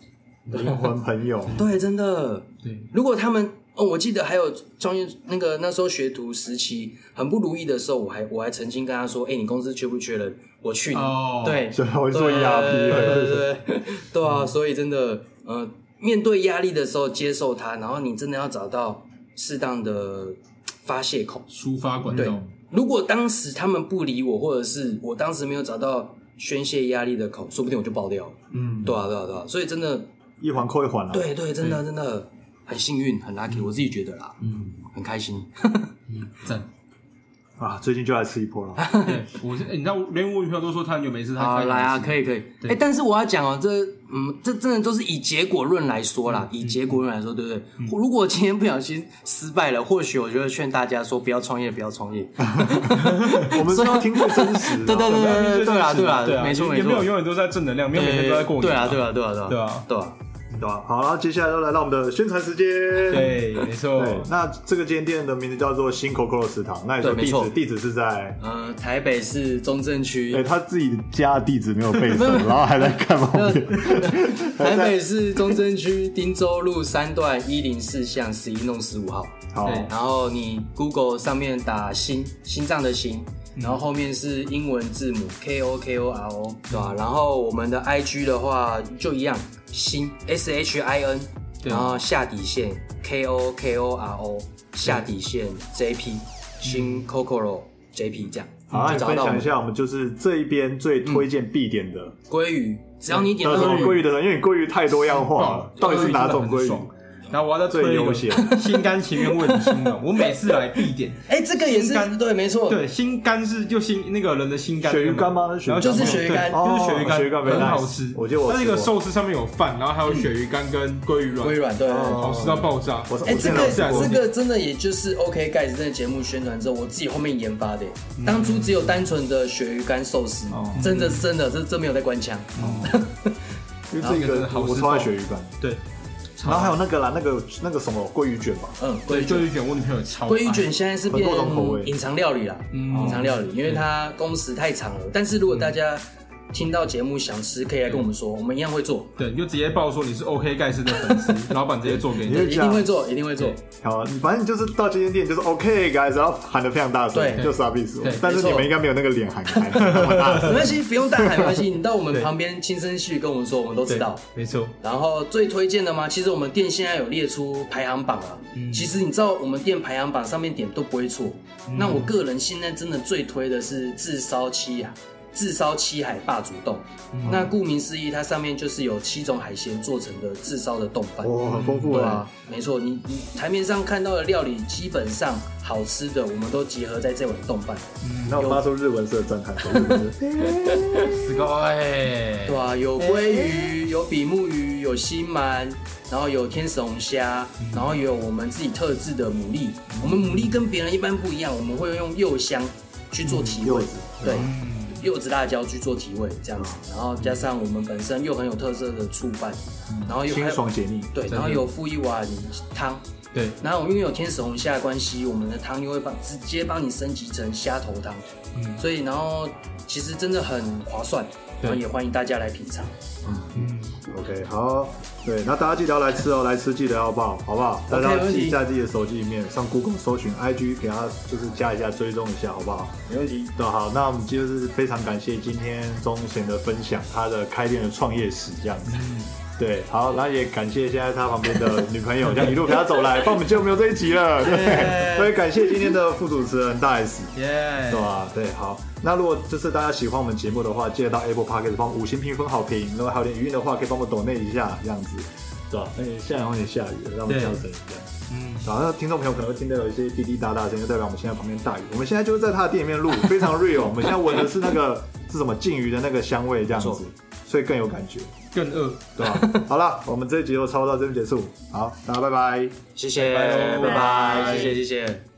[SPEAKER 1] 灵魂朋友，
[SPEAKER 3] 对，真的。
[SPEAKER 2] 对，
[SPEAKER 3] 如果他们，哦，我记得还有创业那个那时候学徒时期很不如意的时候，我还我还曾经跟他说：“哎、你公司缺不缺人？我去你。
[SPEAKER 2] 哦
[SPEAKER 3] 对，
[SPEAKER 1] 所以我
[SPEAKER 3] 对
[SPEAKER 1] 做 ERP
[SPEAKER 3] 对
[SPEAKER 1] 了。
[SPEAKER 3] 对对，对啊，所以真的，呃，面对压力的时候接受它，然后你真的要找到适当的发泄口。
[SPEAKER 2] 抒发管
[SPEAKER 3] 对
[SPEAKER 2] 道，
[SPEAKER 3] 如果当时他们不理我，或者是我当时没有找到宣泄压力的口，说不定我就爆掉了。
[SPEAKER 1] 嗯，
[SPEAKER 3] 对啊，对啊，对啊，所以真的，
[SPEAKER 1] 一环扣一环了。
[SPEAKER 3] 对啊对，真的真的很幸运，很 lucky，我自己觉得啦，
[SPEAKER 2] 嗯，
[SPEAKER 3] 很开心。
[SPEAKER 2] 赞。
[SPEAKER 1] 啊，最近就来吃一
[SPEAKER 3] <laughs>
[SPEAKER 1] 波了。
[SPEAKER 2] 对，我是、哎你知道，连我女朋友都说她很久没吃，她
[SPEAKER 3] 好，
[SPEAKER 2] 开心
[SPEAKER 3] 来啊，
[SPEAKER 2] 吃
[SPEAKER 3] 可以可以。哎、但是我要讲哦，这嗯，这真的都是以结果论来说啦，以结果论来说，对不对？如果今天不小心失败了，或许我就会劝大家说，不要创业，不要创业。
[SPEAKER 1] 我们是要听最真实的。
[SPEAKER 3] <laughs> 对对对
[SPEAKER 2] 对啊这
[SPEAKER 3] 对对
[SPEAKER 2] 是
[SPEAKER 3] 对啦
[SPEAKER 2] 事实
[SPEAKER 3] 对啦
[SPEAKER 2] 对啊
[SPEAKER 3] 没错
[SPEAKER 2] 也也
[SPEAKER 3] 没错
[SPEAKER 2] 没有永远都在正能量，没有每天都在过年，
[SPEAKER 3] 对啊对啊对啊对
[SPEAKER 2] 对
[SPEAKER 3] 啊
[SPEAKER 2] 啊，
[SPEAKER 3] 对啊！
[SPEAKER 1] 对吧？好，然后接下来就来到我们的宣传时间。对。
[SPEAKER 2] 对，没错，
[SPEAKER 1] 那这个间店的名字叫做新 Coco 食堂，那你说
[SPEAKER 3] 对没
[SPEAKER 1] 地
[SPEAKER 3] 错
[SPEAKER 1] 址地址是在？
[SPEAKER 3] 呃，台北市中正区，
[SPEAKER 1] 哎、他自己家的地址没有
[SPEAKER 3] <laughs>
[SPEAKER 1] 背熟，然后还在看旁边。 <laughs>
[SPEAKER 3] 台北市中正区汀州路三段一零四巷十一弄十五号。
[SPEAKER 1] 好，
[SPEAKER 2] 对
[SPEAKER 3] 然后你 Google 上面打心心脏的心，
[SPEAKER 1] 嗯
[SPEAKER 3] 然后后面是英文字母 K O K O R O，对
[SPEAKER 1] 嗯
[SPEAKER 3] 吧、然后我们的 I G 的话就一样，心 S H I N，
[SPEAKER 2] 对
[SPEAKER 3] 然后下底线 K O K O R O，下底线 J P，新 Kokoro J P 这样，
[SPEAKER 1] 嗯好，那
[SPEAKER 3] 就
[SPEAKER 1] 你
[SPEAKER 3] 找
[SPEAKER 1] 分
[SPEAKER 3] 到我
[SPEAKER 1] 享一
[SPEAKER 3] 们
[SPEAKER 1] 下我们就是这一边最推荐必点的，
[SPEAKER 3] 鲑鱼，只要你点
[SPEAKER 1] 叫什么
[SPEAKER 3] 到
[SPEAKER 1] 鲑鱼的人，因为你鲑鱼太多样化了
[SPEAKER 2] 哦，
[SPEAKER 1] 到底是哪种鲑？
[SPEAKER 2] 真的很
[SPEAKER 1] 鱼
[SPEAKER 2] 爽？然后我要再推
[SPEAKER 1] 最
[SPEAKER 2] 一
[SPEAKER 1] 悠
[SPEAKER 2] 个
[SPEAKER 1] 闲
[SPEAKER 2] 心甘情愿为你心
[SPEAKER 1] <laughs>
[SPEAKER 2] 软，我每次来必点。
[SPEAKER 3] 哎，这个也是
[SPEAKER 2] 心肝
[SPEAKER 3] 对，没错，
[SPEAKER 2] 对，心肝是就心那个人的心肝，
[SPEAKER 1] 鳕鱼干吗哦
[SPEAKER 2] 然后
[SPEAKER 3] 就是
[SPEAKER 2] 鳕鱼
[SPEAKER 3] 鳕鱼
[SPEAKER 2] 对
[SPEAKER 3] 干
[SPEAKER 2] 就是鳕鱼干，
[SPEAKER 1] 鳕鱼干
[SPEAKER 2] 很
[SPEAKER 1] very
[SPEAKER 2] 好
[SPEAKER 1] nice
[SPEAKER 2] 吃。
[SPEAKER 1] 我觉得我
[SPEAKER 2] 它那
[SPEAKER 1] 吃
[SPEAKER 2] 个
[SPEAKER 1] 过嗯
[SPEAKER 2] 寿司上面有饭，然后还有鳕鱼干跟鲑鱼
[SPEAKER 3] 微
[SPEAKER 2] 卵，
[SPEAKER 3] 软对。对对
[SPEAKER 1] 哦
[SPEAKER 2] 好吃到爆炸。
[SPEAKER 1] 我我
[SPEAKER 3] 哎、这
[SPEAKER 1] 见
[SPEAKER 3] 个
[SPEAKER 1] 到过
[SPEAKER 3] 这个真的也就是 OK 盖子这个节目宣传之后，我自己后面研发的耶。当初只有单纯的鳕鱼干寿司，
[SPEAKER 1] 嗯哦
[SPEAKER 3] 真的是真的，这这没有在关腔。
[SPEAKER 2] 因为这个真的好吃
[SPEAKER 1] 我
[SPEAKER 2] 爆，
[SPEAKER 1] 超爱鳕鱼干，
[SPEAKER 2] 对，
[SPEAKER 1] 然后还有那个啦，那个那个什么鲑鱼卷吧，
[SPEAKER 3] 嗯，鲑
[SPEAKER 2] 对，
[SPEAKER 3] 鱼
[SPEAKER 2] 鲑
[SPEAKER 3] 卷，
[SPEAKER 2] 鱼卷我女朋友超爱
[SPEAKER 3] 鲑鱼卷现在是变
[SPEAKER 1] 很多种口味哦
[SPEAKER 3] 隐藏料理啦，
[SPEAKER 2] 嗯
[SPEAKER 3] 隐藏料理，因为它工时太长了。但是如果大家听到节目想吃，可以来跟我们说，我们一样会做，
[SPEAKER 2] 对，你就直接报说你是 OK 盖世的
[SPEAKER 1] <laughs>
[SPEAKER 2] 粉丝，老板直接做给
[SPEAKER 1] 你
[SPEAKER 2] 你。
[SPEAKER 1] 就这
[SPEAKER 3] 一
[SPEAKER 1] 样
[SPEAKER 3] 定会做，一定会做。
[SPEAKER 1] 好，反正就是到这间店就是 OK guys，然后喊的非常大声，
[SPEAKER 3] 对
[SPEAKER 1] 就是阿比斯
[SPEAKER 2] 对，
[SPEAKER 1] 但是你
[SPEAKER 3] 没错
[SPEAKER 1] 们应该没有那个脸喊开，那么大声
[SPEAKER 3] 没关系，不用大喊，没关系，你到我们旁边轻声细语跟我们说，我们都知
[SPEAKER 2] 对
[SPEAKER 3] 道。，
[SPEAKER 2] 没错，
[SPEAKER 3] 然后最推荐的吗？其实我们店现在有列出排行榜啊。其实你知道我们店排行榜上面点都不会错。那我个人现在真的最推的是炙烧七海，炙烧七海霸主冻。那顾名思义，它上面就是有七种海鲜做成的炙烧的冻
[SPEAKER 1] <laughs>
[SPEAKER 3] 饭。
[SPEAKER 1] 哇，很丰富
[SPEAKER 3] 对
[SPEAKER 1] 啊
[SPEAKER 3] 啊，，没错，你你台面上看到的料理，基本上好吃的，我们都集合在这碗冻饭。
[SPEAKER 1] 那我发出日文式的赞 <laughs> 叹声，日文式
[SPEAKER 2] 死高哎，
[SPEAKER 3] 对啊，有鲑鱼，有比目鱼，有西鳗，然后有天使龙虾，然后也有我们自己特制的牡蛎。我们牡蛎跟别人一般不一样，我们会用柚香去做提
[SPEAKER 1] 柚
[SPEAKER 3] 味
[SPEAKER 1] 子，嗯
[SPEAKER 3] 对，
[SPEAKER 2] 嗯
[SPEAKER 3] 柚子辣椒去做提味这样子，然后加上我们本身又很有特色的醋饭，然后又还
[SPEAKER 1] 清
[SPEAKER 3] 有
[SPEAKER 1] 爽解腻，
[SPEAKER 3] 对，然后有附一碗汤。
[SPEAKER 2] 对，
[SPEAKER 3] 然后因为有天使红虾的关系，我们的汤又会帮直接帮你升级成虾头汤，
[SPEAKER 2] 嗯
[SPEAKER 3] 所以然后其实真的很划算，
[SPEAKER 2] 对
[SPEAKER 3] 然后也欢迎大家来品尝。
[SPEAKER 2] 嗯，
[SPEAKER 1] OK，好，对，那大家记得要来吃哦，来吃记得要报，好不好？大
[SPEAKER 3] OK，
[SPEAKER 1] 家
[SPEAKER 3] 没
[SPEAKER 1] 要
[SPEAKER 3] 问题
[SPEAKER 1] 记在自己的手机里面，上 Google 搜寻 IG，给他就是加一下追踪一下，好不好？没问题。那好，那我们就是非常感谢今天钟贤的分享，他的开店的创业史这样子。
[SPEAKER 3] 嗯
[SPEAKER 1] 对，好，然后也感谢现在他旁边的女朋友，这样一路陪他走
[SPEAKER 3] <laughs>
[SPEAKER 1] 来，不然我们就没有这一集了。对，所以感谢今天的副主持人大 S。
[SPEAKER 2] 耶
[SPEAKER 1] 对，吧？对，好。那如果就是大家喜欢我们节目的话，记得到 Apple Podcast 帮我们五星评分好评。如果还有点余韵的话，可以帮我抖内一下，这样子，对吧？而且现在有点下雨了，让我们
[SPEAKER 2] 对
[SPEAKER 1] 调整一下。
[SPEAKER 2] 嗯，
[SPEAKER 1] 然后听众朋友可能会听到有一些滴滴答答的声音，就代表我们现在旁边大雨。我们现在就是在他的店里面录，非常 <laughs> real。我们现在闻的是那个是什么鲫鱼的那个香味，这样
[SPEAKER 3] 没
[SPEAKER 1] 子
[SPEAKER 3] 错，
[SPEAKER 1] 所以更有感觉，
[SPEAKER 2] 更饿，
[SPEAKER 1] 对 <laughs> 吧？好了，我们这一集就差不多到这边结束。好，大家拜拜。
[SPEAKER 3] 谢谢，
[SPEAKER 2] 拜拜
[SPEAKER 3] 拜拜，谢谢，谢谢。